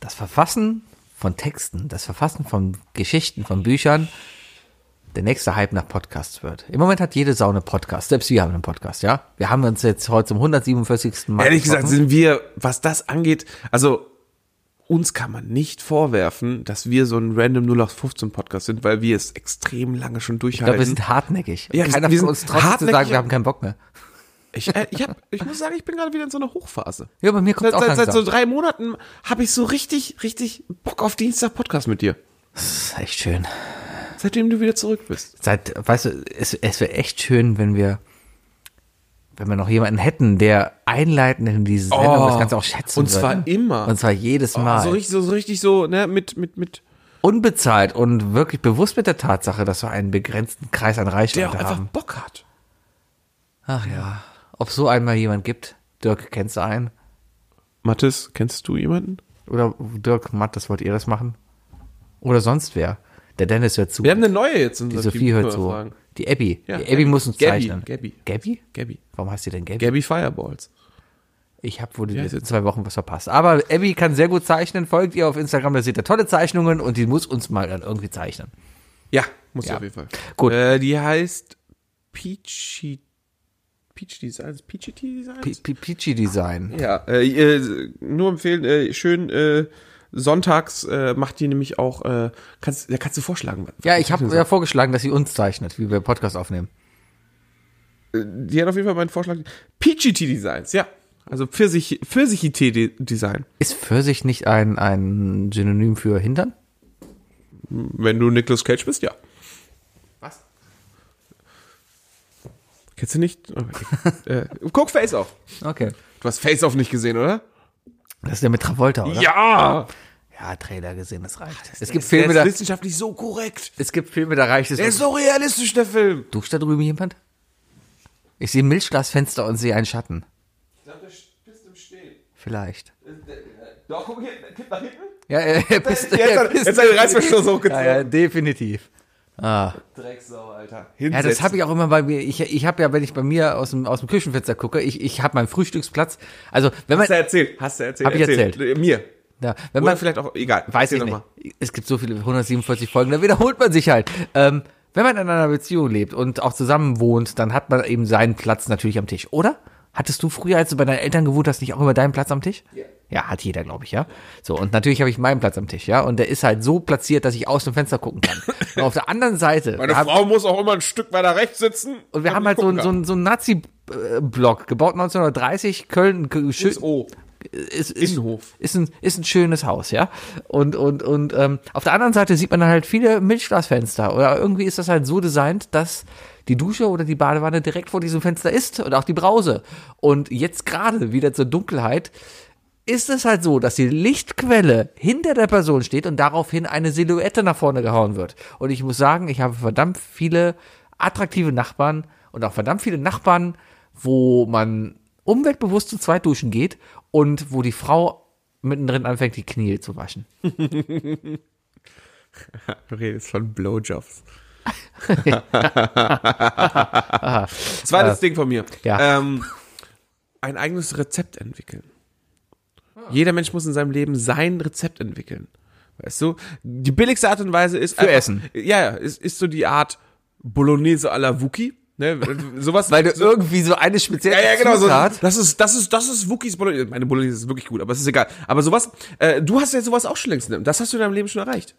Speaker 4: das Verfassen von Texten, das Verfassen von Geschichten, von Büchern der nächste Hype nach Podcasts wird. Im Moment hat jede Sau einen Podcast, selbst wir haben einen Podcast, ja? Wir haben uns jetzt heute zum 147. Mal
Speaker 2: Ehrlich gesagt
Speaker 4: getroffen.
Speaker 2: sind wir, was das angeht, also uns kann man nicht vorwerfen, dass wir so ein random 0815 Podcast sind, weil wir es extrem lange schon
Speaker 4: ich glaube, wir
Speaker 2: durchhalten.
Speaker 4: sind hartnäckig.
Speaker 2: Ja,
Speaker 4: Keiner
Speaker 2: wir sind-
Speaker 4: von
Speaker 2: wir
Speaker 4: uns
Speaker 2: sind
Speaker 4: traut zu sagen,
Speaker 2: hartnäckig-
Speaker 4: wir haben keinen Bock mehr.
Speaker 2: ich, äh, ich, hab, ich muss sagen, ich bin gerade wieder in so einer Hochphase.
Speaker 4: Ja, bei mir kommt's
Speaker 2: seit,
Speaker 4: auch
Speaker 2: seit, seit so
Speaker 4: langsam.
Speaker 2: drei Monaten habe ich so richtig, richtig Bock auf Dienstag Podcast mit dir.
Speaker 4: Das ist echt schön.
Speaker 2: Seitdem du wieder zurück bist.
Speaker 4: seit, weißt du, es, es wäre echt schön, wenn wir, wenn wir noch jemanden hätten, der einleitend in diese Sendung
Speaker 2: Oh.
Speaker 4: das Ganze auch schätzen
Speaker 2: Und zwar
Speaker 4: würde.
Speaker 2: immer. Oh,
Speaker 4: Und zwar jedes Mal.
Speaker 2: So richtig, so, so richtig so, ne, mit, mit, mit,
Speaker 4: Unbezahlt und wirklich bewusst mit der Tatsache, dass wir einen begrenzten Kreis an
Speaker 2: der auch
Speaker 4: Reichweite
Speaker 2: einfach
Speaker 4: haben.
Speaker 2: Bock hat.
Speaker 4: Ach ja. Ob so einmal jemand gibt, Dirk, kennst du einen?
Speaker 2: Mathis, kennst du jemanden?
Speaker 4: Oder Dirk, Matt, das wollt ihr das machen? Oder sonst wer? Der Dennis hört zu.
Speaker 2: Wir haben eine neue jetzt in
Speaker 4: die
Speaker 2: unserem
Speaker 4: Sophie
Speaker 2: Team,
Speaker 4: hört
Speaker 2: können wir
Speaker 4: zu.
Speaker 2: fragen.
Speaker 4: Die Abby.
Speaker 2: Ja,
Speaker 4: die Abby,
Speaker 2: Abby.
Speaker 4: muss uns
Speaker 2: Gabby,
Speaker 4: zeichnen.
Speaker 2: Gabby.
Speaker 4: Gabby?
Speaker 2: Gabby.
Speaker 4: Warum heißt sie denn Gabby?
Speaker 2: Gabby Fireballs.
Speaker 4: Ich habe wohl die
Speaker 2: Ja,
Speaker 4: letzten
Speaker 2: jetzt-
Speaker 4: zwei Wochen was verpasst. Aber Abby kann sehr gut zeichnen. Folgt ihr auf Instagram, da seht ihr tolle Zeichnungen und die muss uns mal dann irgendwie zeichnen.
Speaker 2: Ja, muss
Speaker 4: Ja.
Speaker 2: ja. auf jeden Fall.
Speaker 4: Gut.
Speaker 2: Äh, die heißt Peachy. Peach Designs? Peachy Designs?
Speaker 4: P -P Peachy Design.
Speaker 2: ja, äh, äh, nur empfehlen, äh, schön äh, sonntags äh, macht die nämlich auch, äh, kannst, ja, kannst du vorschlagen.
Speaker 4: Ja, ich habe ja vorgeschlagen, dass sie uns zeichnet, wie wir Podcast aufnehmen.
Speaker 2: Die hat auf jeden Fall meinen Vorschlag. Peachy Designs, ja. Also Pfirsich, Pfirsich-Tee-Design.
Speaker 4: Ist Pfirsich nicht ein, ein Synonym für Hintern?
Speaker 2: Wenn du Nicolas Cage bist, ja. Was? Kennst du nicht? Okay. äh, guck Face Off.
Speaker 4: Okay.
Speaker 2: Du hast Face Off nicht gesehen, oder?
Speaker 4: Das ist der mit Travolta, oder?
Speaker 2: Ja!
Speaker 4: Ja, Trailer gesehen, das reicht. es gibt
Speaker 2: Der
Speaker 4: Filme,
Speaker 2: ist
Speaker 4: da,
Speaker 2: wissenschaftlich so korrekt.
Speaker 4: es gibt Filme, da reicht es.
Speaker 2: Der ist so realistisch, der Film.
Speaker 4: Duscht da drüben jemand? Ich sehe ein Milchglasfenster und sehe einen Schatten. Vielleicht.
Speaker 2: äh, Doch, guck hier, kipp nach hinten.
Speaker 4: Ja, äh, er, er pisst,
Speaker 2: Jetzt
Speaker 4: er
Speaker 2: hat-
Speaker 4: pisst-
Speaker 2: jetzt hat er den Reißverschluss hochgezogen.
Speaker 4: Ja, ja, definitiv.
Speaker 2: Drecksau, Alter.
Speaker 4: Ah. Ja, das habe ich auch immer bei mir. Ich, ich habe ja, wenn ich bei mir aus dem, aus dem Küchenfenster gucke, ich, ich habe meinen Frühstücksplatz. Also, wenn man,
Speaker 2: Hast du erzählt? Hast du erzählt?
Speaker 4: Hab ich erzählt.
Speaker 2: Äh, Mir.
Speaker 4: ja, wenn
Speaker 2: Oder
Speaker 4: man
Speaker 2: vielleicht auch, egal.
Speaker 4: weiß
Speaker 2: Erzähl
Speaker 4: ich
Speaker 2: doch
Speaker 4: nicht.
Speaker 2: mal.
Speaker 4: Es gibt so viele 147 Folgen, da wiederholt man sich halt. Ähm, wenn man in einer Beziehung lebt und auch zusammen wohnt, dann hat man eben seinen Platz natürlich am Tisch, oder? Hattest du früher, als du bei deinen Eltern gewohnt hast, nicht auch immer deinen Platz am Tisch? Ja. Ja, hat jeder, glaube ich, ja. So, und natürlich habe ich meinen Platz am Tisch, ja. Und der ist halt so platziert, dass ich aus dem Fenster gucken kann. und auf der anderen Seite.
Speaker 2: Meine
Speaker 4: da hab-
Speaker 2: Frau muss auch immer ein Stück weiter rechts sitzen.
Speaker 4: Und wir haben halt so, einen- so einen so einen Nazi-Block, gebaut 1930, Köln, K- schön,
Speaker 2: Ist O.
Speaker 4: ist, ist,
Speaker 2: Innenhof.
Speaker 4: Ist ein, ist ein schönes Haus, ja. Und, und, und ähm, auf der anderen Seite sieht man dann halt viele Milchglasfenster. Oder irgendwie ist das halt so designt, dass die Dusche oder die Badewanne direkt vor diesem Fenster ist und auch die Brause. Und jetzt gerade wieder zur Dunkelheit ist es halt so, dass die Lichtquelle hinter der Person steht und daraufhin eine Silhouette nach vorne gehauen wird. Und ich muss sagen, ich habe verdammt viele attraktive Nachbarn und auch verdammt viele Nachbarn, wo man umweltbewusst zu zweit duschen geht und wo die Frau mittendrin anfängt, die Knie zu waschen.
Speaker 2: Du redest von Blowjobs.
Speaker 4: Ah.
Speaker 2: Zweites Ding von mir.
Speaker 4: ja.
Speaker 2: Ähm, ein eigenes Rezept entwickeln. Jeder Mensch muss in seinem Leben sein Rezept entwickeln. Weißt du? Die billigste Art und Weise ist. Für
Speaker 4: Essen.
Speaker 2: Ja, ja. Ist, ist so die Art Bolognese à la Wookie. Ne? Sowas.
Speaker 4: Weil du
Speaker 2: so,
Speaker 4: irgendwie so eine spezielle
Speaker 2: ja, ja, genau. So,
Speaker 4: Zutat.
Speaker 2: das ist, das ist, das ist Wookies Bolognese. Meine Bolognese ist wirklich gut, aber es ist egal. Aber sowas, äh, du hast ja sowas auch schon längst. in deinem- Das hast du in deinem Leben schon erreicht.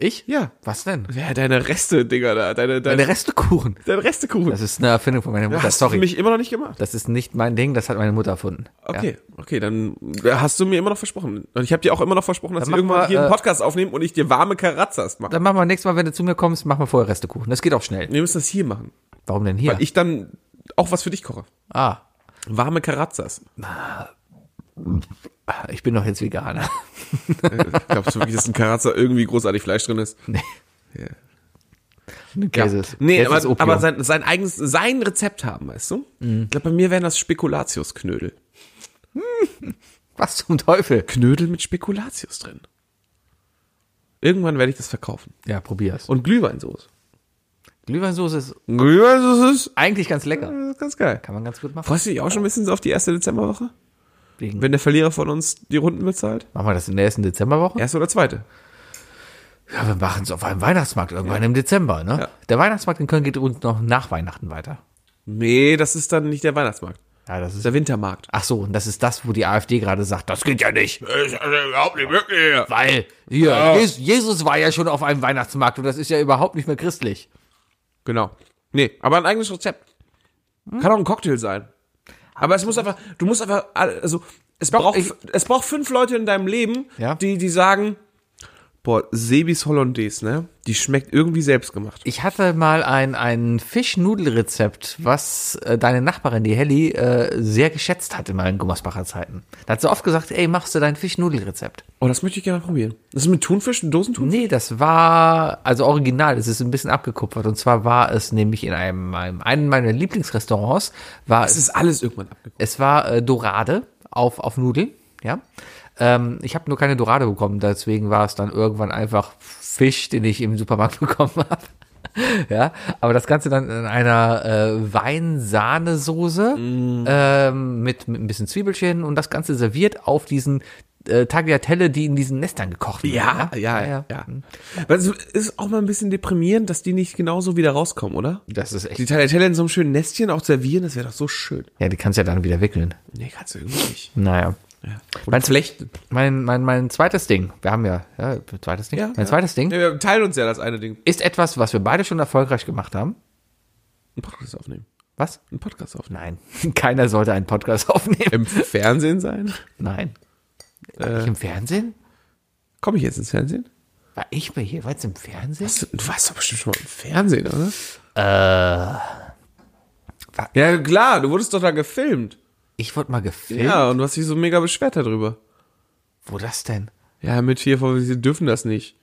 Speaker 4: Ich?
Speaker 2: Ja.
Speaker 4: Was denn?
Speaker 2: Ja, deine Reste, Digga, da. Deine, deine,
Speaker 4: Der Restekuchen.
Speaker 2: dein Restekuchen.
Speaker 4: Das ist eine Erfindung von meiner Mutter.
Speaker 2: hast
Speaker 4: Ah, Sorry.
Speaker 2: du mich immer noch nicht gemacht.
Speaker 4: das ist nicht mein Ding, das hat meine Mutter erfunden.
Speaker 2: Okay, okay, dann äh, hast du mir immer noch versprochen. Und ich habe dir auch immer noch versprochen, dass
Speaker 4: Dann
Speaker 2: wir
Speaker 4: machen
Speaker 2: irgendwann
Speaker 4: wir,
Speaker 2: hier einen
Speaker 4: äh,
Speaker 2: Podcast aufnehmen und ich dir warme Karazzas mache.
Speaker 4: Dann machen wir nächstes Mal, wenn du zu mir kommst, machen wir vorher Restekuchen. Das geht auch schnell.
Speaker 2: Wir müssen das hier machen.
Speaker 4: Warum denn hier?
Speaker 2: Weil ich dann auch was für dich koche.
Speaker 4: ah,
Speaker 2: Warme Karazzas.
Speaker 4: ich bin doch jetzt Veganer.
Speaker 2: Glaubst du wirklich, dass ein Karazza irgendwie großartig Fleisch drin ist?
Speaker 4: Käse ist-
Speaker 2: Nee,
Speaker 4: Käse
Speaker 2: aber,
Speaker 4: ist Opium.
Speaker 2: aber sein, sein eigenes, sein Rezept haben, weißt du?
Speaker 4: Mhm.
Speaker 2: Ich glaube, bei mir wären das Spekulatiusknödel.
Speaker 4: was zum Teufel?
Speaker 2: Knödel mit Spekulatius drin. Irgendwann werde ich das verkaufen.
Speaker 4: Ja, probier's.
Speaker 2: Und Glühweinsoße.
Speaker 4: Glühweinsoße ist
Speaker 2: Ja, das ist,
Speaker 4: eigentlich ganz lecker.
Speaker 2: das ist ganz geil.
Speaker 4: Kann man ganz gut machen.
Speaker 2: Freust du dich auch schon ein bisschen so auf die erste Dezemberwoche?
Speaker 4: Wegen-
Speaker 2: Wenn der Verlierer von uns die Runden bezahlt?
Speaker 4: Machen wir das in der ersten Dezemberwoche?
Speaker 2: Erste oder zweite?
Speaker 4: Ja, wir machen es auf einem Weihnachtsmarkt irgendwann im Dezember, ne?
Speaker 2: Ja.
Speaker 4: Der Weihnachtsmarkt in Köln geht uns noch nach Weihnachten weiter.
Speaker 2: Nee, das ist dann nicht der Weihnachtsmarkt.
Speaker 4: Ja, das
Speaker 2: Das ist
Speaker 4: ist.
Speaker 2: der Wintermarkt.
Speaker 4: Ach so, und das ist das, wo die AfD gerade sagt, das geht ja nicht.
Speaker 2: also Überhaupt nicht möglich.
Speaker 4: Weil, hier, Jesus, Jesus war ja schon auf einem Weihnachtsmarkt und das ist ja überhaupt nicht mehr christlich.
Speaker 2: Genau. Nee, aber ein eigenes Rezept. Kann auch ein Cocktail sein. Aber es muss einfach, du musst einfach, also es braucht,
Speaker 4: ich-
Speaker 2: es braucht fünf Leute in deinem Leben,
Speaker 4: Ja.
Speaker 2: die, die sagen, boah, Sebis Hollandaise, ne? Die schmeckt irgendwie selbst gemacht.
Speaker 4: Ich hatte mal ein, ein Fischnudelrezept, was äh, deine Nachbarin, die Helly, äh, sehr geschätzt hat in meinen Gummersbacher Zeiten. Da hat sie oft gesagt, ey, machst du dein Fischnudelrezept?
Speaker 2: Oh, das möchte ich gerne probieren. Das ist mit Thunfisch, mit Dosenthunfisch?
Speaker 4: Nee, das war, also original, es ist ein bisschen abgekupfert. Und zwar war es nämlich in einem, einem, einem meiner Lieblingsrestaurants, war
Speaker 2: Das
Speaker 4: es,
Speaker 2: ist alles irgendwann abgekommen.
Speaker 4: es war äh, Dorade auf, auf Nudeln, ja. Ähm, ich habe nur keine Dorade bekommen, deswegen war es dann irgendwann einfach Fisch, den ich im Supermarkt bekommen habe. Ja, aber das Ganze dann in einer äh, Weinsahnesoße
Speaker 2: Mm.
Speaker 4: ähm, mit, mit ein bisschen Zwiebelchen und das Ganze serviert auf diesen äh, Tagliatelle, die in diesen Nestern gekocht werden.
Speaker 2: Ja, ja, ja. ja. Weil es ist auch mal ein bisschen deprimierend, dass die nicht genauso wieder rauskommen, oder?
Speaker 4: Das ist echt
Speaker 2: Die Tagliatelle in so einem schönen Nestchen auch servieren, das wäre doch so schön.
Speaker 4: Ja, die kannst du ja dann wieder wickeln.
Speaker 2: Nee, kannst du irgendwie nicht.
Speaker 4: Naja.
Speaker 2: Ja.
Speaker 4: Meinst-
Speaker 2: Flechten.
Speaker 4: Mein, mein, mein zweites Ding, wir haben ja, ja zweites Ding,
Speaker 2: Ja,
Speaker 4: mein
Speaker 2: ja.
Speaker 4: zweites Ding,
Speaker 2: Nee, wir teilen uns ja das eine Ding.
Speaker 4: ist etwas, was wir beide schon erfolgreich gemacht haben.
Speaker 2: Einen Podcast aufnehmen.
Speaker 4: Was?
Speaker 2: Einen Podcast aufnehmen.
Speaker 4: Nein, keiner sollte einen Podcast aufnehmen.
Speaker 2: Im Fernsehen sein?
Speaker 4: Nein. War ich
Speaker 2: Äh.
Speaker 4: im Fernsehen?
Speaker 2: Komme ich jetzt ins Fernsehen?
Speaker 4: War ich bei hier jeweils im Fernsehen?
Speaker 2: Du warst doch bestimmt schon mal im Fernsehen, oder? Äh. Ja, klar, du wurdest doch da gefilmt.
Speaker 4: Ich wurde mal gefilmt.
Speaker 2: Ja, und du hast dich so mega beschwert darüber.
Speaker 4: Wo das denn?
Speaker 2: Ja, mit hier, vor- sie dürfen das nicht.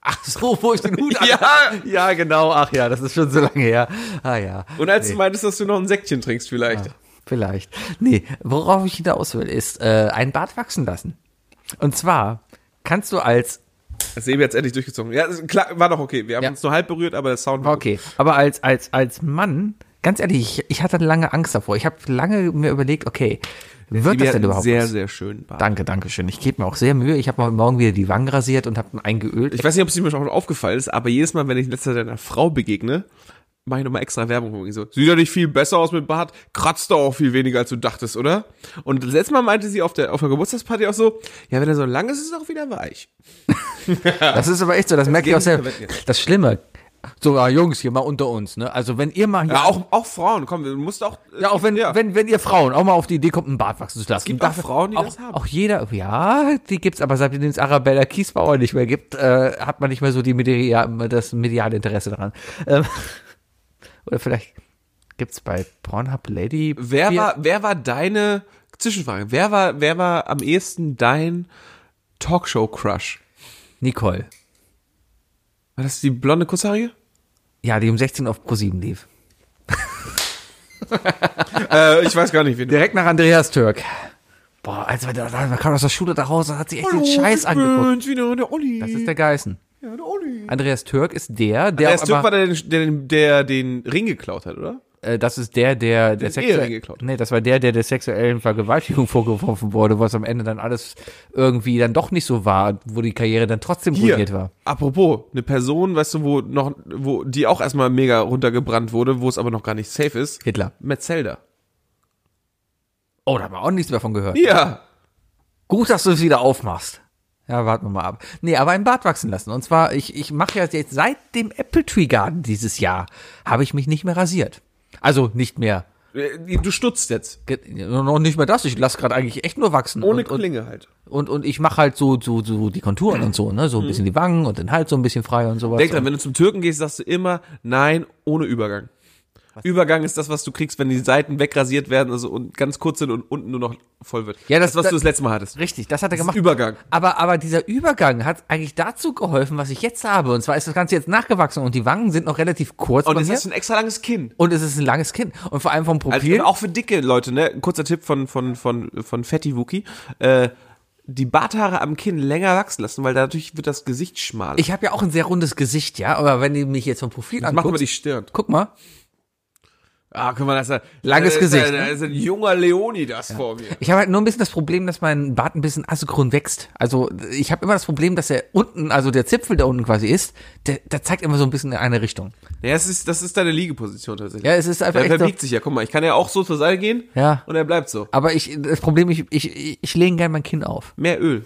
Speaker 4: Ach so, wo ich den Hut an-
Speaker 2: Ja.
Speaker 4: ja, genau. Ach ja, das ist schon so lange her. Ah ja.
Speaker 2: Und als du
Speaker 4: Nee.
Speaker 2: meintest, dass du noch ein Säckchen trinkst, vielleicht.
Speaker 4: Vielleicht. Nee, worauf ich hinaus will, ist äh, einen Bart wachsen lassen. Und zwar kannst du als,
Speaker 2: Das Sebi jetzt endlich durchgezogen. Ja, ist klar, war doch okay. Wir haben
Speaker 4: Ja.
Speaker 2: uns nur halb berührt, aber der Sound
Speaker 4: war
Speaker 2: war
Speaker 4: okay, aber als, als, als Mann, ganz ehrlich, ich, ich hatte lange Angst davor. Ich habe lange mir überlegt, okay, wird
Speaker 2: Sebi
Speaker 4: das denn
Speaker 2: hat einen
Speaker 4: überhaupt
Speaker 2: sehr,
Speaker 4: was?
Speaker 2: sehr schön. Bart.
Speaker 4: Danke, danke schön. Ich gebe mir auch sehr Mühe. Ich habe morgen wieder die Wangen rasiert und habe eingeölt.
Speaker 2: Ich weiß nicht, ob es dir schon aufgefallen ist, aber jedes Mal, wenn ich in letzter Zeit einer Frau begegne, mache ich nochmal extra Werbung. irgendwie So, sieht ja nicht viel besser aus mit Bart, kratzt doch auch viel weniger, als du dachtest, oder? Und das letzte Mal meinte sie auf der, auf der Geburtstagsparty auch so, ja, wenn er so lang ist, ist er auch wieder weich.
Speaker 4: Das ist aber echt so, das merke ich auch
Speaker 2: Gegenteil
Speaker 4: selber.
Speaker 2: wird jetzt.
Speaker 4: Das Schlimme, so ja, Jungs, hier mal unter uns, ne? Also wenn ihr mal hier
Speaker 2: Ja, auch, Oh, auch Frauen, komm, du musst auch...
Speaker 4: Ja, auch wenn, wenn, wenn ihr Frauen auch mal auf die Idee kommt, einen Bart wachsen zu lassen. Es
Speaker 2: gibt auch Frauen, die
Speaker 4: auch,
Speaker 2: das haben.
Speaker 4: Auch jeder, ja, die gibt's, aber seitdem es Arabella Kiesbauer nicht mehr gibt, äh, hat man nicht mehr so die Media, das mediale Interesse daran. Ähm, oder vielleicht gibt's bei Pornhub Lady.
Speaker 2: Wer
Speaker 4: Bier-
Speaker 2: war, wer war deine... Zwischenfrage, wer war, wer war am ehesten dein Talkshow-Crush?
Speaker 4: Nicole.
Speaker 2: War das die blonde Kusshaarige?
Speaker 4: Ja, die um 16 auf Pro7 lief.
Speaker 2: äh, ich weiß gar nicht, wen.
Speaker 4: Direkt nach Andreas Türk. Boah, als wir da, da man kam aus der Schule da raus und hat sich echt den Scheiß angeguckt.
Speaker 2: wieder der Olli.
Speaker 4: Das ist der Geißen.
Speaker 2: ja, der Olli.
Speaker 4: Andreas Türk ist der, der,
Speaker 2: Der ist
Speaker 4: auch
Speaker 2: Typ,
Speaker 4: immer-
Speaker 2: war der, den- der, den- der den Ring geklaut hat, oder?
Speaker 4: äh, das ist der, der der
Speaker 2: Den
Speaker 4: sexuell-
Speaker 2: Ehering geklaut.
Speaker 4: Nee, das war der, der der sexuellen Vergewaltigung vorgeworfen wurde, was am Ende dann alles irgendwie dann doch nicht so war, wo die Karriere dann trotzdem ruiniert war.
Speaker 2: Apropos, eine Person, weißt du, wo noch, wo die auch erstmal mega runtergebrannt wurde, wo es aber noch gar nicht safe ist.
Speaker 4: Hitler.
Speaker 2: Metzelda.
Speaker 4: Oh, da haben wir auch nichts mehr von gehört.
Speaker 2: Ja.
Speaker 4: Gut, dass du es wieder aufmachst. Ja, warten wir mal ab. Nee, aber einen Bart wachsen lassen. Und zwar, ich, ich mache ja jetzt seit dem Apple Tree Garden dieses Jahr, habe ich mich nicht mehr rasiert. Also nicht mehr.
Speaker 2: Äh, Du stutzt jetzt.
Speaker 4: Ge- Noch nicht mehr das. Ich lasse gerade eigentlich echt nur wachsen.
Speaker 2: Ohne
Speaker 4: und, und,
Speaker 2: Klinge halt.
Speaker 4: und, und ich mache halt so, so, so die Konturen und so, ne? So ein bisschen die Wangen und den Hals so ein bisschen frei und sowas.
Speaker 2: Mhm. Denk dran, wenn du zum Türken gehst, sagst du immer, nein, ohne Übergang. Übergang ist das, was du kriegst, wenn die Seiten wegrasiert werden also und ganz kurz sind und unten nur noch voll wird.
Speaker 4: Ja, das-
Speaker 2: was
Speaker 4: das-
Speaker 2: du das letzte Mal hattest.
Speaker 4: Richtig, das hat er
Speaker 2: Das ist
Speaker 4: gemacht.
Speaker 2: Übergang.
Speaker 4: Aber, aber dieser Übergang hat eigentlich dazu geholfen, was ich jetzt habe. Und zwar ist das Ganze jetzt nachgewachsen und die Wangen sind noch relativ kurz
Speaker 2: Und
Speaker 4: bei
Speaker 2: jetzt
Speaker 4: mir.
Speaker 2: hast du ein extra langes Kinn.
Speaker 4: Und es ist ein langes Kinn. Und vor allem vom
Speaker 2: Also,
Speaker 4: Profil.
Speaker 2: und auch für dicke Leute, ne? Ein kurzer Tipp von, von, von, von Fatty Wookie. Äh, die Barthaare am Kinn länger wachsen lassen, weil dadurch wird das Gesicht schmaler.
Speaker 4: Ich habe ja auch ein sehr rundes Gesicht, ja, aber wenn du mich jetzt vom Profil
Speaker 2: mach mal
Speaker 4: anguckst,
Speaker 2: die Stirn.
Speaker 4: guck mal,
Speaker 2: Ah, guck mal, das ist ein,
Speaker 4: Langes
Speaker 2: da ist
Speaker 4: Gesicht,
Speaker 2: ein- Äh, Da
Speaker 4: ne?
Speaker 2: ist ein junger Leonidas vor mir.
Speaker 4: Ich habe halt nur ein bisschen das Problem, dass mein Bart ein bisschen asynchron wächst. Also ich habe immer das Problem, dass er unten, also der Zipfel da unten quasi ist, der, der zeigt immer so ein bisschen in eine Richtung.
Speaker 2: Naja, das ist, das ist deine Liegeposition tatsächlich.
Speaker 4: Ja, es ist einfach
Speaker 2: Er
Speaker 4: echt so-
Speaker 2: verbiegt sich ja. Guck mal, ich kann ja auch so zur Seite gehen
Speaker 4: Ja.
Speaker 2: und er bleibt so.
Speaker 4: Aber ich, das Problem, ich, ich, ich lehne gerne mein Kinn auf.
Speaker 2: Mehr Öl.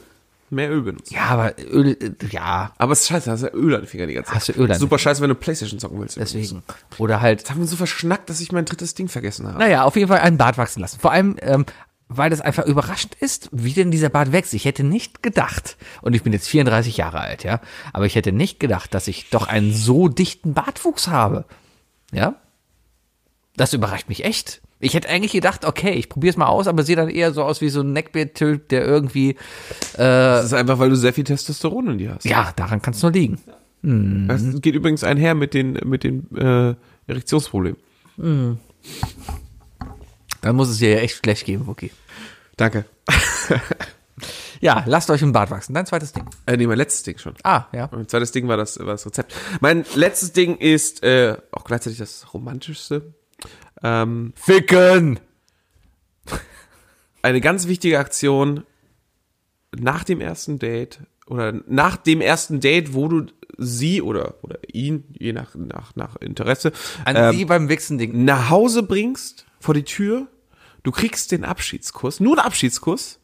Speaker 2: Mehr Öl benutzen.
Speaker 4: Ja, aber Öl, äh, ja,
Speaker 2: Aber es ist scheiße, hast du ja Öl an den Fingern die ganze Zeit.
Speaker 4: Hast du Öl an den
Speaker 2: Super scheiße, wenn du Playstation zocken willst.
Speaker 4: deswegen. Oder halt,
Speaker 2: Jetzt haben wir uns so verschnackt, dass ich mein drittes Ding vergessen habe.
Speaker 4: naja, auf jeden Fall einen Bart wachsen lassen. Vor allem, ähm, weil das einfach überraschend ist, wie denn dieser Bart wächst. Ich hätte nicht gedacht, und ich bin jetzt 34 Jahre alt, ja, aber ich hätte nicht gedacht, dass ich doch einen so dichten Bartwuchs habe. Ja, Das überrascht mich echt. Ich hätte eigentlich gedacht, okay, ich probiere es mal aus, aber sehe dann eher so aus wie so ein Neckbeard-Typ, der irgendwie,
Speaker 2: Das ist einfach, weil du sehr viel Testosteron in dir hast.
Speaker 4: ja, daran kann es nur liegen.
Speaker 2: Das geht übrigens einher mit den, mit den äh, Erektionsproblemen.
Speaker 4: Dann muss es dir ja echt schlecht geben, Wookie.
Speaker 2: Danke.
Speaker 4: Ja, lasst euch im Bart wachsen. Dein zweites Ding.
Speaker 2: Äh, nee, mein letztes Ding schon.
Speaker 4: Ah, ja.
Speaker 2: Mein zweites Ding war das, war das Rezept. Mein letztes Ding ist äh, auch gleichzeitig das romantischste. Ähm,
Speaker 4: Ficken!
Speaker 2: eine ganz wichtige Aktion nach dem ersten Date oder nach dem ersten Date, wo du sie oder, oder ihn, je nach, nach, nach Interesse,
Speaker 4: An
Speaker 2: ähm,
Speaker 4: Sie beim Wichsen-Ding.
Speaker 2: nach Hause bringst, vor die Tür, du kriegst den Abschiedskuss, nur einen Abschiedskuss,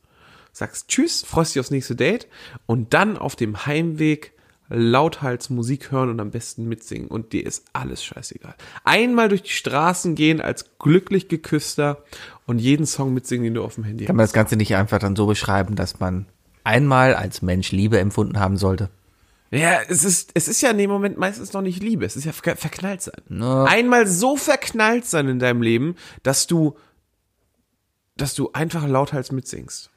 Speaker 2: sagst Tschüss, freust dich aufs nächste Date und dann auf dem Heimweg lauthals Musik hören und am besten mitsingen und dir ist alles scheißegal. Einmal durch die Straßen gehen als glücklich geküsster und jeden Song mitsingen, den du auf dem Handy
Speaker 4: Kann man das Ganze nicht einfach dann so beschreiben, dass man einmal als Mensch Liebe empfunden haben sollte?
Speaker 2: Ja, es ist, es ist ja in dem Moment meistens noch nicht Liebe, es ist ja verk- verknallt sein. Einmal so verknallt sein in deinem Leben, dass du, dass du einfach lauthals mitsingst.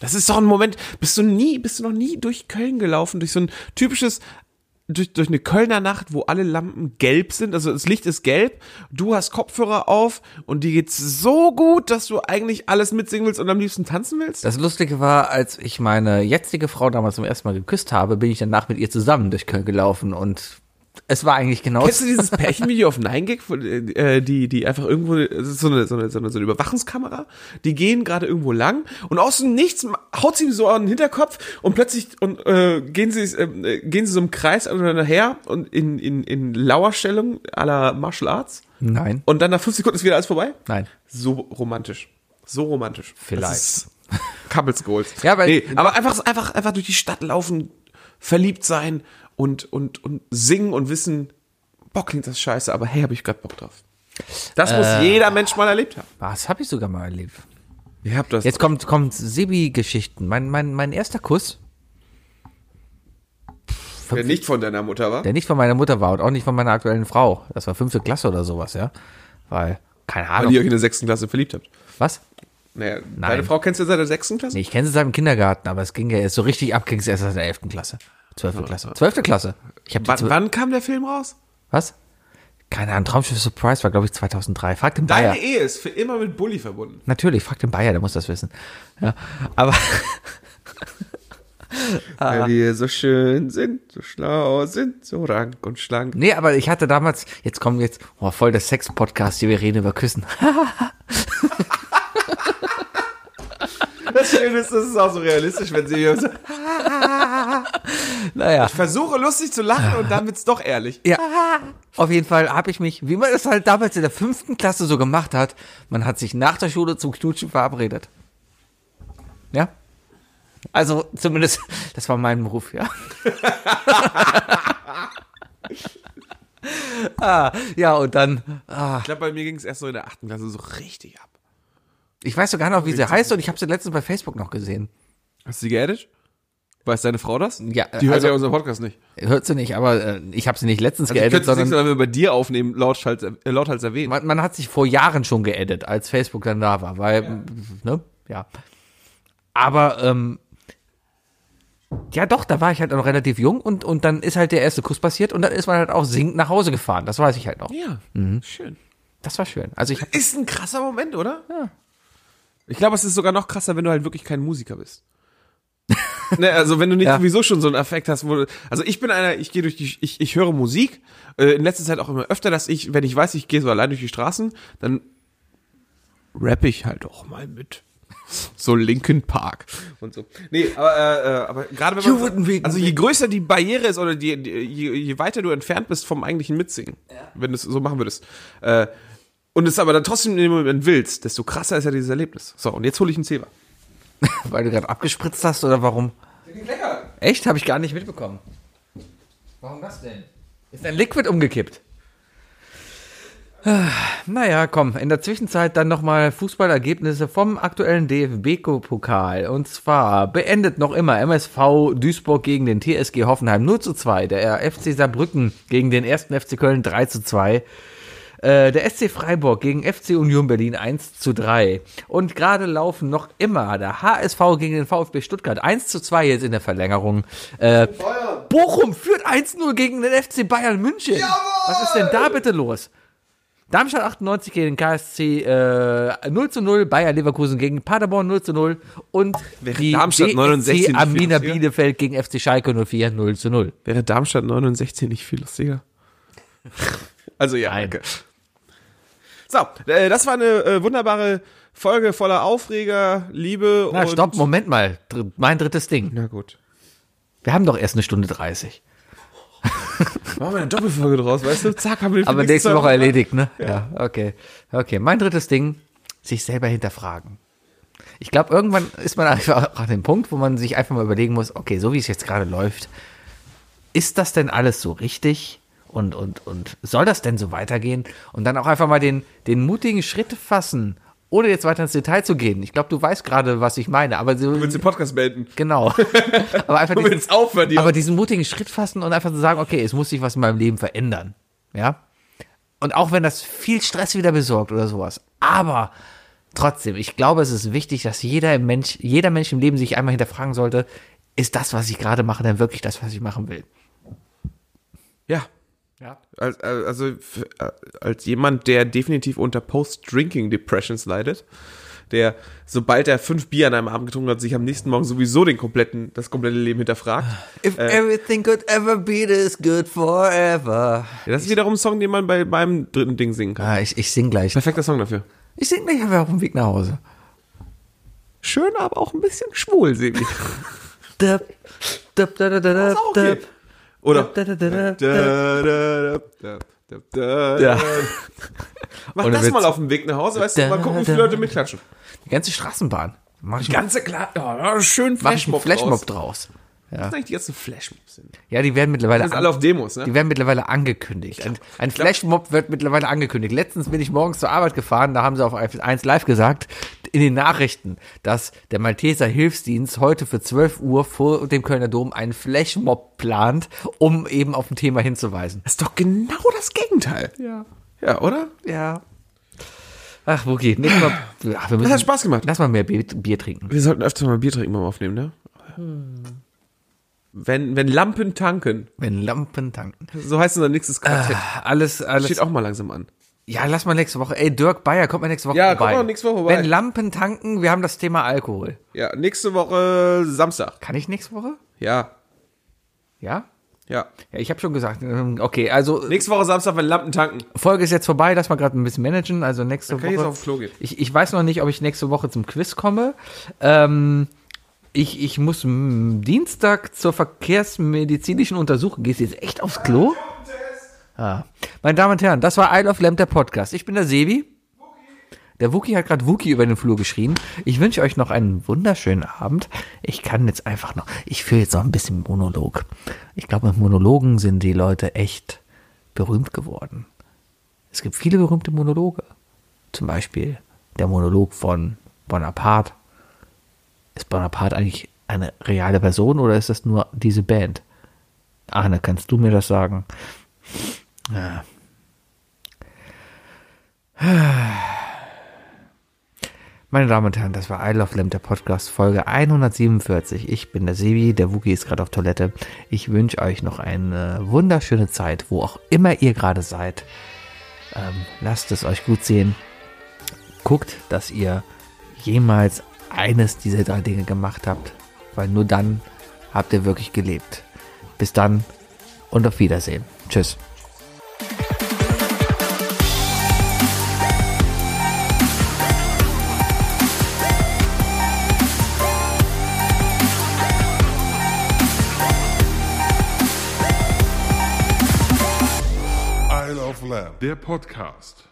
Speaker 2: Das ist doch ein Moment, bist du nie, bist du noch nie durch Köln gelaufen, durch so ein typisches, durch, durch eine Kölner Nacht, wo alle Lampen gelb sind, also das Licht ist gelb, du hast Kopfhörer auf und dir geht's so gut, dass du eigentlich alles mitsingen willst und am liebsten tanzen willst?
Speaker 4: Das Lustige war, als ich meine jetzige Frau damals zum ersten Mal geküsst habe, bin ich danach mit ihr zusammen durch Köln gelaufen und es war eigentlich genau
Speaker 2: Kennst du dieses Pärchenvideo auf 9gag, wo, äh, die, die einfach irgendwo, es ist so eine, so eine, so eine, so eine Überwachungskamera, die gehen gerade irgendwo lang und aus dem Nichts haut sie ihm so an den Hinterkopf und plötzlich und, äh, gehen, sie, äh, äh, gehen sie so im Kreis aneinander her und in, in, in Lauerstellung aller Martial Arts
Speaker 4: Nein.
Speaker 2: und dann nach fünf Sekunden ist wieder alles vorbei?
Speaker 4: Nein.
Speaker 2: So romantisch. So romantisch.
Speaker 4: Vielleicht.
Speaker 2: Das ist Couples Goals.
Speaker 4: Ja, weil-
Speaker 2: nee, aber einfach, einfach, einfach durch die Stadt laufen, verliebt sein und, und, und singen und wissen, boah, klingt das scheiße, aber hey, habe ich grad Bock drauf. Das muss jeder Mensch mal erlebt haben.
Speaker 4: Was habe ich sogar mal erlebt?
Speaker 2: Ihr habt das.
Speaker 4: Jetzt kommt, kommt Sebi-Geschichten. Mein, mein, mein erster Kuss,
Speaker 2: der nicht von deiner Mutter war.
Speaker 4: der nicht von meiner Mutter war und auch nicht von meiner aktuellen Frau. Das war fünfte Klasse oder sowas, ja. Weil, keine
Speaker 2: Weil ihr
Speaker 4: Ahnung.
Speaker 2: euch in der sechsten Klasse verliebt habt.
Speaker 4: Was?
Speaker 2: Naja, deine Frau kennst du seit der sechsten Klasse?
Speaker 4: Nee, ich kenne sie seit dem Kindergarten, aber es ging ja erst so richtig ab, ging es erst seit der elften Klasse. Zwölfte Klasse. Zwölfte Klasse. Ich hab die
Speaker 2: Wann,
Speaker 4: zwöl-
Speaker 2: wann kam der Film raus?
Speaker 4: Was? Keine Ahnung, Traumschiff Surprise war, glaube ich, 2003. Frag den
Speaker 2: Deine E-
Speaker 4: Bayer.
Speaker 2: Ehe ist für immer mit Bulli verbunden.
Speaker 4: Natürlich, frag den Bayer, der muss das wissen. Ja, aber
Speaker 2: Weil wir so schön sind, so schlau sind, so rank und schlank.
Speaker 4: Nee, aber ich hatte damals, jetzt kommen wir jetzt, oh, voll der Sex-Podcast, hier wir reden über Küssen.
Speaker 2: Das Schöne ist, das ist auch so realistisch, wenn sie so,
Speaker 4: Naja.
Speaker 2: versuche lustig zu lachen und dann wird's doch ehrlich.
Speaker 4: Ja. Auf jeden Fall habe ich mich, wie man das halt damals in der fünften Klasse so gemacht hat, man hat sich nach der Schule zum Knutschen verabredet. Ja? Also zumindest, das war mein Beruf, ja. ah, ja, und dann,
Speaker 2: Ich glaube, bei mir ging's erst so in der achten Klasse so richtig ab.
Speaker 4: ich weiß sogar noch, wie sie heißt und ich habe sie letztens bei Facebook noch gesehen.
Speaker 2: Hast du die geedit? Weiß deine Frau das?
Speaker 4: Ja,
Speaker 2: Die hört
Speaker 4: also-
Speaker 2: ja unseren Podcast nicht.
Speaker 4: Hört sie nicht, aber äh, ich habe sie nicht letztens
Speaker 2: Also ich
Speaker 4: geedit,
Speaker 2: könnte es nicht,
Speaker 4: sondern
Speaker 2: sondern wenn wir bei dir aufnehmen, lauthals, äh, lauthals erwähnen.
Speaker 4: man, man hat sich vor Jahren schon geedit, als Facebook dann da war, weil, ne, ja. Aber, ähm, ja doch, da war ich halt noch relativ jung und, und dann ist halt der erste Kuss passiert und dann ist man halt auch singend nach Hause gefahren, das weiß ich halt noch.
Speaker 2: Ja, schön.
Speaker 4: Das war schön. Also ich hab,
Speaker 2: Ist ein krasser Moment, oder? Ja. Ich glaube, es ist sogar noch krasser, wenn du halt wirklich kein Musiker bist. Ne, also wenn du nicht
Speaker 4: Ja.
Speaker 2: sowieso schon so einen Affekt hast, wo du, also ich bin einer, ich gehe durch die, ich, ich höre Musik, äh, in letzter Zeit auch immer öfter, dass ich, wenn ich weiß, ich gehe so allein durch die Straßen, dann rappe ich halt auch mal mit. So Linkin Park und so. Nee, aber, äh, äh, aber gerade wenn
Speaker 4: You wouldn't be-
Speaker 2: man, also je größer die Barriere ist oder die, die, je, je weiter du entfernt bist vom eigentlichen Mitsingen, wenn du es so machen würdest, äh, und es aber dann trotzdem in dem Moment willst, desto krasser ist ja dieses Erlebnis. So, und jetzt hole ich einen Zebra.
Speaker 4: Weil du gerade abgespritzt hast oder warum? Echt? Habe ich gar nicht mitbekommen. Warum das denn? Ist dein Liquid umgekippt? Ah, Naja, komm, in der Zwischenzeit dann nochmal Fußballergebnisse vom aktuellen DFB-Pokal. Und zwar beendet noch immer MSV Duisburg gegen den TSG Hoffenheim 0 zu 2, der FC Saarbrücken gegen den 1. FC Köln 3 zu 2. Äh, der SC Freiburg gegen FC Union Berlin 1 zu 3. Und gerade laufen noch immer der HSV gegen den VfB Stuttgart 1 zu 2 jetzt in der Verlängerung. Äh, Bochum führt 1-0 gegen den FC Bayern München. Was ist denn da bitte los? Darmstadt 98 gegen den KSC äh, 0 zu 0, Bayer Leverkusen gegen Paderborn 0 zu 0 und die
Speaker 2: Darmstadt 69
Speaker 4: DFC
Speaker 2: nicht
Speaker 4: Amina
Speaker 2: finanziert?
Speaker 4: Bielefeld gegen FC Schalke 04 0 zu 0.
Speaker 2: Wäre Darmstadt 69 nicht viel lustiger? Also ja,
Speaker 4: Nein.
Speaker 2: danke. So, äh, das war eine äh, wunderbare Folge voller Aufreger, Liebe
Speaker 4: Na,
Speaker 2: und...
Speaker 4: stopp, Moment mal. Dr- Mein drittes Ding.
Speaker 2: Na gut.
Speaker 4: Wir haben doch erst eine Stunde 30.
Speaker 2: Machen wir eine Doppelfolge draus, weißt du? Zack, haben wir den
Speaker 4: Aber
Speaker 2: nächsten
Speaker 4: nächste
Speaker 2: Tag-
Speaker 4: Woche erledigt, ne? Ja. okay. Okay, mein drittes Ding, sich selber hinterfragen. Ich glaube, irgendwann ist man einfach an dem Punkt, wo man sich einfach mal überlegen muss, okay, so wie es jetzt gerade läuft, ist das denn alles so richtig? Und, und, und soll das denn so weitergehen? Und dann auch einfach mal den, den mutigen Schritt fassen, ohne jetzt weiter ins Detail zu gehen. Ich glaube, du weißt gerade, was ich meine, aber so,
Speaker 2: Du willst den Podcast beenden.
Speaker 4: Genau. Aber einfach
Speaker 2: Du
Speaker 4: diesen,
Speaker 2: willst aufhören, die-
Speaker 4: aber diesen mutigen Schritt fassen und einfach zu sagen, okay, es muss sich was in meinem Leben verändern. Ja? Und auch wenn das viel Stress wieder besorgt oder sowas. Aber trotzdem, ich glaube, es ist wichtig, dass jeder im Mensch, jeder Mensch im Leben sich einmal hinterfragen sollte, ist das, was ich gerade mache, denn wirklich das, was ich machen will?
Speaker 2: Ja.
Speaker 4: Ja.
Speaker 2: Als, als- also f- äh, als jemand, der definitiv unter Post-Drinking-Depressions leidet, der, sobald er fünf Bier an einem Abend getrunken hat, sich am nächsten Morgen sowieso den kompletten, das komplette Leben hinterfragt.
Speaker 4: If everything could ever be this good forever.
Speaker 2: Ja, das ist wiederum ein Song, den man bei meinem dritten Ding singen kann.
Speaker 4: Ah, ich, ich sing gleich.
Speaker 2: Perfekter Song dafür.
Speaker 4: Ich sing gleich einfach auf dem Weg nach Hause.
Speaker 2: Schön, aber auch ein bisschen schwul, Sebi.
Speaker 4: Döp, döp, döp, döp, döp, döp.
Speaker 2: Oder.
Speaker 4: Da, da, da, da,
Speaker 2: Ja. Mach
Speaker 4: Ohne
Speaker 2: das
Speaker 4: Witz.
Speaker 2: mal auf dem Weg nach Hause, weißt du, mal gucken, wie viele
Speaker 4: Da, da.
Speaker 2: Leute mitklatschen.
Speaker 4: Die ganze Straßenbahn. Mach ich
Speaker 2: Ganze klar, oh, schön
Speaker 4: mach ich einen
Speaker 2: Flashmob.
Speaker 4: Flashmob
Speaker 2: draus.
Speaker 4: draus.
Speaker 2: Das sind eigentlich die ganzen Flashmobs. sind.
Speaker 4: Ja, die werden mittlerweile,
Speaker 2: Das sind
Speaker 4: an-
Speaker 2: alle auf Demos,
Speaker 4: die
Speaker 2: ne?
Speaker 4: werden mittlerweile angekündigt. Ein, ein Flashmob wird mittlerweile angekündigt. Letztens bin ich morgens zur Arbeit gefahren, da haben sie auf 1 live gesagt, in den Nachrichten, dass der Malteser Hilfsdienst heute für 12 Uhr vor dem Kölner Dom einen Flashmob plant, um eben auf ein Thema hinzuweisen.
Speaker 2: Das ist doch genau das Gegenteil. Ja. Ja, oder?
Speaker 4: Ja. Ach, Wookie, nächstes Mal, ach, wir müssen,
Speaker 2: hat Spaß gemacht.
Speaker 4: Lass mal mehr Bier, Bier trinken.
Speaker 2: Wir sollten öfter mal Bier trinken beim Aufnehmen, ne?
Speaker 4: Hm.
Speaker 2: Wenn, wenn Lampen tanken,
Speaker 4: Wenn Lampen tanken.
Speaker 2: so heißt unser nächstes Quartett.
Speaker 4: Ah, Alles, alles.
Speaker 2: Steht auch mal langsam an.
Speaker 4: Ja, lass mal nächste Woche. Ey, Dirk Bayer, kommt mal nächste Woche
Speaker 2: Ja,
Speaker 4: vorbei.
Speaker 2: kommt mal nächste Woche vorbei.
Speaker 4: Wenn Lampen tanken, wir haben das Thema Alkohol.
Speaker 2: Ja, nächste Woche Samstag.
Speaker 4: Kann ich nächste Woche?
Speaker 2: Ja,
Speaker 4: Ja?
Speaker 2: ja.
Speaker 4: Ja, ich habe schon gesagt. ähm, Okay, also
Speaker 2: Nächste Woche Samstag, wenn Lampen tanken.
Speaker 4: Folge ist jetzt vorbei. Lass mal gerade ein bisschen managen. Also nächste
Speaker 2: Dann kann ich
Speaker 4: Woche.
Speaker 2: jetzt aufs Klo gehen.
Speaker 4: Ich, ich weiß noch nicht, ob ich nächste Woche zum Quiz komme. Ähm, ich, ich muss m, Dienstag zur verkehrsmedizinischen Untersuchung. Gehst du jetzt echt aufs Klo? Ah. Meine Damen und Herren, das war Isle of Lamb, der Podcast. Ich bin der Sebi. Der Wookie hat gerade Wookie über den Flur geschrien. Ich wünsche euch noch einen wunderschönen Abend. Ich kann jetzt einfach noch, ich führe jetzt noch ein bisschen Monolog. Ich glaube, mit Monologen sind die Leute echt berühmt geworden. Es gibt viele berühmte Monologe. Zum Beispiel der Monolog von Bonaparte. Ist Bonaparte eigentlich eine reale Person oder ist das nur diese Band? Arne, kannst du mir das sagen? Ah. Ja. Meine Damen und Herren, das war I Love Lamb, der Podcast, Folge 147. Ich bin der Sebi, der Wookie ist gerade auf Toilette. Ich wünsche euch noch eine wunderschöne Zeit, wo auch immer ihr gerade seid. Ähm, lasst es euch gut sehen. Guckt, dass ihr jemals eines dieser drei Dinge gemacht habt, weil nur dann habt ihr wirklich gelebt. Bis dann und auf Wiedersehen. Tschüss.
Speaker 7: I Love Lamb.
Speaker 8: Der Podcast.